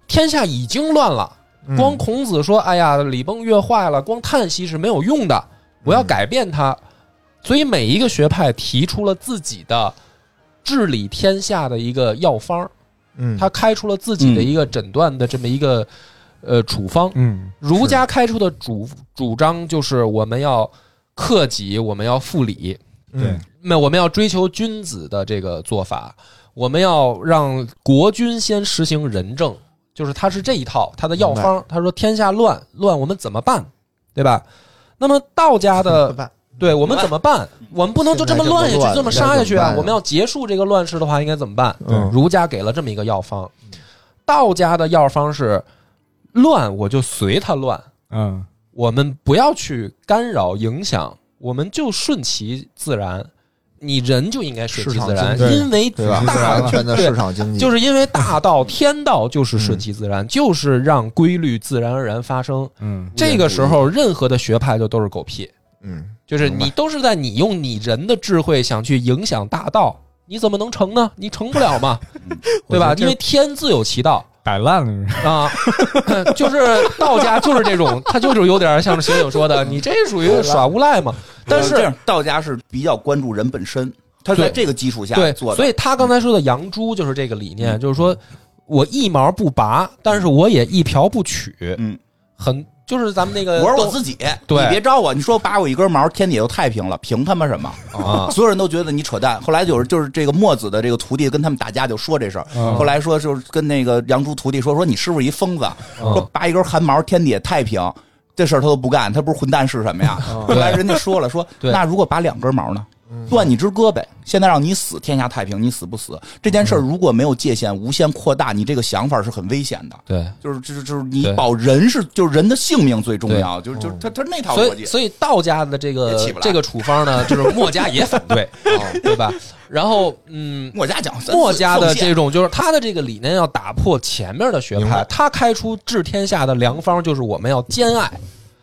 [SPEAKER 3] 天下已经乱了，
[SPEAKER 5] 嗯
[SPEAKER 3] 光孔子说：“哎呀，礼崩乐坏了”，光叹息是没有用的，我
[SPEAKER 5] 嗯
[SPEAKER 3] 要改变它。所以每一个学派提出了自己的治理天下的一个药方儿，
[SPEAKER 5] 嗯，
[SPEAKER 3] 他开出了自己的一个诊断的这么一个呃处方。
[SPEAKER 6] 嗯，
[SPEAKER 3] 儒家开出的主主张就是我们要克己，我们要复礼，
[SPEAKER 6] 对
[SPEAKER 5] 嗯，
[SPEAKER 3] 那我们要追求君子的这个做法，我们要让国君先实行仁政，就是他是这一套他的药方。他说天下乱乱，我们怎么办？对吧？那么道家的
[SPEAKER 5] 办？
[SPEAKER 3] 对我们怎么办？我们不能就这么乱下
[SPEAKER 5] 现在
[SPEAKER 3] 去，
[SPEAKER 5] 这
[SPEAKER 3] 这么
[SPEAKER 5] 么乱
[SPEAKER 3] 杀下去
[SPEAKER 5] 该怎么
[SPEAKER 3] 啊！
[SPEAKER 5] 办
[SPEAKER 3] 我们要结束这个乱世的话，应该怎么办？
[SPEAKER 5] 嗯
[SPEAKER 3] 儒家给了这么一个药方，道家的药方是乱我就随它乱，
[SPEAKER 6] 嗯
[SPEAKER 3] 我们不要去干扰影响，我们就顺其自然。你人就应该顺其自然
[SPEAKER 5] 市场经，济
[SPEAKER 3] 因为
[SPEAKER 5] 对吧？
[SPEAKER 3] 大
[SPEAKER 5] 啊完全的市场经济
[SPEAKER 3] 啊就是因为大道天道就是顺其自然，就是让规律自然而然发生。
[SPEAKER 6] 嗯
[SPEAKER 3] 这个时候，任何的学派就都是狗屁。
[SPEAKER 5] 嗯，
[SPEAKER 3] 就是
[SPEAKER 5] 明白
[SPEAKER 3] 你都是在你用你人的智慧想去影响大道，你怎么能成呢？你成不了嘛，对吧
[SPEAKER 6] (laughs) 我觉得？这
[SPEAKER 3] 因为天自有其道
[SPEAKER 6] 摆烂了
[SPEAKER 3] (laughs)
[SPEAKER 6] 是
[SPEAKER 3] 啊，就是道家就是这种，他就是有点像醒醒说的，你这属于耍无赖嘛。但
[SPEAKER 4] 嗯这
[SPEAKER 3] 是
[SPEAKER 4] 样道家是比较关注人本身，他在
[SPEAKER 3] 对
[SPEAKER 4] 这个基础下
[SPEAKER 3] 对，
[SPEAKER 4] 做的，
[SPEAKER 3] 所以他刚才说的杨朱就是这个理念，就是说我一毛不拔，但是我也一瓢不取，
[SPEAKER 4] 嗯，
[SPEAKER 3] 很就是咱们那个
[SPEAKER 4] 我是我自己，
[SPEAKER 3] 对
[SPEAKER 4] 你别招我。你说拔我一根毛，天底下就太平了，凭他妈什么？
[SPEAKER 3] 啊，
[SPEAKER 4] 所有人都觉得你扯淡。后来就是就是这个墨子的这个徒弟跟他们打架，就说这事儿。
[SPEAKER 6] 嗯
[SPEAKER 4] 后来说就是跟那个杨朱徒弟说说你师傅是一疯子，
[SPEAKER 3] 嗯
[SPEAKER 4] 说拔一根汗毛，天底下太平。这事儿他都不干，他不是混蛋是什么呀？后来人家说了，说
[SPEAKER 3] 嗯 (laughs) 对
[SPEAKER 4] 那如果拔两根毛呢？断你只胳膊，现在让你死，天下太平，你死不死？这件
[SPEAKER 3] 嗯
[SPEAKER 4] 事儿如果没有界限，无限扩大，你这个想法是很危险的。
[SPEAKER 3] 对。
[SPEAKER 4] 就是就是就是你
[SPEAKER 3] 对
[SPEAKER 4] 保人是就是人的性命最重要，就是就是他他那套
[SPEAKER 3] 所
[SPEAKER 4] 逻
[SPEAKER 3] 以，
[SPEAKER 4] 辑，
[SPEAKER 3] 所以道家的这
[SPEAKER 4] 也
[SPEAKER 3] 个
[SPEAKER 4] 起不来
[SPEAKER 3] 这个处方呢，就是墨家也反
[SPEAKER 4] (laughs)
[SPEAKER 3] 对，哦、对吧？然后，嗯，
[SPEAKER 4] 墨家讲
[SPEAKER 3] 墨家的这种就是他的这个理念要打破前面的学
[SPEAKER 5] 明
[SPEAKER 3] 派
[SPEAKER 5] 白，
[SPEAKER 3] 他开出治天下的良方就是我们要兼爱，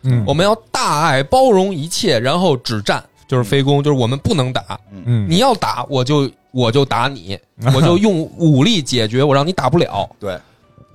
[SPEAKER 6] 嗯
[SPEAKER 3] 我们要大爱，包容一切，然后只战，嗯就是非攻，就是我们不能打，
[SPEAKER 6] 嗯
[SPEAKER 3] 你要打我就我就打 (laughs) 你，我就用武力解决，我让你打不了。
[SPEAKER 4] 对，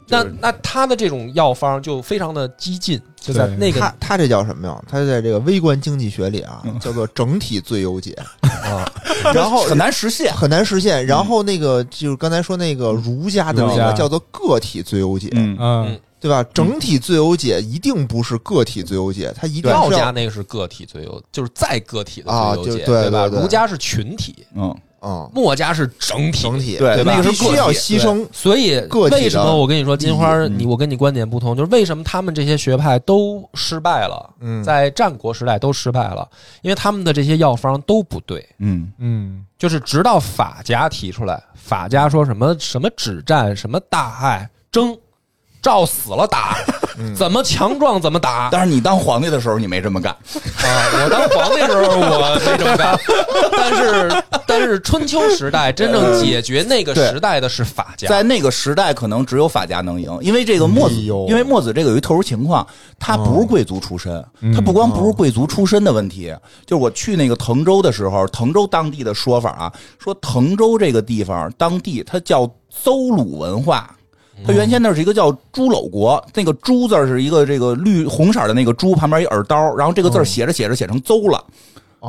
[SPEAKER 3] 那
[SPEAKER 4] 就是
[SPEAKER 3] 那他的这种药方就非常的激进，就在
[SPEAKER 6] 对
[SPEAKER 3] 那个
[SPEAKER 5] 他他这叫什么呀？他在这个微观经济学里啊，叫做整体最优解，
[SPEAKER 3] 啊，
[SPEAKER 5] (laughs) 然后
[SPEAKER 4] 很难实现。
[SPEAKER 5] 很难实现。然后那个就是刚才说那个儒家的那
[SPEAKER 6] 儒家
[SPEAKER 5] 个叫做个体最优解，
[SPEAKER 4] 嗯，
[SPEAKER 6] 嗯
[SPEAKER 5] 对吧？整体最优解一定不是个体最优解，它一定
[SPEAKER 3] 道
[SPEAKER 5] 是
[SPEAKER 3] 家
[SPEAKER 5] 要
[SPEAKER 3] 那个是个体最优，就是再个体的
[SPEAKER 5] 啊
[SPEAKER 3] 最优
[SPEAKER 5] 就是
[SPEAKER 3] 解，
[SPEAKER 5] 对
[SPEAKER 3] 吧？
[SPEAKER 5] 对对
[SPEAKER 3] 儒家是群体，
[SPEAKER 4] 嗯，
[SPEAKER 5] 嗯
[SPEAKER 3] 墨家是整体，
[SPEAKER 5] 整体
[SPEAKER 4] 对
[SPEAKER 5] 吧
[SPEAKER 4] 那个是
[SPEAKER 5] 必
[SPEAKER 4] 个
[SPEAKER 5] 须
[SPEAKER 4] 体
[SPEAKER 5] 要牺牲
[SPEAKER 3] 所以
[SPEAKER 5] 个体的
[SPEAKER 3] 为什么我跟你说金花儿，
[SPEAKER 4] 利益嗯
[SPEAKER 3] 你我跟你观点不同，就是为什么他们这些学派都失败了，
[SPEAKER 5] 嗯
[SPEAKER 3] 在战国时代都失败了，因为他们的这些药方都不对。
[SPEAKER 4] 嗯，
[SPEAKER 6] 嗯
[SPEAKER 3] 就是直到法家提出来，法家说什么什么止战，什么大爱争，照死了打，怎么强壮怎么打。
[SPEAKER 4] 但是你当皇帝的时候，你没这么干。
[SPEAKER 3] 啊，我当皇帝时候我没这么干，但是但是春秋时代真正解决那个时代的是法家，
[SPEAKER 4] 在那个时代，可能只有法家能赢，因为这个墨子，
[SPEAKER 5] 哎呦
[SPEAKER 4] 因为墨子这个有一特殊情况，他不是贵族出身，
[SPEAKER 5] 嗯
[SPEAKER 4] 他不光不是贵族出身的问题，就是我去那个滕州的时候，滕州当地的说法啊，说滕州这个地方当地它叫邹鲁文化。它原先那是一个叫朱篓国，那个朱字儿是一个这个绿红色的那个朱，旁边一耳刀，然后这个
[SPEAKER 5] 哦
[SPEAKER 4] 字儿写着写着写成邹了。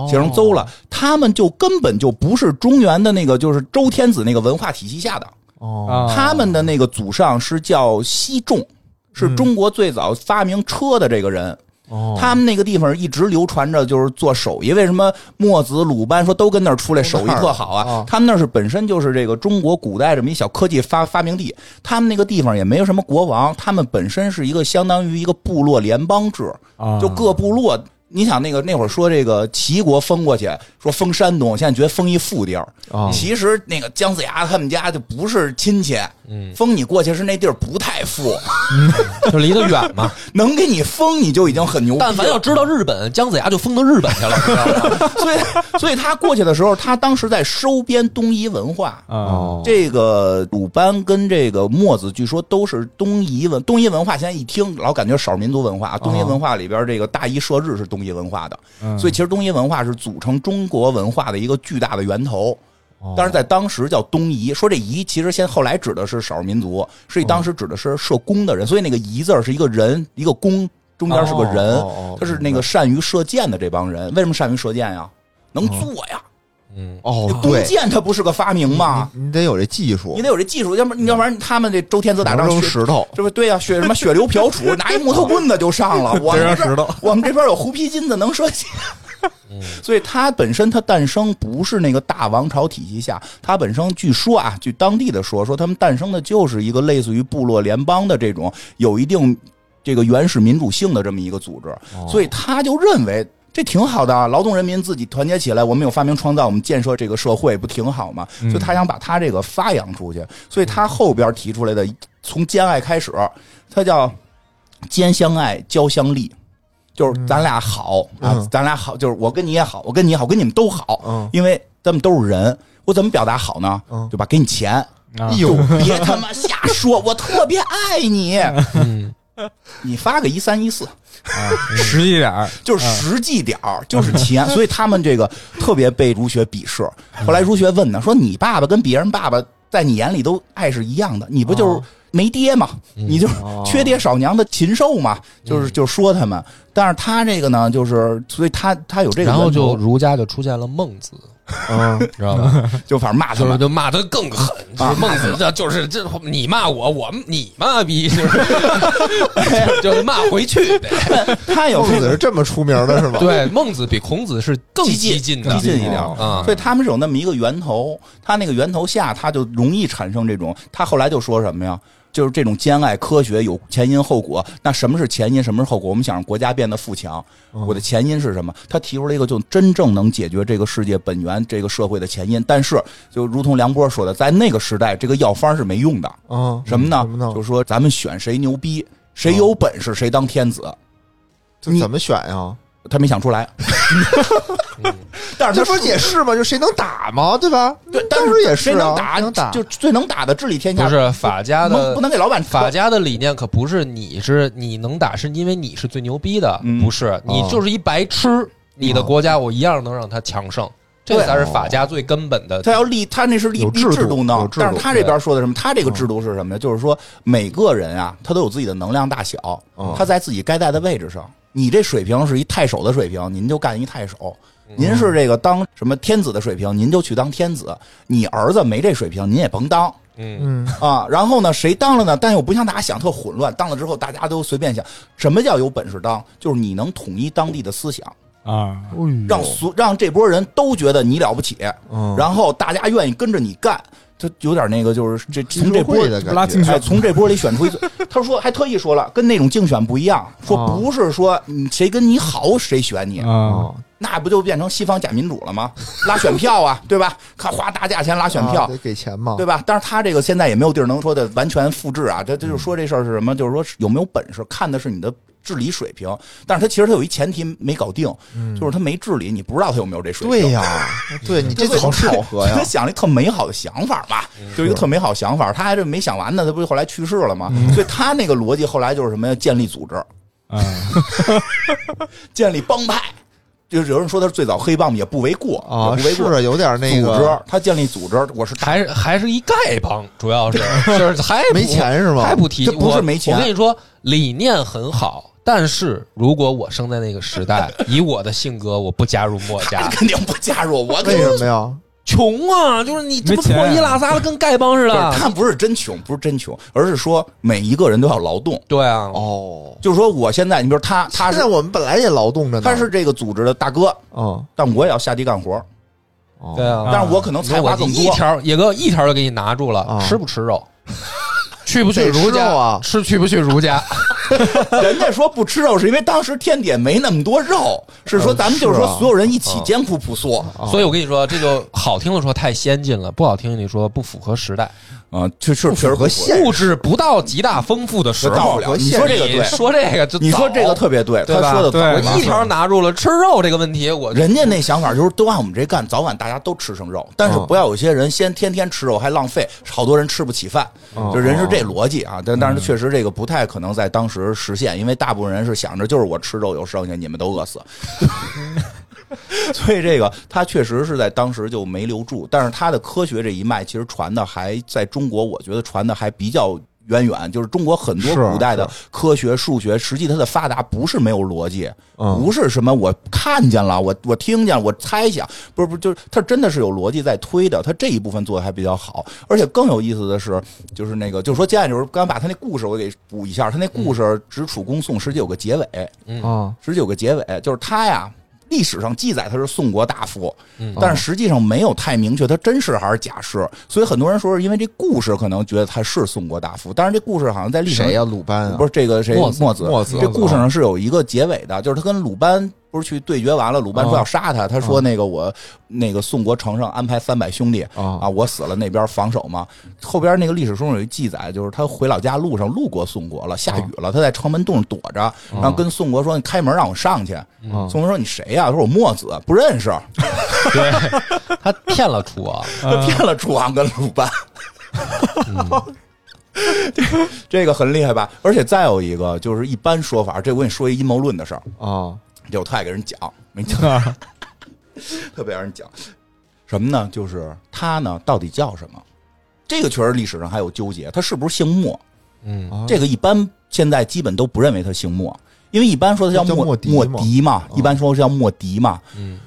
[SPEAKER 4] 写成邹了，他们就根本就不是中原的那个，就是周天子那个文化体系下的，
[SPEAKER 5] 哦，
[SPEAKER 6] 啊，
[SPEAKER 4] 他们的那个祖上是叫西仲，是中国最早发明车的这个人。
[SPEAKER 5] 嗯哦
[SPEAKER 4] 他们那个地方一直流传着就是做手艺，为什么墨子、鲁班说都跟那儿出来手艺特好啊？
[SPEAKER 5] 哦
[SPEAKER 4] 他们那儿是本身就是这个中国古代这么一小科技发发明地，他们那个地方也没有什么国王，他们本身是一个相当于一个部落联邦制，
[SPEAKER 6] 啊
[SPEAKER 4] 就各部落。你想那个那会儿说这个齐国封过去，说封山东，现在觉得封一副地儿。
[SPEAKER 6] 啊
[SPEAKER 5] 哦
[SPEAKER 4] 其实那个姜子牙他们家就不是亲戚，
[SPEAKER 3] 嗯
[SPEAKER 4] 封你过去是那地儿不太富， (laughs)
[SPEAKER 3] 就离得远嘛。
[SPEAKER 4] 能给你封你就已经很牛逼了。
[SPEAKER 3] 但凡要知道日本，姜子牙就封到日本去了，
[SPEAKER 4] (laughs)
[SPEAKER 3] 你知道吗？
[SPEAKER 4] 所以，所以他过去的时候，他当时在收编东夷文化。
[SPEAKER 5] 哦
[SPEAKER 6] 啊
[SPEAKER 4] 这个鲁班跟这个墨子，据说都是东夷文东夷文化。现在一听老感觉少数民族文化，
[SPEAKER 5] 哦
[SPEAKER 4] 东夷文化里边这个大夷社日是东夷文化的，
[SPEAKER 6] 嗯
[SPEAKER 4] 所以其实东夷文化是组成中国文化的一个巨大的源头。
[SPEAKER 5] 哦
[SPEAKER 4] 但是在当时叫东夷，说这夷其实先后来指的是少数民族，所以当时指的是社工的人，所以那个夷字儿是一个人一个工，中间是个人，
[SPEAKER 5] 哦哦哦
[SPEAKER 4] 他是那个善于射箭的这帮人。为什么善于射箭呀？能做呀！
[SPEAKER 3] 嗯，
[SPEAKER 5] 哦
[SPEAKER 4] 这弓
[SPEAKER 5] 对，
[SPEAKER 4] 箭它不是个发明吗？
[SPEAKER 5] 你得有这技术，
[SPEAKER 4] 你得有这技术，要不然要不然他们这周天子打仗
[SPEAKER 5] 扔
[SPEAKER 4] 学
[SPEAKER 5] 石
[SPEAKER 4] (laughs)
[SPEAKER 5] 头，
[SPEAKER 4] 这不对呀、啊血什么血流瓢杵，拿一木头棍子就上了。我们这边
[SPEAKER 5] 头
[SPEAKER 4] 我们这边有狐皮筋子能射箭， (laughs) 所以它本身它诞生不是那个大王朝体系下，它本身据说啊，据当地的说，说他们诞生的就是一个类似于部落联邦的这种有一定这个原始民主性的这么一个组织，所以他就认为。这挺好的啊，劳动人民自己团结起来，我们有发明创造，我们建设这个社会，不挺好吗？所以他想把他这个发扬出去，所以他后边提出来的，从兼爱开始，他叫兼相爱，交相利，就是咱俩好、啊，咱俩好，就是我跟你也好，我跟你好，我跟你们都好，
[SPEAKER 5] 嗯
[SPEAKER 4] 因为咱们都是人，我怎么表达好呢？对吧？给你钱，
[SPEAKER 6] 啊
[SPEAKER 4] 就别他妈瞎说，我特别爱你，
[SPEAKER 3] 嗯，
[SPEAKER 4] 你发个一三一四，
[SPEAKER 6] 啊嗯实际点儿，
[SPEAKER 4] 就是
[SPEAKER 3] 嗯
[SPEAKER 4] 实际点儿，就是钱，
[SPEAKER 3] (laughs)
[SPEAKER 4] 所以他们这个特别被儒学鄙视。
[SPEAKER 3] 嗯
[SPEAKER 4] 后来儒学问呢，说你爸爸跟别人爸爸在你眼里都爱是一样的，你不
[SPEAKER 3] 哦
[SPEAKER 4] 就是没爹吗？
[SPEAKER 3] 嗯
[SPEAKER 4] 你就是缺爹少娘的禽兽嘛，就是就说他们。但是他这个呢，就是所以他他有这个
[SPEAKER 3] (laughs) 然
[SPEAKER 4] 源头，
[SPEAKER 3] 后就儒家就出现了孟子，
[SPEAKER 5] 嗯，
[SPEAKER 3] 知道
[SPEAKER 4] (laughs)
[SPEAKER 3] 吧？
[SPEAKER 4] 就反正骂他
[SPEAKER 3] 就是
[SPEAKER 4] 们。
[SPEAKER 3] 就骂他更狠，
[SPEAKER 4] 啊
[SPEAKER 3] 就是孟子
[SPEAKER 4] (laughs)
[SPEAKER 3] 这就是这你骂我，我你骂逼， (laughs) 就是就就骂回去呗。
[SPEAKER 4] (laughs) 他有
[SPEAKER 5] 孟
[SPEAKER 4] 这
[SPEAKER 5] 子
[SPEAKER 3] (laughs)
[SPEAKER 4] 个
[SPEAKER 5] 是这么出名的是吗？，
[SPEAKER 3] 对，孟子比孔子是更
[SPEAKER 4] 激
[SPEAKER 3] 激
[SPEAKER 4] 进
[SPEAKER 3] 进的，
[SPEAKER 4] 更激进一点嗯
[SPEAKER 5] 哦
[SPEAKER 3] 啊
[SPEAKER 4] 所以他们是有那么一个源头，他那个源头下，他就容易产生这种。他后来就说什么呀？就是这种兼爱科学有前因后果。那什么是前因，什么是后果？我们想让国家变得富强，
[SPEAKER 5] 嗯
[SPEAKER 4] 我的前因是什么？他提出了一个就真正能解决这个世界本源、这个社会的前因。但是，就如同梁波说的，在那个时代，这个药方是没用的。
[SPEAKER 5] 嗯，
[SPEAKER 4] 什么呢？
[SPEAKER 5] 什么呢
[SPEAKER 4] 就说咱们选谁牛逼，谁有本事谁当天子。
[SPEAKER 5] 这怎么选呀？
[SPEAKER 4] 他没想出来， (laughs)
[SPEAKER 5] 嗯
[SPEAKER 4] 但啊是
[SPEAKER 5] 这
[SPEAKER 4] 他
[SPEAKER 5] 不是也是吗？就谁能打吗？对吧？
[SPEAKER 4] 对，但
[SPEAKER 5] 当时也是
[SPEAKER 4] 谁
[SPEAKER 5] 啊
[SPEAKER 4] 能打
[SPEAKER 5] 谁能打
[SPEAKER 4] 就最能打的治理天下，
[SPEAKER 3] 不是法家
[SPEAKER 4] 不
[SPEAKER 3] 的
[SPEAKER 4] 不能给老板
[SPEAKER 3] 法家的理念可不是你是你能打，是因为你是最牛逼的，
[SPEAKER 4] 嗯
[SPEAKER 3] 不是你就是一白痴，你的国家我一样能让他强盛，这
[SPEAKER 4] 对
[SPEAKER 3] 才是法家最根本的
[SPEAKER 4] 他。要立，他那是立
[SPEAKER 5] 有
[SPEAKER 4] 立
[SPEAKER 5] 制度
[SPEAKER 4] 制度呢
[SPEAKER 5] 有。制度嗯
[SPEAKER 4] 但是他这边说的什么？他这个制度是什么呢？就是说每个人啊，他都有自己的能量大小
[SPEAKER 5] 嗯，
[SPEAKER 4] 他在自己该在的位置上。你这水平是一太守的水平，您就干一太守；
[SPEAKER 5] 嗯
[SPEAKER 4] 您是这个当什么天子的水平，您就去当天子。你儿子没这水平，您也甭当。
[SPEAKER 3] 嗯，
[SPEAKER 5] 嗯，
[SPEAKER 4] 啊，然后呢，谁当了呢？但又不像大家想特混乱，当了之后大家都随便想。什么叫有本事当？就是你能统一当地的思想，
[SPEAKER 6] 啊，
[SPEAKER 4] 让所让这波人都觉得你了不起，
[SPEAKER 5] 嗯
[SPEAKER 4] 然后大家愿意跟着你干。他有点那个，就是这从这波
[SPEAKER 5] 黑社会的感觉啊
[SPEAKER 6] 拉进去
[SPEAKER 4] 哎，从这波里选出一最，他说还特意说了，跟那种竞选不一样，说
[SPEAKER 5] 哦
[SPEAKER 4] 不是说你谁跟你好谁选你，
[SPEAKER 6] 啊，
[SPEAKER 5] 哦
[SPEAKER 4] 那不就变成西方假民主了吗？拉选票啊，对吧？看花大价钱拉选票
[SPEAKER 5] 啊，得给钱嘛，
[SPEAKER 4] 对吧？但是他这个现在也没有地儿能说的完全复制啊，这这
[SPEAKER 5] 嗯
[SPEAKER 4] 就是说这事儿是什么？就是说有没有本事，看的是你的治理水平。但是他其实他有一前提没搞定，就是他没治理，你不知道他有没有这水平。
[SPEAKER 5] 嗯对呀，对你这
[SPEAKER 4] 这
[SPEAKER 5] 好巧合呀
[SPEAKER 4] (laughs)
[SPEAKER 5] 嗯
[SPEAKER 4] 他，想了一特美好的想法嘛，就一个特美好想法，他还是没想完呢，他不是后来去世了吗？
[SPEAKER 5] 嗯
[SPEAKER 4] 所以他那个逻辑后来就是什么呀？建立组织，
[SPEAKER 6] 啊，
[SPEAKER 4] 建立帮派，就是有人说他是最早黑帮也不为过
[SPEAKER 5] 啊，
[SPEAKER 4] 也不为
[SPEAKER 5] 是
[SPEAKER 4] 过。
[SPEAKER 5] 啊有点那
[SPEAKER 4] 组织
[SPEAKER 5] 个，
[SPEAKER 4] 他建立组织，我是大
[SPEAKER 3] 还是还是一丐帮，主要是就是还不
[SPEAKER 5] 没钱是吗
[SPEAKER 3] 还不提，
[SPEAKER 4] 这不是
[SPEAKER 3] 我
[SPEAKER 4] 没钱，
[SPEAKER 3] 我跟你说，理念很好。但是如果我生在那个时代，以我的性格，我不加入墨家
[SPEAKER 4] (laughs) 肯定不加入，我肯
[SPEAKER 5] 为什
[SPEAKER 4] 定
[SPEAKER 5] 么呀？
[SPEAKER 3] 穷啊！就是你这
[SPEAKER 6] 没
[SPEAKER 3] 不
[SPEAKER 6] 钱
[SPEAKER 3] 破衣拉撒的，跟丐帮似
[SPEAKER 4] 不是，
[SPEAKER 3] 的。
[SPEAKER 4] 他不是真穷，不是真穷，而是说每一个人都要劳动。
[SPEAKER 3] 对啊，
[SPEAKER 5] 哦，
[SPEAKER 4] 就是说，我现在，你比如他，他
[SPEAKER 5] 现在
[SPEAKER 4] 是
[SPEAKER 5] 我们本来也劳动着呢，
[SPEAKER 4] 他是这个组织的大哥，
[SPEAKER 5] 嗯，
[SPEAKER 4] 但我也要下地干活，
[SPEAKER 5] 哦
[SPEAKER 3] 对啊，
[SPEAKER 4] 但是我可能才
[SPEAKER 3] 我
[SPEAKER 4] 华更
[SPEAKER 3] 一
[SPEAKER 4] 多。
[SPEAKER 3] 条野哥一条就给你拿住了，
[SPEAKER 5] 啊
[SPEAKER 3] 吃不吃肉？ (laughs) 去不去
[SPEAKER 5] 得吃
[SPEAKER 3] 儒家
[SPEAKER 5] 肉啊
[SPEAKER 3] 吃去不去儒家？
[SPEAKER 4] 人家说不吃肉，是因为当时天底下没那么多肉，是说
[SPEAKER 5] 嗯
[SPEAKER 4] 咱们就是
[SPEAKER 5] 是
[SPEAKER 4] 说
[SPEAKER 5] 啊
[SPEAKER 4] 所有人一起艰苦朴素。
[SPEAKER 3] 所以我跟你说，这就好听的说太先进了，不好听的说不符合时代，
[SPEAKER 4] 啊，确实确实
[SPEAKER 5] 符合现实
[SPEAKER 3] 物质不到极大丰富的时
[SPEAKER 4] 这到不
[SPEAKER 3] 候。
[SPEAKER 4] 了。
[SPEAKER 5] 现
[SPEAKER 4] 你说这个
[SPEAKER 3] 你
[SPEAKER 4] 对，
[SPEAKER 3] 说这个就
[SPEAKER 4] 你说这个
[SPEAKER 3] 早
[SPEAKER 4] 特别对，
[SPEAKER 3] 对吧
[SPEAKER 4] 他说的
[SPEAKER 6] 对
[SPEAKER 4] 早
[SPEAKER 3] 我
[SPEAKER 6] 别
[SPEAKER 3] 一条拿住了吃肉这个问题，我
[SPEAKER 4] 人家那想法就是都按我们这干，早晚大家都吃剩肉。但是不要有些人先天天吃肉还浪费，好多人吃不起饭，
[SPEAKER 5] 哦
[SPEAKER 4] 就人是这逻辑啊。但但是确实这个不太可能在当时实现，因为大部分人是想着就是我吃肉有剩下，你们都饿死。所以这个他确实是在当时就没留住，但是他的科学这一脉其实传的还在中国，我觉得传的还比较。远远就是中国很多
[SPEAKER 5] 是
[SPEAKER 4] 古代的科学、数学，实际它的发达不是没有逻辑，
[SPEAKER 5] 嗯
[SPEAKER 4] 不是什么我看见了，我我听见了，我猜想，不是不是，就是它真的是有逻辑在推的，它这一部分做的还比较好，而且更有意思的是，就是那个，就是说接下来就是刚才把他那故事我给
[SPEAKER 5] 嗯
[SPEAKER 4] 补
[SPEAKER 3] 嗯
[SPEAKER 4] 一下，他那故事《直楚公颂》实际有个结尾，
[SPEAKER 5] 啊，
[SPEAKER 4] 实际有个结尾，就是他呀历史上记载他是宋国大夫，
[SPEAKER 5] 嗯
[SPEAKER 4] 但是实际上没有太明确他真是还是假是，所以很多人说是因为这故事可能觉得他是宋国大夫，但是这故事好像在历史上
[SPEAKER 5] 谁呀？鲁班啊？
[SPEAKER 4] 不是这个谁
[SPEAKER 3] 墨子
[SPEAKER 4] 墨子，
[SPEAKER 5] 墨子
[SPEAKER 4] 这故事上是有一个结尾的，就是他跟鲁班不是去对决完了，鲁班说要杀
[SPEAKER 5] 嗯
[SPEAKER 4] 他，他说那个我那个宋国城上安排三百兄弟
[SPEAKER 5] 哦
[SPEAKER 4] 啊，我死了那边防守嘛。后边那个历史书上有一记载，就是他回老家路上路过宋国了，下雨
[SPEAKER 5] 嗯
[SPEAKER 4] 了，他在城门洞躲着，然后跟宋国说：“你开门让我上去。”
[SPEAKER 5] 嗯
[SPEAKER 4] 宋国说：“你谁呀？”他说：“我墨子，不认识。
[SPEAKER 3] 对，他骗了啊楚
[SPEAKER 4] (laughs)
[SPEAKER 3] 王，”
[SPEAKER 4] 他骗了楚王跟鲁班。 (laughs) 这这个很厉害吧？而且再有一个，就是一般说法，这我跟你说一阴谋论的事儿。
[SPEAKER 5] 啊，
[SPEAKER 4] 就太给人讲，没讲， (laughs) 特别让人讲什么呢？就是他呢，到底叫什么？这个确实历史上还有纠结，他是不是姓莫？
[SPEAKER 3] 嗯，
[SPEAKER 5] 哦
[SPEAKER 4] 这个一般现在基本都不认为他姓莫，因为一般说他叫
[SPEAKER 5] 叫
[SPEAKER 4] 莫
[SPEAKER 5] 莫迪嘛
[SPEAKER 4] 迪嘛，一般说叫莫迪嘛。
[SPEAKER 3] 嗯，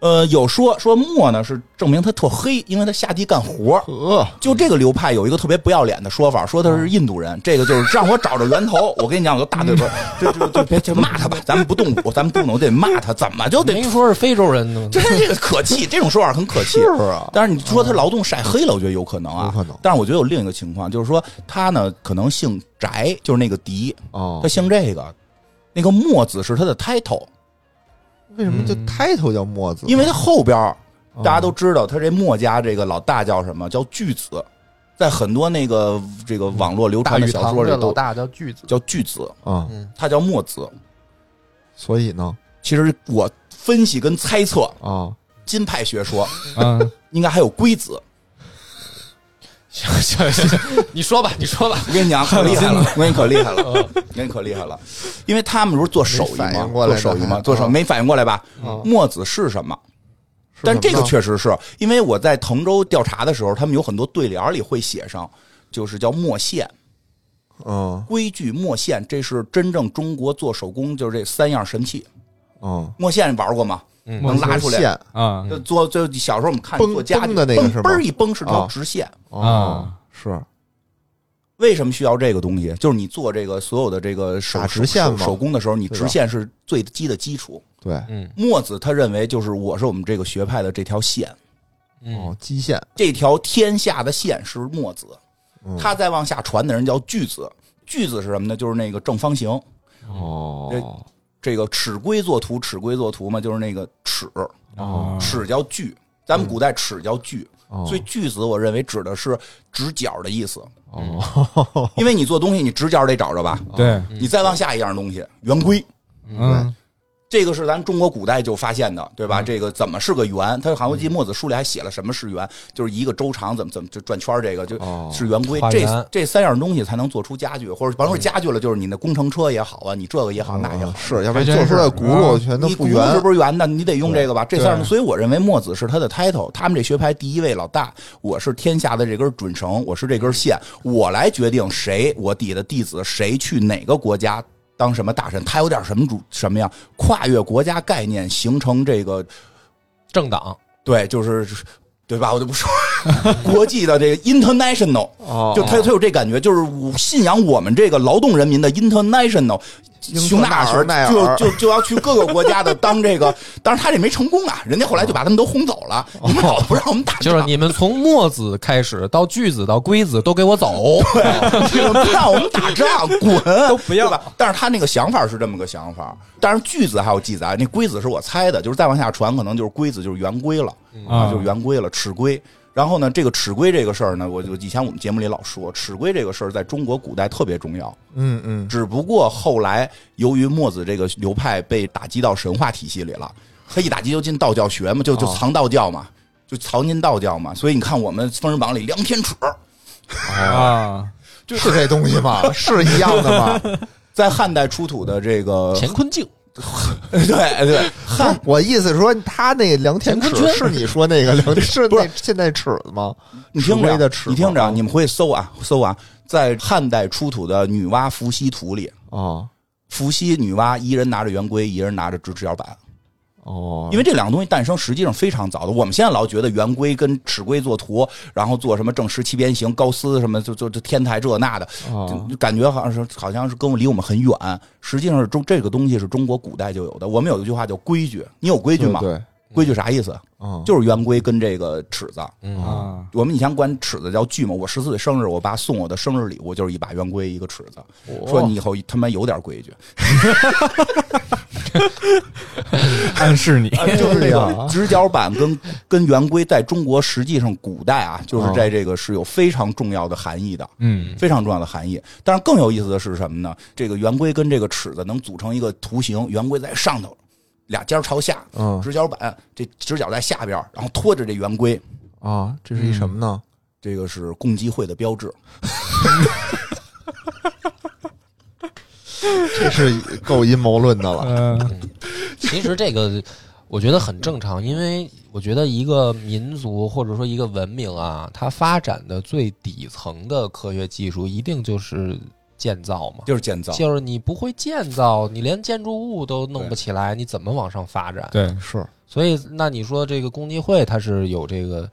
[SPEAKER 4] 呃，有说说莫呢是证明他特黑，因为他下地干活。
[SPEAKER 5] 呃，
[SPEAKER 4] 就这个流派有一个特别不要脸的说法，说他是印度人，这个就是让我找着源
[SPEAKER 5] (laughs)
[SPEAKER 4] 头。我跟你讲，我就大对
[SPEAKER 5] 嗯
[SPEAKER 4] 嘴，就就就别就骂他吧，咱们不动武，咱们不能得骂他，怎
[SPEAKER 5] (laughs)
[SPEAKER 4] 么就得
[SPEAKER 5] 哎
[SPEAKER 3] 没说是非洲人呢，
[SPEAKER 4] 真是这个可气，这种说法很可气。
[SPEAKER 5] 是啊
[SPEAKER 4] 但是你说他劳动晒黑了，我觉得有可能啊。
[SPEAKER 5] 有可能
[SPEAKER 4] 但是我觉得有另一个情况，就是说他呢可能姓翟，就是那个狄，
[SPEAKER 5] 哦
[SPEAKER 4] 他，姓这个。那个墨子是他的 title，
[SPEAKER 5] 为什么就
[SPEAKER 3] 嗯
[SPEAKER 5] title 叫墨子？
[SPEAKER 4] 因为他后边儿大家都知道，他这墨家这个老大叫什么？叫巨子，在很多那个这个网络流传的小说里都
[SPEAKER 5] 大叫巨子
[SPEAKER 4] 叫巨子，
[SPEAKER 5] 啊，
[SPEAKER 4] 他叫墨子。
[SPEAKER 5] 所以呢
[SPEAKER 4] 其实我分析跟猜测，
[SPEAKER 5] 啊，
[SPEAKER 4] 金派学说
[SPEAKER 6] 嗯，
[SPEAKER 4] 应该还有龟子，
[SPEAKER 3] 行行行行，你说吧，你说吧，
[SPEAKER 4] 我跟你讲，可厉害
[SPEAKER 5] (laughs)
[SPEAKER 4] 了，我跟你可厉害了，我跟你可厉害了，因为他们不是做手艺
[SPEAKER 5] 哦没反
[SPEAKER 4] 嘛，
[SPEAKER 5] 应过来
[SPEAKER 4] 做
[SPEAKER 5] 呢
[SPEAKER 4] 手艺嘛，
[SPEAKER 5] 还
[SPEAKER 4] 做手
[SPEAKER 5] 啊
[SPEAKER 4] 没反应过来吧
[SPEAKER 5] 啊？
[SPEAKER 4] 墨子是什么？
[SPEAKER 5] 是
[SPEAKER 4] 但
[SPEAKER 5] 什么
[SPEAKER 4] 这个
[SPEAKER 5] 呢
[SPEAKER 4] 确实是因为我在滕州调查的时候，他们有很多对联里会写上，就是叫墨线。
[SPEAKER 5] 嗯
[SPEAKER 4] 规矩墨线，这是真正中国做手工，就是这三样神器。
[SPEAKER 5] 嗯，
[SPEAKER 4] 墨线玩过吗？
[SPEAKER 6] 嗯
[SPEAKER 4] 能拉嗯出来。
[SPEAKER 5] 线
[SPEAKER 6] 啊
[SPEAKER 4] 就做就小时候我们看
[SPEAKER 5] 嗯崩
[SPEAKER 4] 做家具
[SPEAKER 5] 崩的那个
[SPEAKER 4] 崩
[SPEAKER 5] 是吗
[SPEAKER 4] 嘣儿一崩是条
[SPEAKER 5] 啊
[SPEAKER 4] 直线。啊
[SPEAKER 5] 哦，是
[SPEAKER 4] 为什么需要这个东西？就是你做这个所有的这个手
[SPEAKER 5] 打直线
[SPEAKER 4] 手
[SPEAKER 5] 嘛
[SPEAKER 4] 手工的时候，你
[SPEAKER 5] 对
[SPEAKER 4] 直
[SPEAKER 5] 吧
[SPEAKER 4] 线是最基的基础。
[SPEAKER 5] 对
[SPEAKER 3] 嗯
[SPEAKER 4] 墨子他认为就是我是我们这个学派的这条线，
[SPEAKER 5] 哦
[SPEAKER 3] 嗯，，
[SPEAKER 5] 基线
[SPEAKER 4] 这条天下的线是墨子
[SPEAKER 5] 嗯，
[SPEAKER 4] 他再往下传的人叫巨子。巨子是什么呢？就是那个正方形，
[SPEAKER 5] 哦
[SPEAKER 4] 这个尺规作图，尺规作图嘛，就是那个尺，
[SPEAKER 6] 啊
[SPEAKER 5] 哦
[SPEAKER 4] 尺叫矩，咱们古代尺叫矩，
[SPEAKER 5] 哦
[SPEAKER 4] 所以巨子我认为指的是直角的意思，
[SPEAKER 5] (laughs) 哦，
[SPEAKER 4] 因为你做东西你直角得找着吧，
[SPEAKER 6] 对，
[SPEAKER 5] 嗯
[SPEAKER 4] 你再往下一样东西圆规，
[SPEAKER 6] 嗯
[SPEAKER 4] 这个是咱中国古代就发现的，对吧？
[SPEAKER 5] 嗯
[SPEAKER 4] 这个怎么是个圆？他好像我记得墨子书里还写了什么是圆，就是一个周长怎么怎么就转圈儿，这个就
[SPEAKER 5] 哦
[SPEAKER 4] 是圆规。
[SPEAKER 3] 画圆
[SPEAKER 4] 这这三样东西才能做出家具，或者甭说家具了，就是你的工程车也好啊，你这个也好，那也好，
[SPEAKER 5] 嗯是，要不然
[SPEAKER 6] 还真
[SPEAKER 5] 做出来
[SPEAKER 6] 是
[SPEAKER 5] 轱辘全都
[SPEAKER 4] 啊你
[SPEAKER 5] 不
[SPEAKER 4] 轱辘
[SPEAKER 5] 圆
[SPEAKER 4] 是，不是圆的？你得用这个吧。这三样，
[SPEAKER 6] 对
[SPEAKER 4] 所以我认为墨子是他的 title，他们这学派第一位老大。我是天下的这根准绳，我是这根线，我来决定谁我底下的弟子谁去哪个国家当什么大臣，他有点什么主什么呀？跨越国家概念，形成这个
[SPEAKER 3] 政党
[SPEAKER 4] 对，就是对吧？我就不说 (laughs) 国际的这个 international，
[SPEAKER 5] 哦
[SPEAKER 4] 就他他有这感觉，就是我信仰我们这个劳动人民的 international。
[SPEAKER 5] 英
[SPEAKER 4] 熊
[SPEAKER 5] 特纳
[SPEAKER 4] 纳
[SPEAKER 5] 熊奈尔
[SPEAKER 4] 就就就要去各个国家的当这个，当然他这没成功啊，人家后来就把他们都轰走了。
[SPEAKER 5] 哦
[SPEAKER 4] 你们老不让我们打
[SPEAKER 3] 就是
[SPEAKER 4] 仗，
[SPEAKER 3] 你们从墨子开始到巨子到龟子都给我
[SPEAKER 4] (laughs)
[SPEAKER 3] 走，
[SPEAKER 6] (laughs)
[SPEAKER 4] 你们不让我们打仗，滚！
[SPEAKER 6] 都不要
[SPEAKER 4] 对吧。但是他那个想法是这么个想法，但是句子还有记载，那龟子是我猜的，就是再往下传，可能就是龟子就是圆规了。啊，
[SPEAKER 6] 啊
[SPEAKER 4] 就是圆规了，尺规。然后呢，这个尺规这个事儿呢，我就以前我们节目里老说，尺规这个事儿在中国古代特别重要。
[SPEAKER 5] 嗯嗯，
[SPEAKER 4] 只不过后来由于墨子这个流派被打击到神话体系里了，他一打击就进道教学嘛，就就藏道教嘛，就藏进道教嘛。所以你看我们《封神榜》里量天尺，
[SPEAKER 6] 啊，
[SPEAKER 5] 是这东西
[SPEAKER 4] (laughs)
[SPEAKER 5] 吗？是一样的吗？
[SPEAKER 4] 在汉代出土的这个，
[SPEAKER 3] 乾坤镜，
[SPEAKER 4] 对 (laughs) 对，汉
[SPEAKER 5] 我意思是说，他那量天尺
[SPEAKER 3] 乾坤圈
[SPEAKER 5] 是你说那个
[SPEAKER 4] (laughs)
[SPEAKER 5] 量是
[SPEAKER 4] 不
[SPEAKER 5] 那
[SPEAKER 4] 是
[SPEAKER 5] 现在尺子吗？
[SPEAKER 4] 你听
[SPEAKER 5] 尺规
[SPEAKER 4] 着
[SPEAKER 5] 的，尺
[SPEAKER 4] 你听着，
[SPEAKER 5] 吗
[SPEAKER 4] 你们回去搜啊搜啊，在汉代出土的女娲伏羲图里，
[SPEAKER 5] 哦
[SPEAKER 4] 伏羲、女娲一人拿着圆规，一人拿着直直角板。
[SPEAKER 5] 哦哦，
[SPEAKER 4] 因为这两个东西诞生实际上非常早的。我们现在老觉得圆规跟尺规作图，然后做什么正十七边形、高斯什么，就就就天台这那的，
[SPEAKER 5] 哦
[SPEAKER 4] 就就感觉好像是好像是跟我离我们很远。实际上是中这个东西是中国古代就有的。我们有一句话叫规矩，你有规矩
[SPEAKER 5] 对
[SPEAKER 4] 吗？
[SPEAKER 5] 对，
[SPEAKER 4] 规矩啥意思？
[SPEAKER 5] 嗯，
[SPEAKER 4] 就是圆规跟这个尺子。
[SPEAKER 6] 啊，
[SPEAKER 4] 我们以前管尺子叫锯嘛。我十四岁生日，我爸送我的生日礼物就是一把圆规一个尺子，
[SPEAKER 5] 哦
[SPEAKER 4] 说你以后他妈有点规矩。
[SPEAKER 6] 暗示你
[SPEAKER 4] 啊就是这
[SPEAKER 5] 哎
[SPEAKER 4] 个
[SPEAKER 5] 呀
[SPEAKER 4] 直角板跟 (laughs) 跟圆规在中国实际上古代啊，就是在这个是有非常重要的含义的，
[SPEAKER 6] 嗯，
[SPEAKER 4] 非常重要的含义。但是更有意思的是什么呢？这个圆规跟这个尺子能组成一个图形，圆规在上头，俩尖儿朝下，
[SPEAKER 5] 嗯
[SPEAKER 4] 直角板这直角在下边儿，然后拖着这圆规，
[SPEAKER 5] 啊，这是一什么呢？
[SPEAKER 4] 这个是共济会的标志。
[SPEAKER 5] 这是够阴谋论的了。
[SPEAKER 6] 嗯
[SPEAKER 3] 其实这个我觉得很正常，因为我觉得一个民族或者说一个文明啊，它发展的最底层的科学技术一定就是建造嘛。
[SPEAKER 4] 就是建造，
[SPEAKER 3] 就是你不会建造，你连建筑物都弄不起来，你怎么往上发展？
[SPEAKER 6] 对，
[SPEAKER 5] 是，
[SPEAKER 3] 所以，那你说这个共济会它是有这个，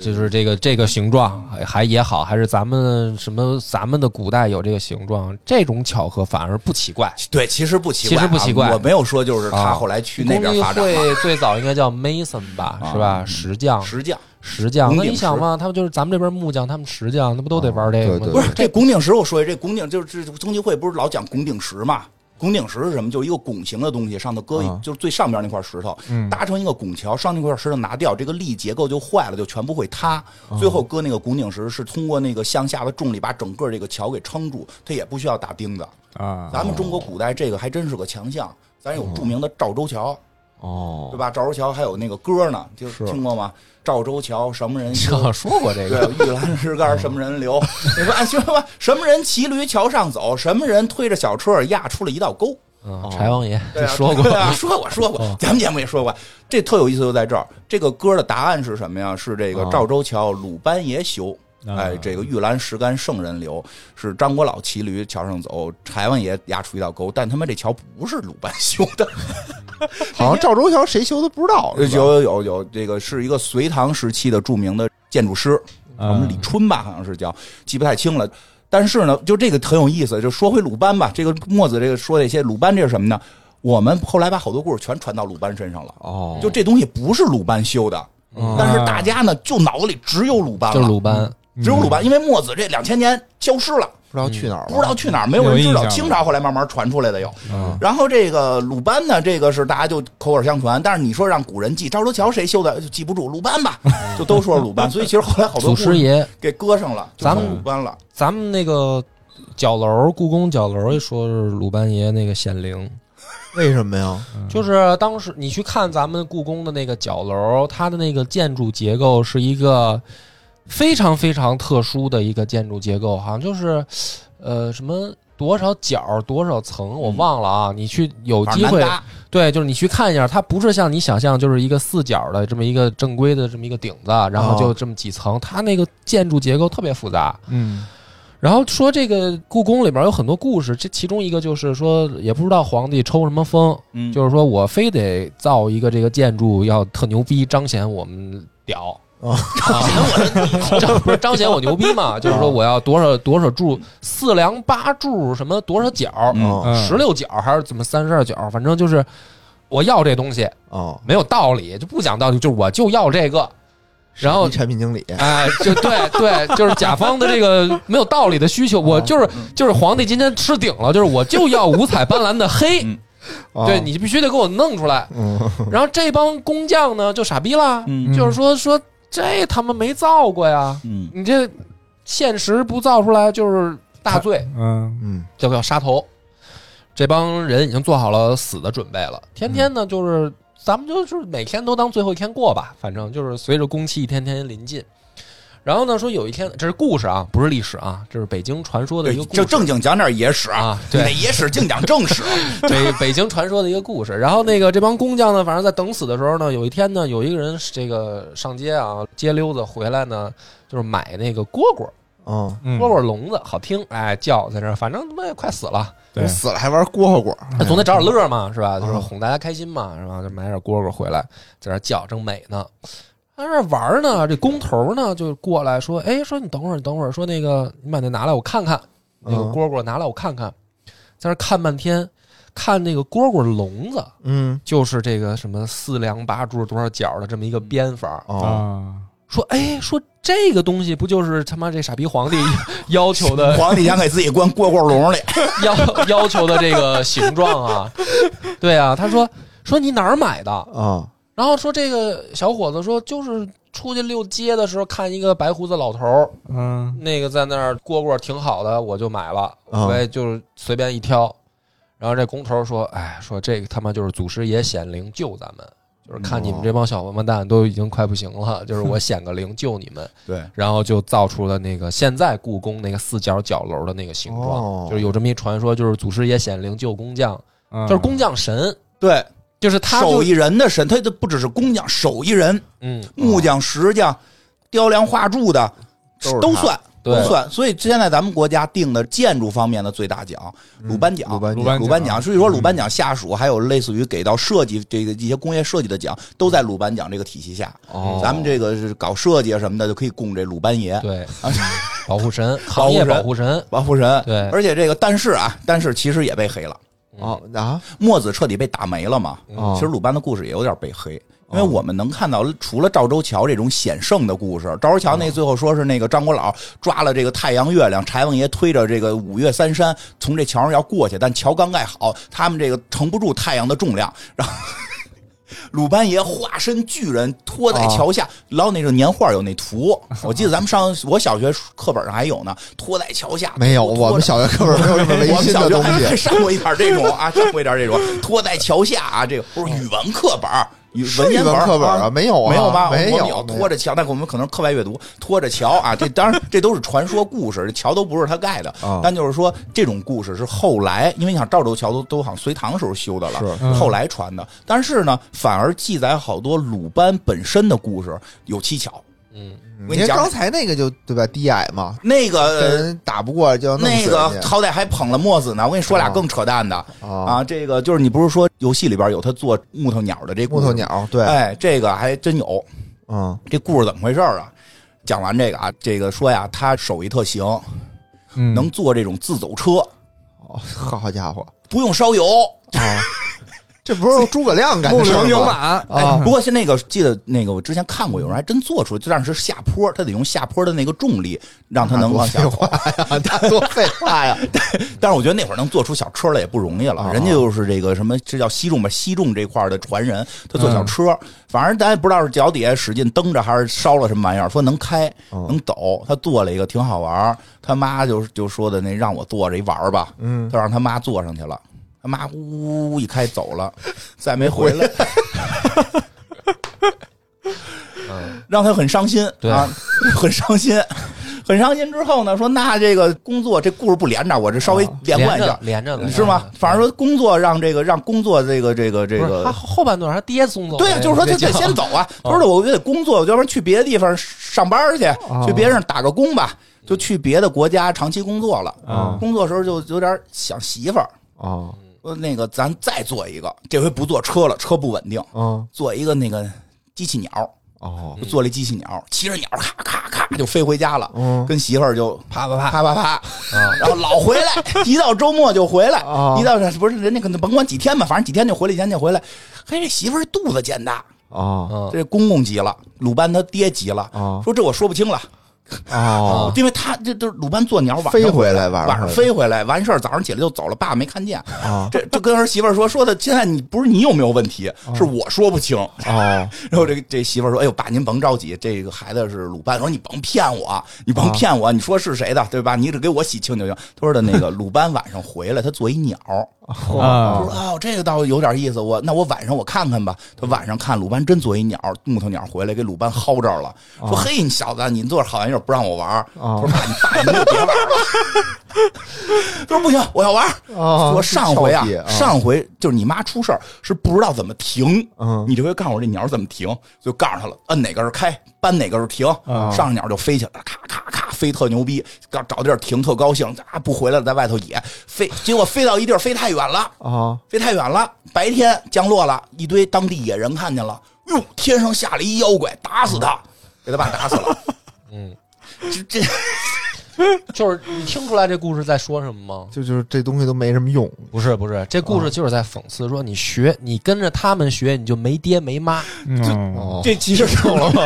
[SPEAKER 3] 就是这个这个形状，还还也好，还是咱们什么咱们的古代有这个形状，这种巧合反而不奇怪。
[SPEAKER 4] 对，其实不奇怪啊，
[SPEAKER 3] 其实不奇怪
[SPEAKER 4] 我没有说就是他
[SPEAKER 3] 啊
[SPEAKER 4] 后来去那
[SPEAKER 3] 共
[SPEAKER 4] 边
[SPEAKER 3] 济
[SPEAKER 4] 发展嘛，
[SPEAKER 3] 会最早应该叫 Mason 吧，
[SPEAKER 4] 啊
[SPEAKER 3] 是吧？石匠，
[SPEAKER 4] 石匠。
[SPEAKER 3] 石匠。
[SPEAKER 4] 红
[SPEAKER 3] 那
[SPEAKER 4] 顶
[SPEAKER 3] 你想
[SPEAKER 4] 石啊
[SPEAKER 3] 嘛，他们就是咱们这边木匠，他们石匠，那不都得玩这个吗？
[SPEAKER 5] 对对
[SPEAKER 4] 不是这拱顶石，我说一下这拱顶就是这中济会不是老讲拱顶石嘛？拱顶石是什么？就是一个拱形的东西，上头搁一、
[SPEAKER 5] 啊
[SPEAKER 4] 就是最上边那块石头，
[SPEAKER 6] 嗯
[SPEAKER 4] 搭成一个拱桥，上那块石头拿掉，这个力结构就坏了，就全部会塌。最后搁那个拱顶石是通过那个向下的重力把整个这个桥给撑住，它也不需要打钉子。
[SPEAKER 6] 啊，
[SPEAKER 4] 咱们中国古代这个还真是个强项，咱有著名的赵州桥，
[SPEAKER 5] 哦，
[SPEAKER 4] 对吧？赵州桥还有那个歌呢，就是听过吗？赵州桥什么人歌？
[SPEAKER 3] 我说过这个，
[SPEAKER 4] 对，玉兰枝干什么人留？你说，哎，兄弟们，什么人骑驴桥上走？什么人推着小车儿压出了一道沟？
[SPEAKER 3] 嗯，柴王爷
[SPEAKER 4] 对
[SPEAKER 3] 这
[SPEAKER 4] 啊
[SPEAKER 3] 说过哦
[SPEAKER 4] 对，啊，说过，说过，咱们节目也说过。这特有意思就在这儿，这个歌的答案是什么呀？是这个
[SPEAKER 3] 哦
[SPEAKER 5] 啊
[SPEAKER 4] 赵州桥鲁班爷修。
[SPEAKER 6] 啊
[SPEAKER 4] 哎，这个玉兰石干圣人留，是张果老骑驴桥上走，柴王爷压出一道沟，但他妈这桥不是鲁班 (laughs) 修的，
[SPEAKER 5] 好像赵州桥谁修的不知道，
[SPEAKER 4] 有
[SPEAKER 5] 是吧
[SPEAKER 4] 呃有有有，这个是一个隋唐时期的著名的建筑师，啊我
[SPEAKER 6] 嗯
[SPEAKER 4] 们李春吧，好像是叫，记不太清了。但是呢，就这个很有意思。就说回鲁班吧，这个墨子这个说这些鲁班这是什么呢？我们后来把好多故事全传到鲁班身上了。
[SPEAKER 5] 哦，
[SPEAKER 4] 就这东西不是鲁班修的，但是大家呢就脑子里只有鲁班
[SPEAKER 3] 就是
[SPEAKER 4] 了，
[SPEAKER 3] 鲁班。
[SPEAKER 4] 只有鲁班，因为墨子这两千年消失了。
[SPEAKER 5] 不知道去哪儿了，
[SPEAKER 4] 不知道去哪儿，没有人知
[SPEAKER 6] 有印象
[SPEAKER 4] 道。
[SPEAKER 6] 了
[SPEAKER 4] 清朝后来慢慢传出来的有
[SPEAKER 5] 嗯。
[SPEAKER 4] 然后这个鲁班呢，这个是大家就口耳相传，但是你说让古人记赵州桥谁修的，就记不住鲁班吧，就都说鲁班。所以其实后来好多
[SPEAKER 3] 祖
[SPEAKER 4] 故
[SPEAKER 3] 师
[SPEAKER 4] 事
[SPEAKER 3] 爷，
[SPEAKER 4] 给搁上了，就
[SPEAKER 3] 咱
[SPEAKER 4] 成
[SPEAKER 3] 们
[SPEAKER 4] 鲁班了。
[SPEAKER 3] 咱们那个角楼，故宫角楼一说是鲁班爷那个显灵，
[SPEAKER 5] 为什么呀？
[SPEAKER 3] 就是当时你去看咱们故宫的那个角楼，它的那个建筑结构是一个非常非常特殊的一个建筑结构，好像就是呃什么。多少角多少层我忘了啊！你去有
[SPEAKER 4] 嗯反
[SPEAKER 3] 机
[SPEAKER 4] 正
[SPEAKER 3] 会
[SPEAKER 4] 南搭
[SPEAKER 3] 对，就是你去看一下，它不是像你想象就是一个四角的这么一个正规的这么一个顶子，啊然
[SPEAKER 4] 哦
[SPEAKER 3] 后就这么几层，它那个建筑结构特别复杂。
[SPEAKER 6] 嗯
[SPEAKER 3] 然后说这个故宫里边有很多故事，这其中一个就是说，也不知道皇帝抽什么风，
[SPEAKER 4] 嗯，
[SPEAKER 3] 就是说我非得造一个这个建筑要特牛逼，彰显我们屌。 (laughs)
[SPEAKER 5] 哦
[SPEAKER 3] 彰显我彰不是彰显我牛逼嘛？就是说我要多少多少柱，四梁八柱什么多少角，
[SPEAKER 4] 嗯
[SPEAKER 6] 嗯
[SPEAKER 3] 十六角还是怎么三十二角，反正就是我要这东西
[SPEAKER 5] 哦，
[SPEAKER 3] 没有道理，就不讲道理，就是我就要这个。然后
[SPEAKER 5] 一产品
[SPEAKER 3] (laughs)
[SPEAKER 5] 经理
[SPEAKER 3] 哎，就对对，就是甲方的这个没有道理的需求，我
[SPEAKER 4] 嗯
[SPEAKER 3] 就是就是皇帝今天吃顶了，就是我就要五彩斑斓的黑，
[SPEAKER 4] 嗯
[SPEAKER 5] 哦
[SPEAKER 3] 对你必须得给我弄出来。
[SPEAKER 5] 嗯
[SPEAKER 3] (laughs) 然后这帮工匠呢就傻逼了，
[SPEAKER 4] 嗯
[SPEAKER 3] 就是说说这他妈没造过呀，
[SPEAKER 4] 嗯
[SPEAKER 3] 你这现实不造出来就是大罪，
[SPEAKER 6] 嗯
[SPEAKER 5] 嗯
[SPEAKER 3] 就要杀头。这帮人已经做好了死的准备了，天天呢就是咱们就是每天都当最后一天过吧，反正就是随着工期一天天临近。然后呢，说有一天，这是故事啊，不是历史啊，这是北京传说的一个
[SPEAKER 4] 对，
[SPEAKER 3] 故事
[SPEAKER 4] 就哎正经讲点野史
[SPEAKER 3] 啊，对
[SPEAKER 4] 哪，野史净讲
[SPEAKER 3] (laughs)
[SPEAKER 4] 正史，
[SPEAKER 3] 北北京传说的一个故事。然后那个这帮工匠呢，反正在等死的时候呢，有一天呢，有一个人这个上街啊，街溜子回来呢，就是买那个蝈蝈，
[SPEAKER 5] 嗯，
[SPEAKER 6] 嗯
[SPEAKER 3] 蝈蝈聋子好听，哎叫在这儿，反正他妈也快死了，
[SPEAKER 6] 对
[SPEAKER 5] 死了还玩蝈蝈果，
[SPEAKER 3] 那总得找点乐嘛，是吧？就是
[SPEAKER 5] 嗯
[SPEAKER 3] 哄大家开心嘛，是吧？就买点蝈蝈回来，在这儿叫，正美呢。在这玩儿呢，这工头呢就过来说：“哎，说你等会儿，你等会儿，说那个你把那拿来我看看，那个
[SPEAKER 5] 嗯
[SPEAKER 3] 蝈蝈拿来我看看。在这儿看半天，看那个蝈蝈笼子，
[SPEAKER 5] 嗯，
[SPEAKER 3] 就是这个什么四梁八柱多少角的这么一个
[SPEAKER 5] 嗯
[SPEAKER 3] 编法儿。
[SPEAKER 5] 哦，
[SPEAKER 6] 啊，
[SPEAKER 3] 说，哎，说这个东西不就是他妈这傻逼皇帝 (laughs) 要求的
[SPEAKER 4] 皇帝想给自己关蝈蝈笼里，
[SPEAKER 3] (laughs) 要要求的这个形状啊？对啊，他说说你哪儿买的？
[SPEAKER 5] 啊，
[SPEAKER 3] 然后说这个小伙子说就是出去溜街的时候看一个白胡子老头儿，
[SPEAKER 6] 嗯，
[SPEAKER 3] 那个在那儿蝈蝈挺好的，我就买了，
[SPEAKER 5] 嗯
[SPEAKER 3] 我也就是随便一挑。然后这工头说：“哎，说这个他妈就是祖师爷显灵救咱们，就是看你们这帮小王八蛋都已经快不行了，就是我显个灵救你们。”
[SPEAKER 4] 对，
[SPEAKER 3] 然后就造出了那个现在故宫那个四角角楼的那个形状，
[SPEAKER 5] 哦
[SPEAKER 3] 就是有这么一传说，就是祖师爷显灵救工匠，
[SPEAKER 6] 嗯
[SPEAKER 3] 就是工匠神，
[SPEAKER 4] 对，
[SPEAKER 3] 就是他就
[SPEAKER 4] 手艺人的神，他就不只是工匠，手艺人、
[SPEAKER 3] 嗯，
[SPEAKER 4] 木匠、石匠、雕梁画柱的
[SPEAKER 5] 都是他
[SPEAKER 4] 都算。
[SPEAKER 3] 对
[SPEAKER 4] 都算，所以现在咱们国家定的建筑方面的最大奖——鲁班奖，
[SPEAKER 5] 嗯鲁班
[SPEAKER 6] 鲁班
[SPEAKER 4] 鲁班奖，所以说鲁班奖下属还有类似于给到设计这个一些工业设计的奖，都在鲁班奖这个体系下。
[SPEAKER 3] 哦
[SPEAKER 4] 咱们这个是搞设计啊什么的，就可以供这鲁班爷、
[SPEAKER 3] 对
[SPEAKER 4] 啊
[SPEAKER 3] 保护神，行业保护神，
[SPEAKER 4] 王福神。
[SPEAKER 3] 对
[SPEAKER 4] 而且这个但是啊，但是其实也被黑了，
[SPEAKER 5] 哦啊，
[SPEAKER 4] 墨子彻底被打没了嘛。
[SPEAKER 5] 哦
[SPEAKER 4] 其实鲁班的故事也有点被黑，因为我们能看到，除了赵州桥这种险胜的故事，赵州桥那
[SPEAKER 5] 哦
[SPEAKER 4] 最后说是那个张果老抓了这个太阳月亮，柴王爷推着这个五岳三山从这桥上要过去，但桥刚盖好，他们这个承不住太阳的重量，然后鲁班爷化身巨人拖在桥
[SPEAKER 5] 哦
[SPEAKER 4] 下，然后那个年画有那图，我记得咱们上我小学课本上还有呢，拖在桥下
[SPEAKER 5] 没有，
[SPEAKER 4] 拖
[SPEAKER 5] 我们小学课本没有 (laughs) 这么违
[SPEAKER 4] 我们
[SPEAKER 5] 心的
[SPEAKER 4] 小学
[SPEAKER 5] 东
[SPEAKER 4] 还
[SPEAKER 5] 西，
[SPEAKER 4] (laughs) 上过一点这种啊，上过一点这种 (laughs) 拖在桥下啊，这个不是语文课本儿，语
[SPEAKER 5] 是
[SPEAKER 4] 文言
[SPEAKER 5] 语文
[SPEAKER 4] 本儿
[SPEAKER 5] 课本儿
[SPEAKER 4] 啊
[SPEAKER 5] 啊没有啊
[SPEAKER 4] 没有吧？
[SPEAKER 5] 没有
[SPEAKER 4] 我们有
[SPEAKER 5] 没有
[SPEAKER 4] 拖着桥，但我们可能课外阅读拖着桥啊，这 (laughs) 当然这都是传说故事，这桥都不是他盖的
[SPEAKER 5] 啊，
[SPEAKER 4] 但就是说这种故事是后来，因为你想赵州桥都都好像隋唐时候修的了，
[SPEAKER 5] 是
[SPEAKER 6] 嗯
[SPEAKER 4] 后来传的，但是呢，反而记载好多鲁班本身的故事有蹊跷。
[SPEAKER 3] 嗯，
[SPEAKER 4] 我
[SPEAKER 5] 您
[SPEAKER 4] 跟你讲
[SPEAKER 5] 刚，才那个就对吧，低矮嘛，
[SPEAKER 4] 那个
[SPEAKER 5] 跟人打不过就要弄
[SPEAKER 4] 那
[SPEAKER 5] 死
[SPEAKER 4] 个
[SPEAKER 5] 人家
[SPEAKER 4] 好歹还捧了墨子呢，我跟你说俩
[SPEAKER 5] 啊
[SPEAKER 4] 更扯淡的
[SPEAKER 5] 啊，
[SPEAKER 4] 啊，这个就是你不是说游戏里边有他做木头鸟的这故
[SPEAKER 5] 木
[SPEAKER 4] 事
[SPEAKER 5] 头？鸟，对，
[SPEAKER 4] 哎，这个还真有。
[SPEAKER 5] 嗯
[SPEAKER 4] 这故事怎么回事儿啊？讲完这个啊，这个说呀，他手艺特行，
[SPEAKER 6] 嗯
[SPEAKER 4] 能坐这种自走车，
[SPEAKER 5] 哦，好好家伙
[SPEAKER 4] 不用烧油。
[SPEAKER 5] 啊，这不是诸葛亮干
[SPEAKER 6] 木
[SPEAKER 5] 的事
[SPEAKER 6] 牛
[SPEAKER 5] 儿
[SPEAKER 6] 有
[SPEAKER 5] 吗？
[SPEAKER 6] 马
[SPEAKER 5] 啊
[SPEAKER 4] 哎不过是那个记得那个，我之前看过，有人还真做出，但是是下坡，他得用下坡的那个重力让他能往下
[SPEAKER 5] 那多
[SPEAKER 4] 走。
[SPEAKER 5] 啊，他多废话呀！
[SPEAKER 4] (laughs) 但是我觉得那会儿能做出小车来也不容易了，
[SPEAKER 5] 啊
[SPEAKER 4] 人家就是这个什么，这叫西仲吧，西仲这块儿的传人，他做
[SPEAKER 5] 嗯
[SPEAKER 4] 小车，反正咱也不知道是脚底下使劲蹬着还是烧了什么玩意儿，说能开
[SPEAKER 5] 嗯
[SPEAKER 4] 能抖，他做了一个挺好玩儿，他妈就就说的那让我坐着一玩儿吧，
[SPEAKER 5] 嗯，
[SPEAKER 4] 他让他妈坐上去了，他妈呜呜呜一开走了，再没回来。 (laughs) 让他很伤心，
[SPEAKER 3] 对
[SPEAKER 4] 啊，很伤心，很伤心。之后呢，说那这个工作这故事不连着，我这稍微连贯一下，
[SPEAKER 3] 哦连着的嗯
[SPEAKER 4] 是吗？反正说工作让这个让工作这个这个这
[SPEAKER 3] 不是他
[SPEAKER 4] 个，
[SPEAKER 3] 后半段他爹送走了，
[SPEAKER 4] 对呀，就是说他
[SPEAKER 3] 这
[SPEAKER 4] 得先走啊。
[SPEAKER 3] 哦
[SPEAKER 4] 不是，我就得工作，要不然去别的地方上班去，去别人打个工吧，就去别的国家长期工作了。
[SPEAKER 6] 啊
[SPEAKER 4] 工作时候就有点想媳妇儿，
[SPEAKER 5] 啊
[SPEAKER 4] 说那个咱再做一个，这回不坐车了，车不稳定，
[SPEAKER 5] 啊
[SPEAKER 4] 做一个那个机器鸟，
[SPEAKER 5] 哦
[SPEAKER 4] 就做了一机器鸟，骑着鸟咔咔咔就飞回家了，
[SPEAKER 5] 嗯
[SPEAKER 4] 跟媳妇儿就
[SPEAKER 3] 啪啪啪，
[SPEAKER 4] 啪啪啪，然后老回来，一到周末就回来
[SPEAKER 5] 啊，
[SPEAKER 4] 一到这不是人家可能甭管几天吧，反正几天就回来，几天就回来。嘿，这媳妇儿肚子见大，
[SPEAKER 5] 啊
[SPEAKER 3] 嗯，
[SPEAKER 4] 这公公急了，鲁班他爹急了
[SPEAKER 5] 啊，
[SPEAKER 4] 说这我说不清了，
[SPEAKER 5] 哦
[SPEAKER 4] 因为他这都是鲁班坐鸟晚上
[SPEAKER 5] 飞回来晚
[SPEAKER 4] 晚
[SPEAKER 5] 上回
[SPEAKER 4] 上
[SPEAKER 5] 来
[SPEAKER 4] 飞回来，完事儿早上起来就走了，爸没看见。
[SPEAKER 5] 啊
[SPEAKER 4] 这这跟儿媳妇儿说说的，现在你不是你有没有问题，是我说不清。
[SPEAKER 5] 哦
[SPEAKER 4] 然后这个这媳妇儿说：“哎呦，爸，您甭着急，这个孩子是鲁班。”我说：“你甭骗我，你甭骗我，你说是谁的，对吧？你只给我洗清就行。”他说的那个鲁班晚上回来，他做一鸟。
[SPEAKER 6] 啊
[SPEAKER 4] 我说：“哦，这个倒有点意思。我那我晚上我看看吧。”他晚上看鲁班真做一鸟，木头鸟回来给鲁班薅这儿了，说：“嘿，你小子，你做好玩意儿不让我玩儿。”
[SPEAKER 5] 哦
[SPEAKER 4] 我说：“ (laughs) 爸，你爸你就别玩了。”他说：“不行，我要玩儿。”
[SPEAKER 5] (laughs) 哦
[SPEAKER 4] 说上回啊
[SPEAKER 5] 这调皮，哦
[SPEAKER 4] 上回就是你妈出事儿是不知道怎么停，
[SPEAKER 5] 嗯
[SPEAKER 4] 你这回告诉我这鸟
[SPEAKER 5] 啊
[SPEAKER 4] 怎么停，就告诉他了，摁哪个是开，扳哪个是停，上鸟就飞起来了，咔咔咔飞特牛逼，找找地儿停特高兴，啊不回来了，在外头野飞，结果飞到一地儿飞太远了，
[SPEAKER 5] 啊，
[SPEAKER 4] 飞太远了，白天降落了，一堆当地野人看见了，哟，天上下来一妖怪，打死
[SPEAKER 5] 哦
[SPEAKER 4] 他，给他爸打死了。
[SPEAKER 3] 嗯，
[SPEAKER 4] 这这
[SPEAKER 3] (laughs) 就是你听出来这故事在说什么吗？
[SPEAKER 5] 就就是这东西都没什么用，
[SPEAKER 3] 不是不是，这故事就是在讽刺说，你学你跟着他们学，你就没爹没妈；
[SPEAKER 6] 嗯，
[SPEAKER 4] 这其实懂
[SPEAKER 3] (laughs)
[SPEAKER 4] 了吗？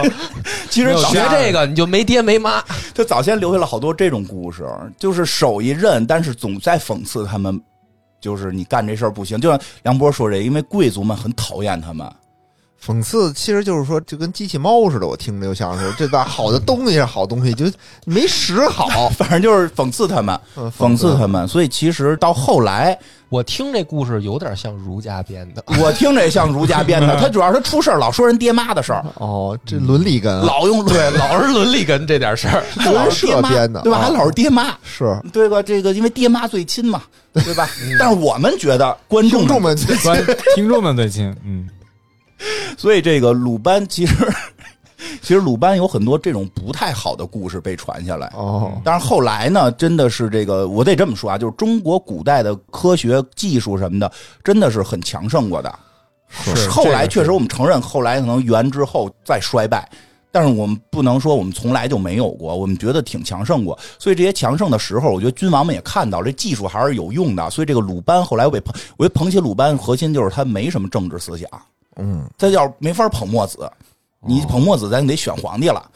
[SPEAKER 4] 其实早
[SPEAKER 3] 学
[SPEAKER 4] 先
[SPEAKER 3] 这个你就没爹没妈。
[SPEAKER 4] 他早先留下了好多这种故事，就是手一认，但是总在讽刺他们，就是你干这事儿不行。就像梁波说这，因为贵族们很讨厌他们，
[SPEAKER 5] 讽刺其实就是说就跟机器猫似的，我听着就像是这把好的东西是好东西，就没使
[SPEAKER 3] 哦
[SPEAKER 5] 好，
[SPEAKER 4] (laughs) 反正就是讽刺他们，
[SPEAKER 5] 嗯
[SPEAKER 4] 讽刺他们。所以其实到后来，
[SPEAKER 3] 我听这故事有点像儒家编的，
[SPEAKER 4] 我听着也像儒家编
[SPEAKER 3] (laughs)
[SPEAKER 4] 的，他主要是他出事儿老说人爹妈的事儿，
[SPEAKER 5] 哦，这伦理根啊
[SPEAKER 4] 老用对
[SPEAKER 3] 嗯老是伦理跟这点事
[SPEAKER 4] (laughs)
[SPEAKER 3] 儿。
[SPEAKER 4] 还老是爹
[SPEAKER 5] 人设编
[SPEAKER 4] 妈
[SPEAKER 5] 的
[SPEAKER 4] 对
[SPEAKER 3] 哦
[SPEAKER 4] 吧？
[SPEAKER 5] 啊
[SPEAKER 4] 还老是爹妈。
[SPEAKER 5] 是
[SPEAKER 4] 对吧？这个因为爹妈最亲嘛，对吧？
[SPEAKER 3] 嗯
[SPEAKER 4] 但是我们觉得观众
[SPEAKER 5] 听众们
[SPEAKER 4] 们，
[SPEAKER 5] 最近
[SPEAKER 6] 关听众们最亲，嗯，
[SPEAKER 4] 所以这个鲁班其实， (laughs) 其实鲁班有很多这种不太好的故事被传下来。
[SPEAKER 5] 哦，
[SPEAKER 4] 但是后来呢，真的是这个，我得这么说啊，就是中国古代的科学技术什么的，真的是很强盛过的。
[SPEAKER 5] 是
[SPEAKER 4] 后来
[SPEAKER 5] 这
[SPEAKER 4] 确
[SPEAKER 5] 个是
[SPEAKER 4] 实我们承认，后来可能元之后再衰败，但是我们不能说我们从来就没有过，我们觉得挺强盛过。所以这些强盛的时候，我觉得君王们也看到这技术还是有用的。所以这个鲁班后来我被捧，我觉得捧起鲁班核心就是他没什么政治思想，
[SPEAKER 5] 嗯，
[SPEAKER 4] 他要是没法捧墨子。你捧墨子，咱就得选皇帝了。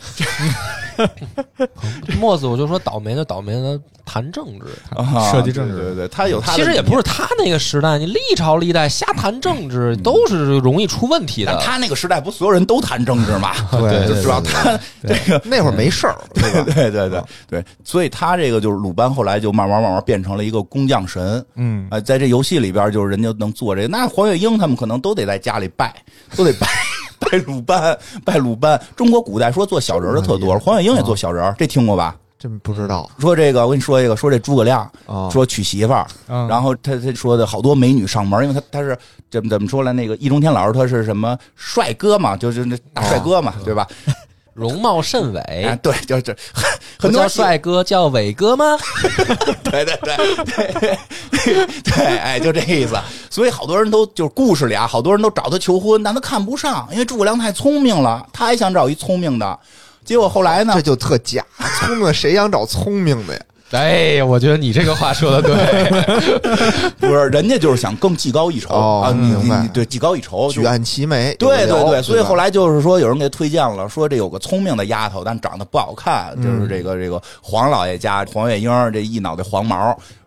[SPEAKER 3] 墨子我就说倒霉就倒霉的谈政治，
[SPEAKER 4] 啊
[SPEAKER 6] 涉及政治
[SPEAKER 4] 对对对，他有他的
[SPEAKER 3] 其实也
[SPEAKER 4] 理念
[SPEAKER 3] 不是他那个时代，你历朝历代瞎谈政治都是容易出问题
[SPEAKER 4] 但
[SPEAKER 3] 的。
[SPEAKER 4] 他那个时代不所有人都谈政治嘛？
[SPEAKER 5] 对
[SPEAKER 4] 就
[SPEAKER 5] 对
[SPEAKER 4] 主要
[SPEAKER 5] 对
[SPEAKER 4] 他这个，
[SPEAKER 5] 那会儿没事儿，对吧？
[SPEAKER 4] 对对对对，所以他这个就是鲁班后来就慢慢慢慢变成了一个工匠神。
[SPEAKER 6] 嗯
[SPEAKER 4] 啊，在这游戏里边，就是人家能做这个。那黄月英他们可能都得在家里拜，都得拜 (laughs) 拜鲁班，拜鲁班。中国古代说做小人的特多，黄月英也做小人儿，这听过吧？
[SPEAKER 5] 真不知道
[SPEAKER 4] 说这个，我跟你说一个，说这诸葛亮
[SPEAKER 5] 啊
[SPEAKER 4] 说娶媳妇儿，
[SPEAKER 6] 嗯
[SPEAKER 4] 然后他他说的好多美女上门，因为他他是怎么怎么说来，那个易中天老师他是什么帅哥嘛，就是那大帅哥
[SPEAKER 5] 哦
[SPEAKER 4] 嘛，对吧？
[SPEAKER 3] 容貌甚伟，
[SPEAKER 4] 哎，对，就是这
[SPEAKER 3] 不
[SPEAKER 4] 很多
[SPEAKER 3] 叫
[SPEAKER 4] 喜
[SPEAKER 3] 帅哥叫伟哥吗？
[SPEAKER 4] 对对对对对，哎，就这意思。所以好多人都就是故事里啊，好多人都找他求婚，但他看不上，因为诸葛亮太聪明了，他还想找一聪明的。结果后来呢
[SPEAKER 5] 这，就特假，聪明谁想找聪明的呀？
[SPEAKER 3] 哎，我觉得你这个话说的对，
[SPEAKER 4] 不是人家就是想更技高一筹、
[SPEAKER 5] 哦
[SPEAKER 4] 啊，你
[SPEAKER 5] 明
[SPEAKER 4] 你
[SPEAKER 5] 白
[SPEAKER 4] 你对技高一筹，就
[SPEAKER 5] 举案齐眉，
[SPEAKER 4] 对
[SPEAKER 5] 有
[SPEAKER 4] 对
[SPEAKER 5] 聊
[SPEAKER 4] 对，所以
[SPEAKER 5] 吧
[SPEAKER 4] 后来就是说，有人给推荐了，说这有个聪明的丫头，但长得不好看，就是这个这个黄老爷家黄月英这一脑袋黄毛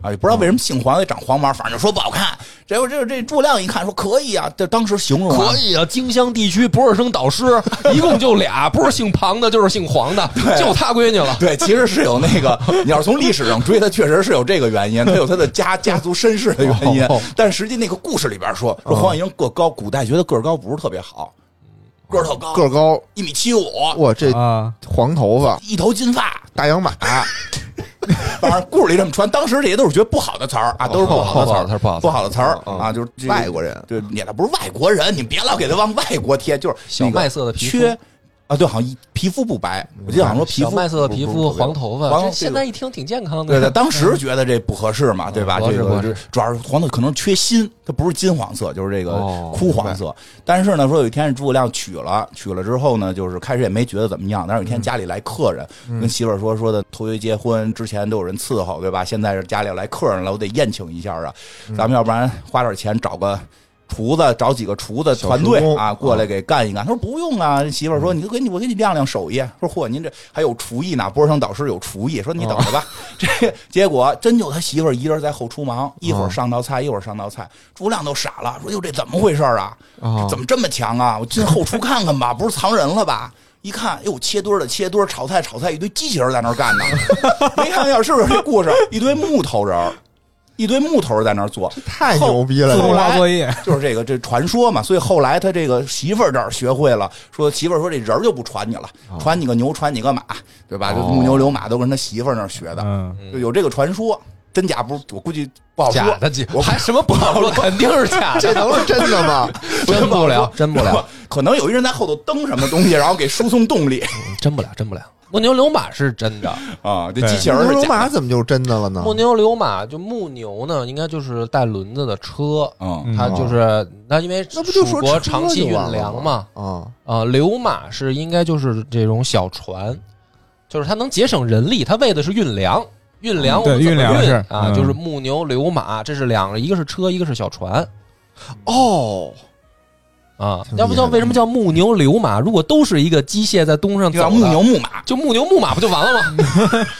[SPEAKER 4] 啊，也不知道为什么姓黄也长黄毛，反正就说不好看。结果这这诸葛亮一看说可以啊，这当时形容啊
[SPEAKER 3] (laughs) 可以啊。荆襄地区博士生导 (laughs) 师一共就俩，不是姓庞的，就是姓黄的，就他闺女了。
[SPEAKER 4] 对，其实是有那个，你要是从历史上追，他确实是有这个原因，他有他的家家族身世的原因
[SPEAKER 3] 哦。
[SPEAKER 4] 但实际那个故事里边说，说黄月英个高，古代觉得个儿高不是特别好，个儿特高，
[SPEAKER 5] 个儿高，
[SPEAKER 4] 一米七五，
[SPEAKER 5] 哇，这
[SPEAKER 6] 啊，
[SPEAKER 5] 黄头发，
[SPEAKER 4] 一头金发，
[SPEAKER 5] 大洋马，
[SPEAKER 4] 反正故事里这么传，当时这些都是觉得不好的词儿啊，都是不好的词
[SPEAKER 3] 哦不好的词
[SPEAKER 4] 儿，
[SPEAKER 3] 儿不嗯好的词儿
[SPEAKER 4] 的词儿啊，就是这个
[SPEAKER 5] 外国人
[SPEAKER 4] 对，也不是外国人，你别老给他往外国贴，就是
[SPEAKER 3] 小
[SPEAKER 4] 那个
[SPEAKER 3] 麦色的皮肤
[SPEAKER 4] 缺啊，对，好像一皮肤不白，我记得好像说皮
[SPEAKER 3] 小
[SPEAKER 4] 肤
[SPEAKER 3] 麦色的皮
[SPEAKER 4] 不
[SPEAKER 3] 肤，
[SPEAKER 4] 不不
[SPEAKER 3] 黄头发，
[SPEAKER 4] 黄
[SPEAKER 3] 这
[SPEAKER 4] 这个
[SPEAKER 3] 现在一听挺健康的。(laughs)
[SPEAKER 4] 对对，当时觉得这不合适嘛，对吧？
[SPEAKER 3] 嗯不合
[SPEAKER 4] 这
[SPEAKER 3] 适
[SPEAKER 4] 个
[SPEAKER 3] 不合
[SPEAKER 4] 就
[SPEAKER 3] 适
[SPEAKER 4] 主要是黄的可能缺锌，它不是金黄色，就是这个
[SPEAKER 5] 哦
[SPEAKER 4] 枯黄色。但是呢，说有一天诸葛亮娶了，娶了之后呢，就是开始也没觉得怎么样，但
[SPEAKER 3] 嗯
[SPEAKER 4] 是有一天家里来客人，跟媳妇儿说说的头一结婚之前都有人伺候，对吧？现在是家里要来客人了，我得宴请一下啊，
[SPEAKER 3] 嗯
[SPEAKER 4] 咱们要不然花点钱找个。厨子找几个厨子团
[SPEAKER 5] 小
[SPEAKER 4] 队
[SPEAKER 5] 厨工嗯
[SPEAKER 4] 啊，过来给干一干。他说不用啊，媳妇儿说你给你我给你亮亮手艺。啊说嚯，您这还有厨艺呢，波生导师有厨艺。说
[SPEAKER 5] 哦
[SPEAKER 4] 你等着吧， (laughs) 这结果真就他媳妇儿一人在后厨忙，一
[SPEAKER 5] 哦
[SPEAKER 4] 会儿上道菜，一会儿上道菜。诸葛亮都傻了，说哟这怎么回事儿啊？
[SPEAKER 5] 哦
[SPEAKER 4] 怎么这么强啊？我进后厨看看吧， (laughs) 不是藏人了吧？一看，哟，切墩儿的切墩儿，炒菜炒菜，一堆机器人在那儿干呢。 (laughs) 没看见是不是这故事？一堆木头人儿，一堆木头人在那儿做，
[SPEAKER 5] 太 (laughs) 牛逼了！这
[SPEAKER 4] 后
[SPEAKER 6] 后
[SPEAKER 5] 个
[SPEAKER 4] 来
[SPEAKER 6] 花作业，
[SPEAKER 4] 就是这个这传说嘛，所以后来他这个媳妇儿这儿学会了，说媳妇儿说这人儿就不传你了，传你个牛，传你个马，对吧？就
[SPEAKER 5] 哦
[SPEAKER 4] 木牛流马都跟他媳妇儿那儿学的，
[SPEAKER 6] 嗯，
[SPEAKER 4] 就有这个传说，真假不我估计不好说
[SPEAKER 3] 假。的假
[SPEAKER 4] 我，
[SPEAKER 3] 还什么不好说， (laughs) 肯定是假
[SPEAKER 5] 这
[SPEAKER 3] 的，
[SPEAKER 5] 能是真的
[SPEAKER 3] (laughs)
[SPEAKER 5] 吗？
[SPEAKER 3] 真 (laughs)
[SPEAKER 4] (laughs)
[SPEAKER 3] 不了，真不了，
[SPEAKER 4] 可能有一人在后头蹬什么东西，然后给输送动力。
[SPEAKER 3] 真不了，真不了。木牛流马是真的，
[SPEAKER 4] 啊，这
[SPEAKER 6] 对
[SPEAKER 4] 机器人
[SPEAKER 5] 牛
[SPEAKER 4] 儿是
[SPEAKER 5] 流
[SPEAKER 4] 假
[SPEAKER 5] 马
[SPEAKER 4] 的。
[SPEAKER 5] 怎么就是真的了呢？
[SPEAKER 3] 木牛流马就木牛呢，应该就是带轮子的车，
[SPEAKER 4] 嗯，
[SPEAKER 6] 嗯
[SPEAKER 3] 它就是啊那因为
[SPEAKER 5] 那不就
[SPEAKER 3] 蜀
[SPEAKER 5] 说
[SPEAKER 3] 国
[SPEAKER 5] 车
[SPEAKER 3] 长期
[SPEAKER 5] 就
[SPEAKER 3] 运
[SPEAKER 5] 完了
[SPEAKER 3] 粮嘛
[SPEAKER 5] 吗，啊，
[SPEAKER 3] 啊，流马是应该就是这种小船，就是它能节省人力，它为的是运粮。运粮我们
[SPEAKER 6] 嗯对
[SPEAKER 3] 怎么
[SPEAKER 6] 运粮是
[SPEAKER 3] 啊，
[SPEAKER 6] 嗯
[SPEAKER 3] 就是木牛流马，这是两个，一个是车，一个是小船
[SPEAKER 5] 哦，
[SPEAKER 3] 啊。
[SPEAKER 5] 挺厉害的
[SPEAKER 3] 要不叫为什么叫木牛流马？如果都是一个机械在东上
[SPEAKER 4] 就叫
[SPEAKER 3] 走
[SPEAKER 4] 啊木
[SPEAKER 3] 的
[SPEAKER 4] 牛木马，
[SPEAKER 3] 就木牛木马不就完了吗？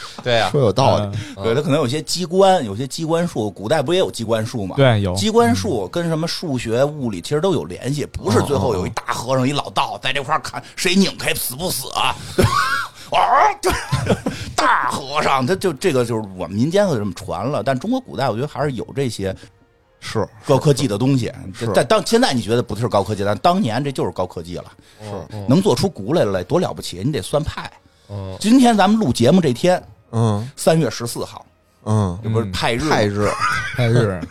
[SPEAKER 3] (laughs) 对啊呀、
[SPEAKER 5] 说有道理，
[SPEAKER 6] 嗯
[SPEAKER 4] 对，它可能有些机关，有些机关术，古代不也有机关术吗？，
[SPEAKER 6] 对，有
[SPEAKER 4] 机关术跟什么数学、物理其实都有联系，不是最后有一大和尚、一老道在这块儿看谁拧开死不死啊？ (laughs) 啊，对，大和尚，他就这个就是我们民间就这么传了，但中国古代我觉得还是有这些
[SPEAKER 5] 是
[SPEAKER 4] 高科技的东西。
[SPEAKER 5] 是
[SPEAKER 4] 但当现在你觉得不是高科技，但当年这就是高科技了，
[SPEAKER 3] 是
[SPEAKER 4] 能做出骨来了，多了不起！你得算派。
[SPEAKER 3] 嗯，
[SPEAKER 4] 今天咱们录节目这天，
[SPEAKER 5] 嗯
[SPEAKER 4] 三月十四号，
[SPEAKER 5] 嗯，
[SPEAKER 4] 这不是
[SPEAKER 6] 嗯
[SPEAKER 4] 派日吗
[SPEAKER 5] 太热，
[SPEAKER 6] 太日，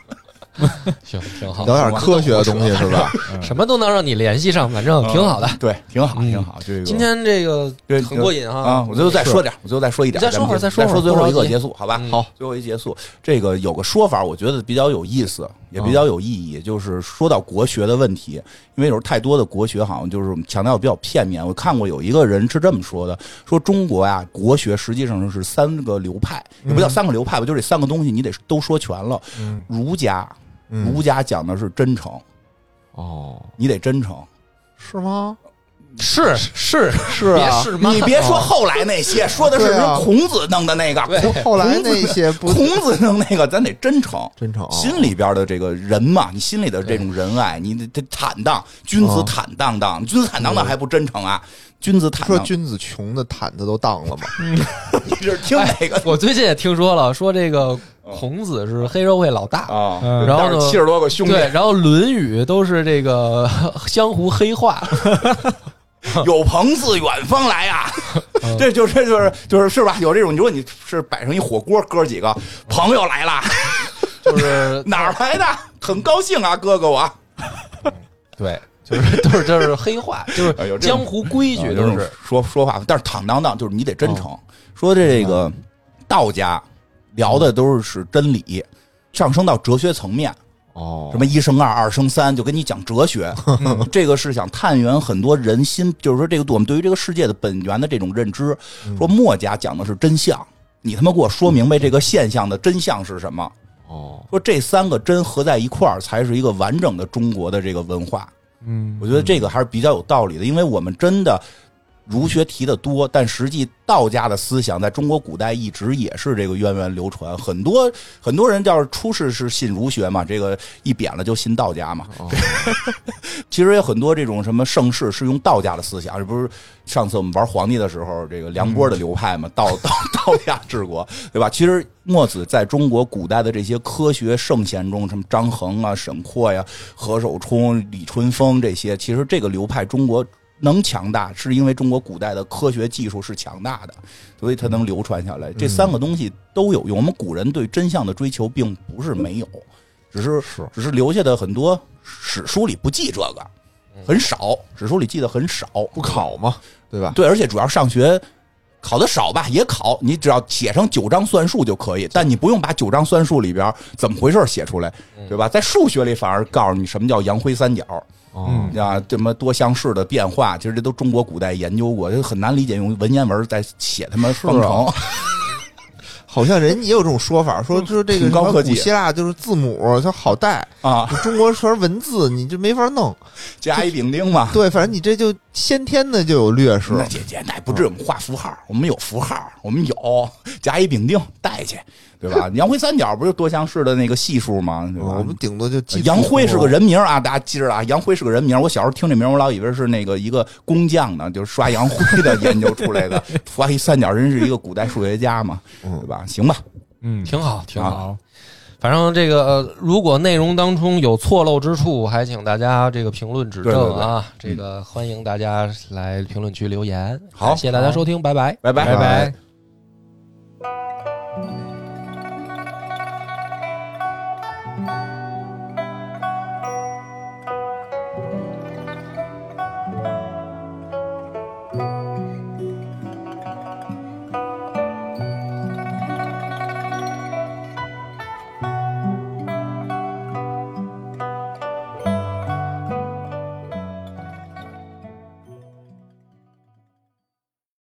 [SPEAKER 3] 行，挺好，
[SPEAKER 5] 聊点科学的东西是
[SPEAKER 4] (laughs)
[SPEAKER 5] 吧？
[SPEAKER 3] (laughs) 什么都能让你联系上，反正挺好的。
[SPEAKER 4] 对，挺好，
[SPEAKER 3] 嗯
[SPEAKER 4] 挺好。这个
[SPEAKER 3] 今天这个
[SPEAKER 4] 对
[SPEAKER 3] 很过瘾哈
[SPEAKER 4] 啊！我最后再说点，我最后再说一点，
[SPEAKER 3] 你再说会儿
[SPEAKER 4] 咱们
[SPEAKER 3] 再说会
[SPEAKER 4] 再
[SPEAKER 3] 儿
[SPEAKER 4] 说最后一
[SPEAKER 3] 不着
[SPEAKER 4] 个
[SPEAKER 3] 急
[SPEAKER 4] 结束，好吧
[SPEAKER 3] 嗯？
[SPEAKER 4] 好，最后一结束。这个有个说法，我觉得比较有意思，也比
[SPEAKER 3] 嗯
[SPEAKER 4] 较有意义，就是说到国学的问题，因为有时候太多的国学好像就是强调比较片面。我看过有一个人是这么说的，说中国呀，国学实际上是三个流派，也
[SPEAKER 3] 嗯
[SPEAKER 4] 不叫三个流派吧，就是这三个东西你得都说全了。儒家，
[SPEAKER 3] 嗯
[SPEAKER 4] 儒家讲的是真诚，
[SPEAKER 5] 哦，
[SPEAKER 4] 你得真诚。
[SPEAKER 5] 是吗？
[SPEAKER 3] 是是
[SPEAKER 5] 是啊
[SPEAKER 3] 别是吗哦
[SPEAKER 4] 你别说后来
[SPEAKER 3] (laughs)
[SPEAKER 4] 那些，说的是
[SPEAKER 5] 对
[SPEAKER 4] 什
[SPEAKER 5] 啊
[SPEAKER 4] 么孔子弄的那个，
[SPEAKER 3] 对啊
[SPEAKER 4] 孔
[SPEAKER 5] 后来那些不
[SPEAKER 4] 孔子弄那个，咱得真诚。
[SPEAKER 5] (laughs) 真诚，哦
[SPEAKER 4] 心里边的这个人嘛，你心里的这种仁爱，你得得坦荡，君子
[SPEAKER 5] 哦嗯
[SPEAKER 4] 坦荡荡，君子坦荡荡还不真诚啊？君子坦
[SPEAKER 5] 说
[SPEAKER 4] 荡，
[SPEAKER 5] 君子穷的毯子都荡了嘛，
[SPEAKER 4] 你是听
[SPEAKER 5] (laughs)
[SPEAKER 4] 哪个
[SPEAKER 3] 我最近也听说了，说这个孔子是黑社会老大，
[SPEAKER 4] 哦啊
[SPEAKER 6] 嗯
[SPEAKER 3] 然后呢
[SPEAKER 4] 七十多个兄弟
[SPEAKER 3] 对，然后《论语》都是这个 (laughs) 江湖黑话，
[SPEAKER 4] (laughs) 有朋自远方来
[SPEAKER 5] (laughs)
[SPEAKER 4] 啊！
[SPEAKER 5] 嗯
[SPEAKER 4] 这就是这就是就是是吧？有这种，你说你是摆上一火锅，哥几个朋友
[SPEAKER 5] (laughs)
[SPEAKER 4] 来了，
[SPEAKER 3] 就是
[SPEAKER 4] (laughs) 哪儿来的？很高兴啊，哥哥我。
[SPEAKER 3] 对， (laughs) 就是都是就是黑话，就
[SPEAKER 4] 哎
[SPEAKER 3] 是
[SPEAKER 4] 呦这种
[SPEAKER 3] 江湖规矩，
[SPEAKER 4] 啊
[SPEAKER 3] 都
[SPEAKER 4] 有
[SPEAKER 3] 是哦
[SPEAKER 4] 种说说话，但是坦荡荡，就是你得真诚。说这个道家聊的都是真理，上升到哲学层面，
[SPEAKER 5] 哦
[SPEAKER 4] 什么一生二，二生三，就跟你讲哲学。
[SPEAKER 3] (laughs)
[SPEAKER 4] 这个是想探源很多人心，就是说这个我们对于这个世界的本源的这种认知。
[SPEAKER 3] 嗯
[SPEAKER 4] 说墨家讲的是真相，你他妈给我说明白这个现象的真相是什么？
[SPEAKER 5] 哦，
[SPEAKER 4] 说这三个真合在一块儿，才是一个完整的中国的这个文化。
[SPEAKER 6] 嗯
[SPEAKER 4] 我觉得这个还是比较有道理的，因为我们真的儒学提的多，但实际道家的思想在中国古代一直也是这个源远流传。很多很多人要是出世是信儒学嘛，这个一贬了就信道家嘛。其实有很多这种什么盛世是用道家的思想，这不是上次我们玩皇帝的时候，这个梁波的流派嘛，道 (laughs) 道道家治国，对吧？其实墨子在中国古代的这些科学圣贤中，什么张衡啊、沈括呀、何守冲、李淳风这些，其实这个流派中国能强大，是因为中国古代的科学技术是强大的，所以它能流传下来。这三个东西都有用，我们古人对真相的追求并不是没有，只是
[SPEAKER 5] 是
[SPEAKER 4] 只是留下的很多史书里不记这个，很少，史书里记得很少，
[SPEAKER 5] 嗯不考嘛，对吧？
[SPEAKER 4] 对，而且主要上学考的少吧，也考，你只要写上九章算术就可以，但你不用把九章算术里边怎么回事写出来，
[SPEAKER 5] 嗯
[SPEAKER 4] 对吧？在数学里反而告诉你什么叫阳辉三角。
[SPEAKER 5] 哦，
[SPEAKER 6] 嗯
[SPEAKER 4] 啊，什么多项式的变化，其实这都中国古代研究过，这很难理解，用文言文在写他妈
[SPEAKER 5] 啊
[SPEAKER 4] 方程。
[SPEAKER 5] 好像人也有这种说法，说就是这个
[SPEAKER 4] 嗯挺高
[SPEAKER 5] 什么
[SPEAKER 4] 科技
[SPEAKER 5] 古希腊就是字母它好带，
[SPEAKER 4] 啊，
[SPEAKER 5] 中国全是文字，你就没法弄。
[SPEAKER 4] 甲乙丙丁嘛。
[SPEAKER 5] 对，反正你这就先天的就有劣势。
[SPEAKER 4] 那姐姐，那不至于，我们画符号，我们有符号，我们有甲乙丙丁带去，对
[SPEAKER 5] (laughs)
[SPEAKER 4] 吧？阳辉三角不是多项式的那个系数吗？对吧？
[SPEAKER 5] 啊哦
[SPEAKER 4] 呃
[SPEAKER 5] 我们顶多就记
[SPEAKER 4] 杨辉是个
[SPEAKER 5] 人。
[SPEAKER 4] 人名啊，大家记着啊，杨辉是个人名。我小时候听这名，我老以为是那个一个工匠呢，就是刷杨辉的研究
[SPEAKER 5] (laughs)
[SPEAKER 4] 出来的。画一三角，人是一个古代数学家嘛，对吧？行吧，
[SPEAKER 6] 嗯，
[SPEAKER 3] 挺好，挺好。
[SPEAKER 6] 好，
[SPEAKER 3] 反正这个，呃如果内容当中有错漏之处，还请大家这个评论指
[SPEAKER 4] 对对
[SPEAKER 3] 正
[SPEAKER 4] 对
[SPEAKER 3] 啊。这个欢迎大家来评论区留言。
[SPEAKER 4] 好
[SPEAKER 3] 感谢大家收听，拜拜。
[SPEAKER 4] 拜拜
[SPEAKER 6] 拜拜。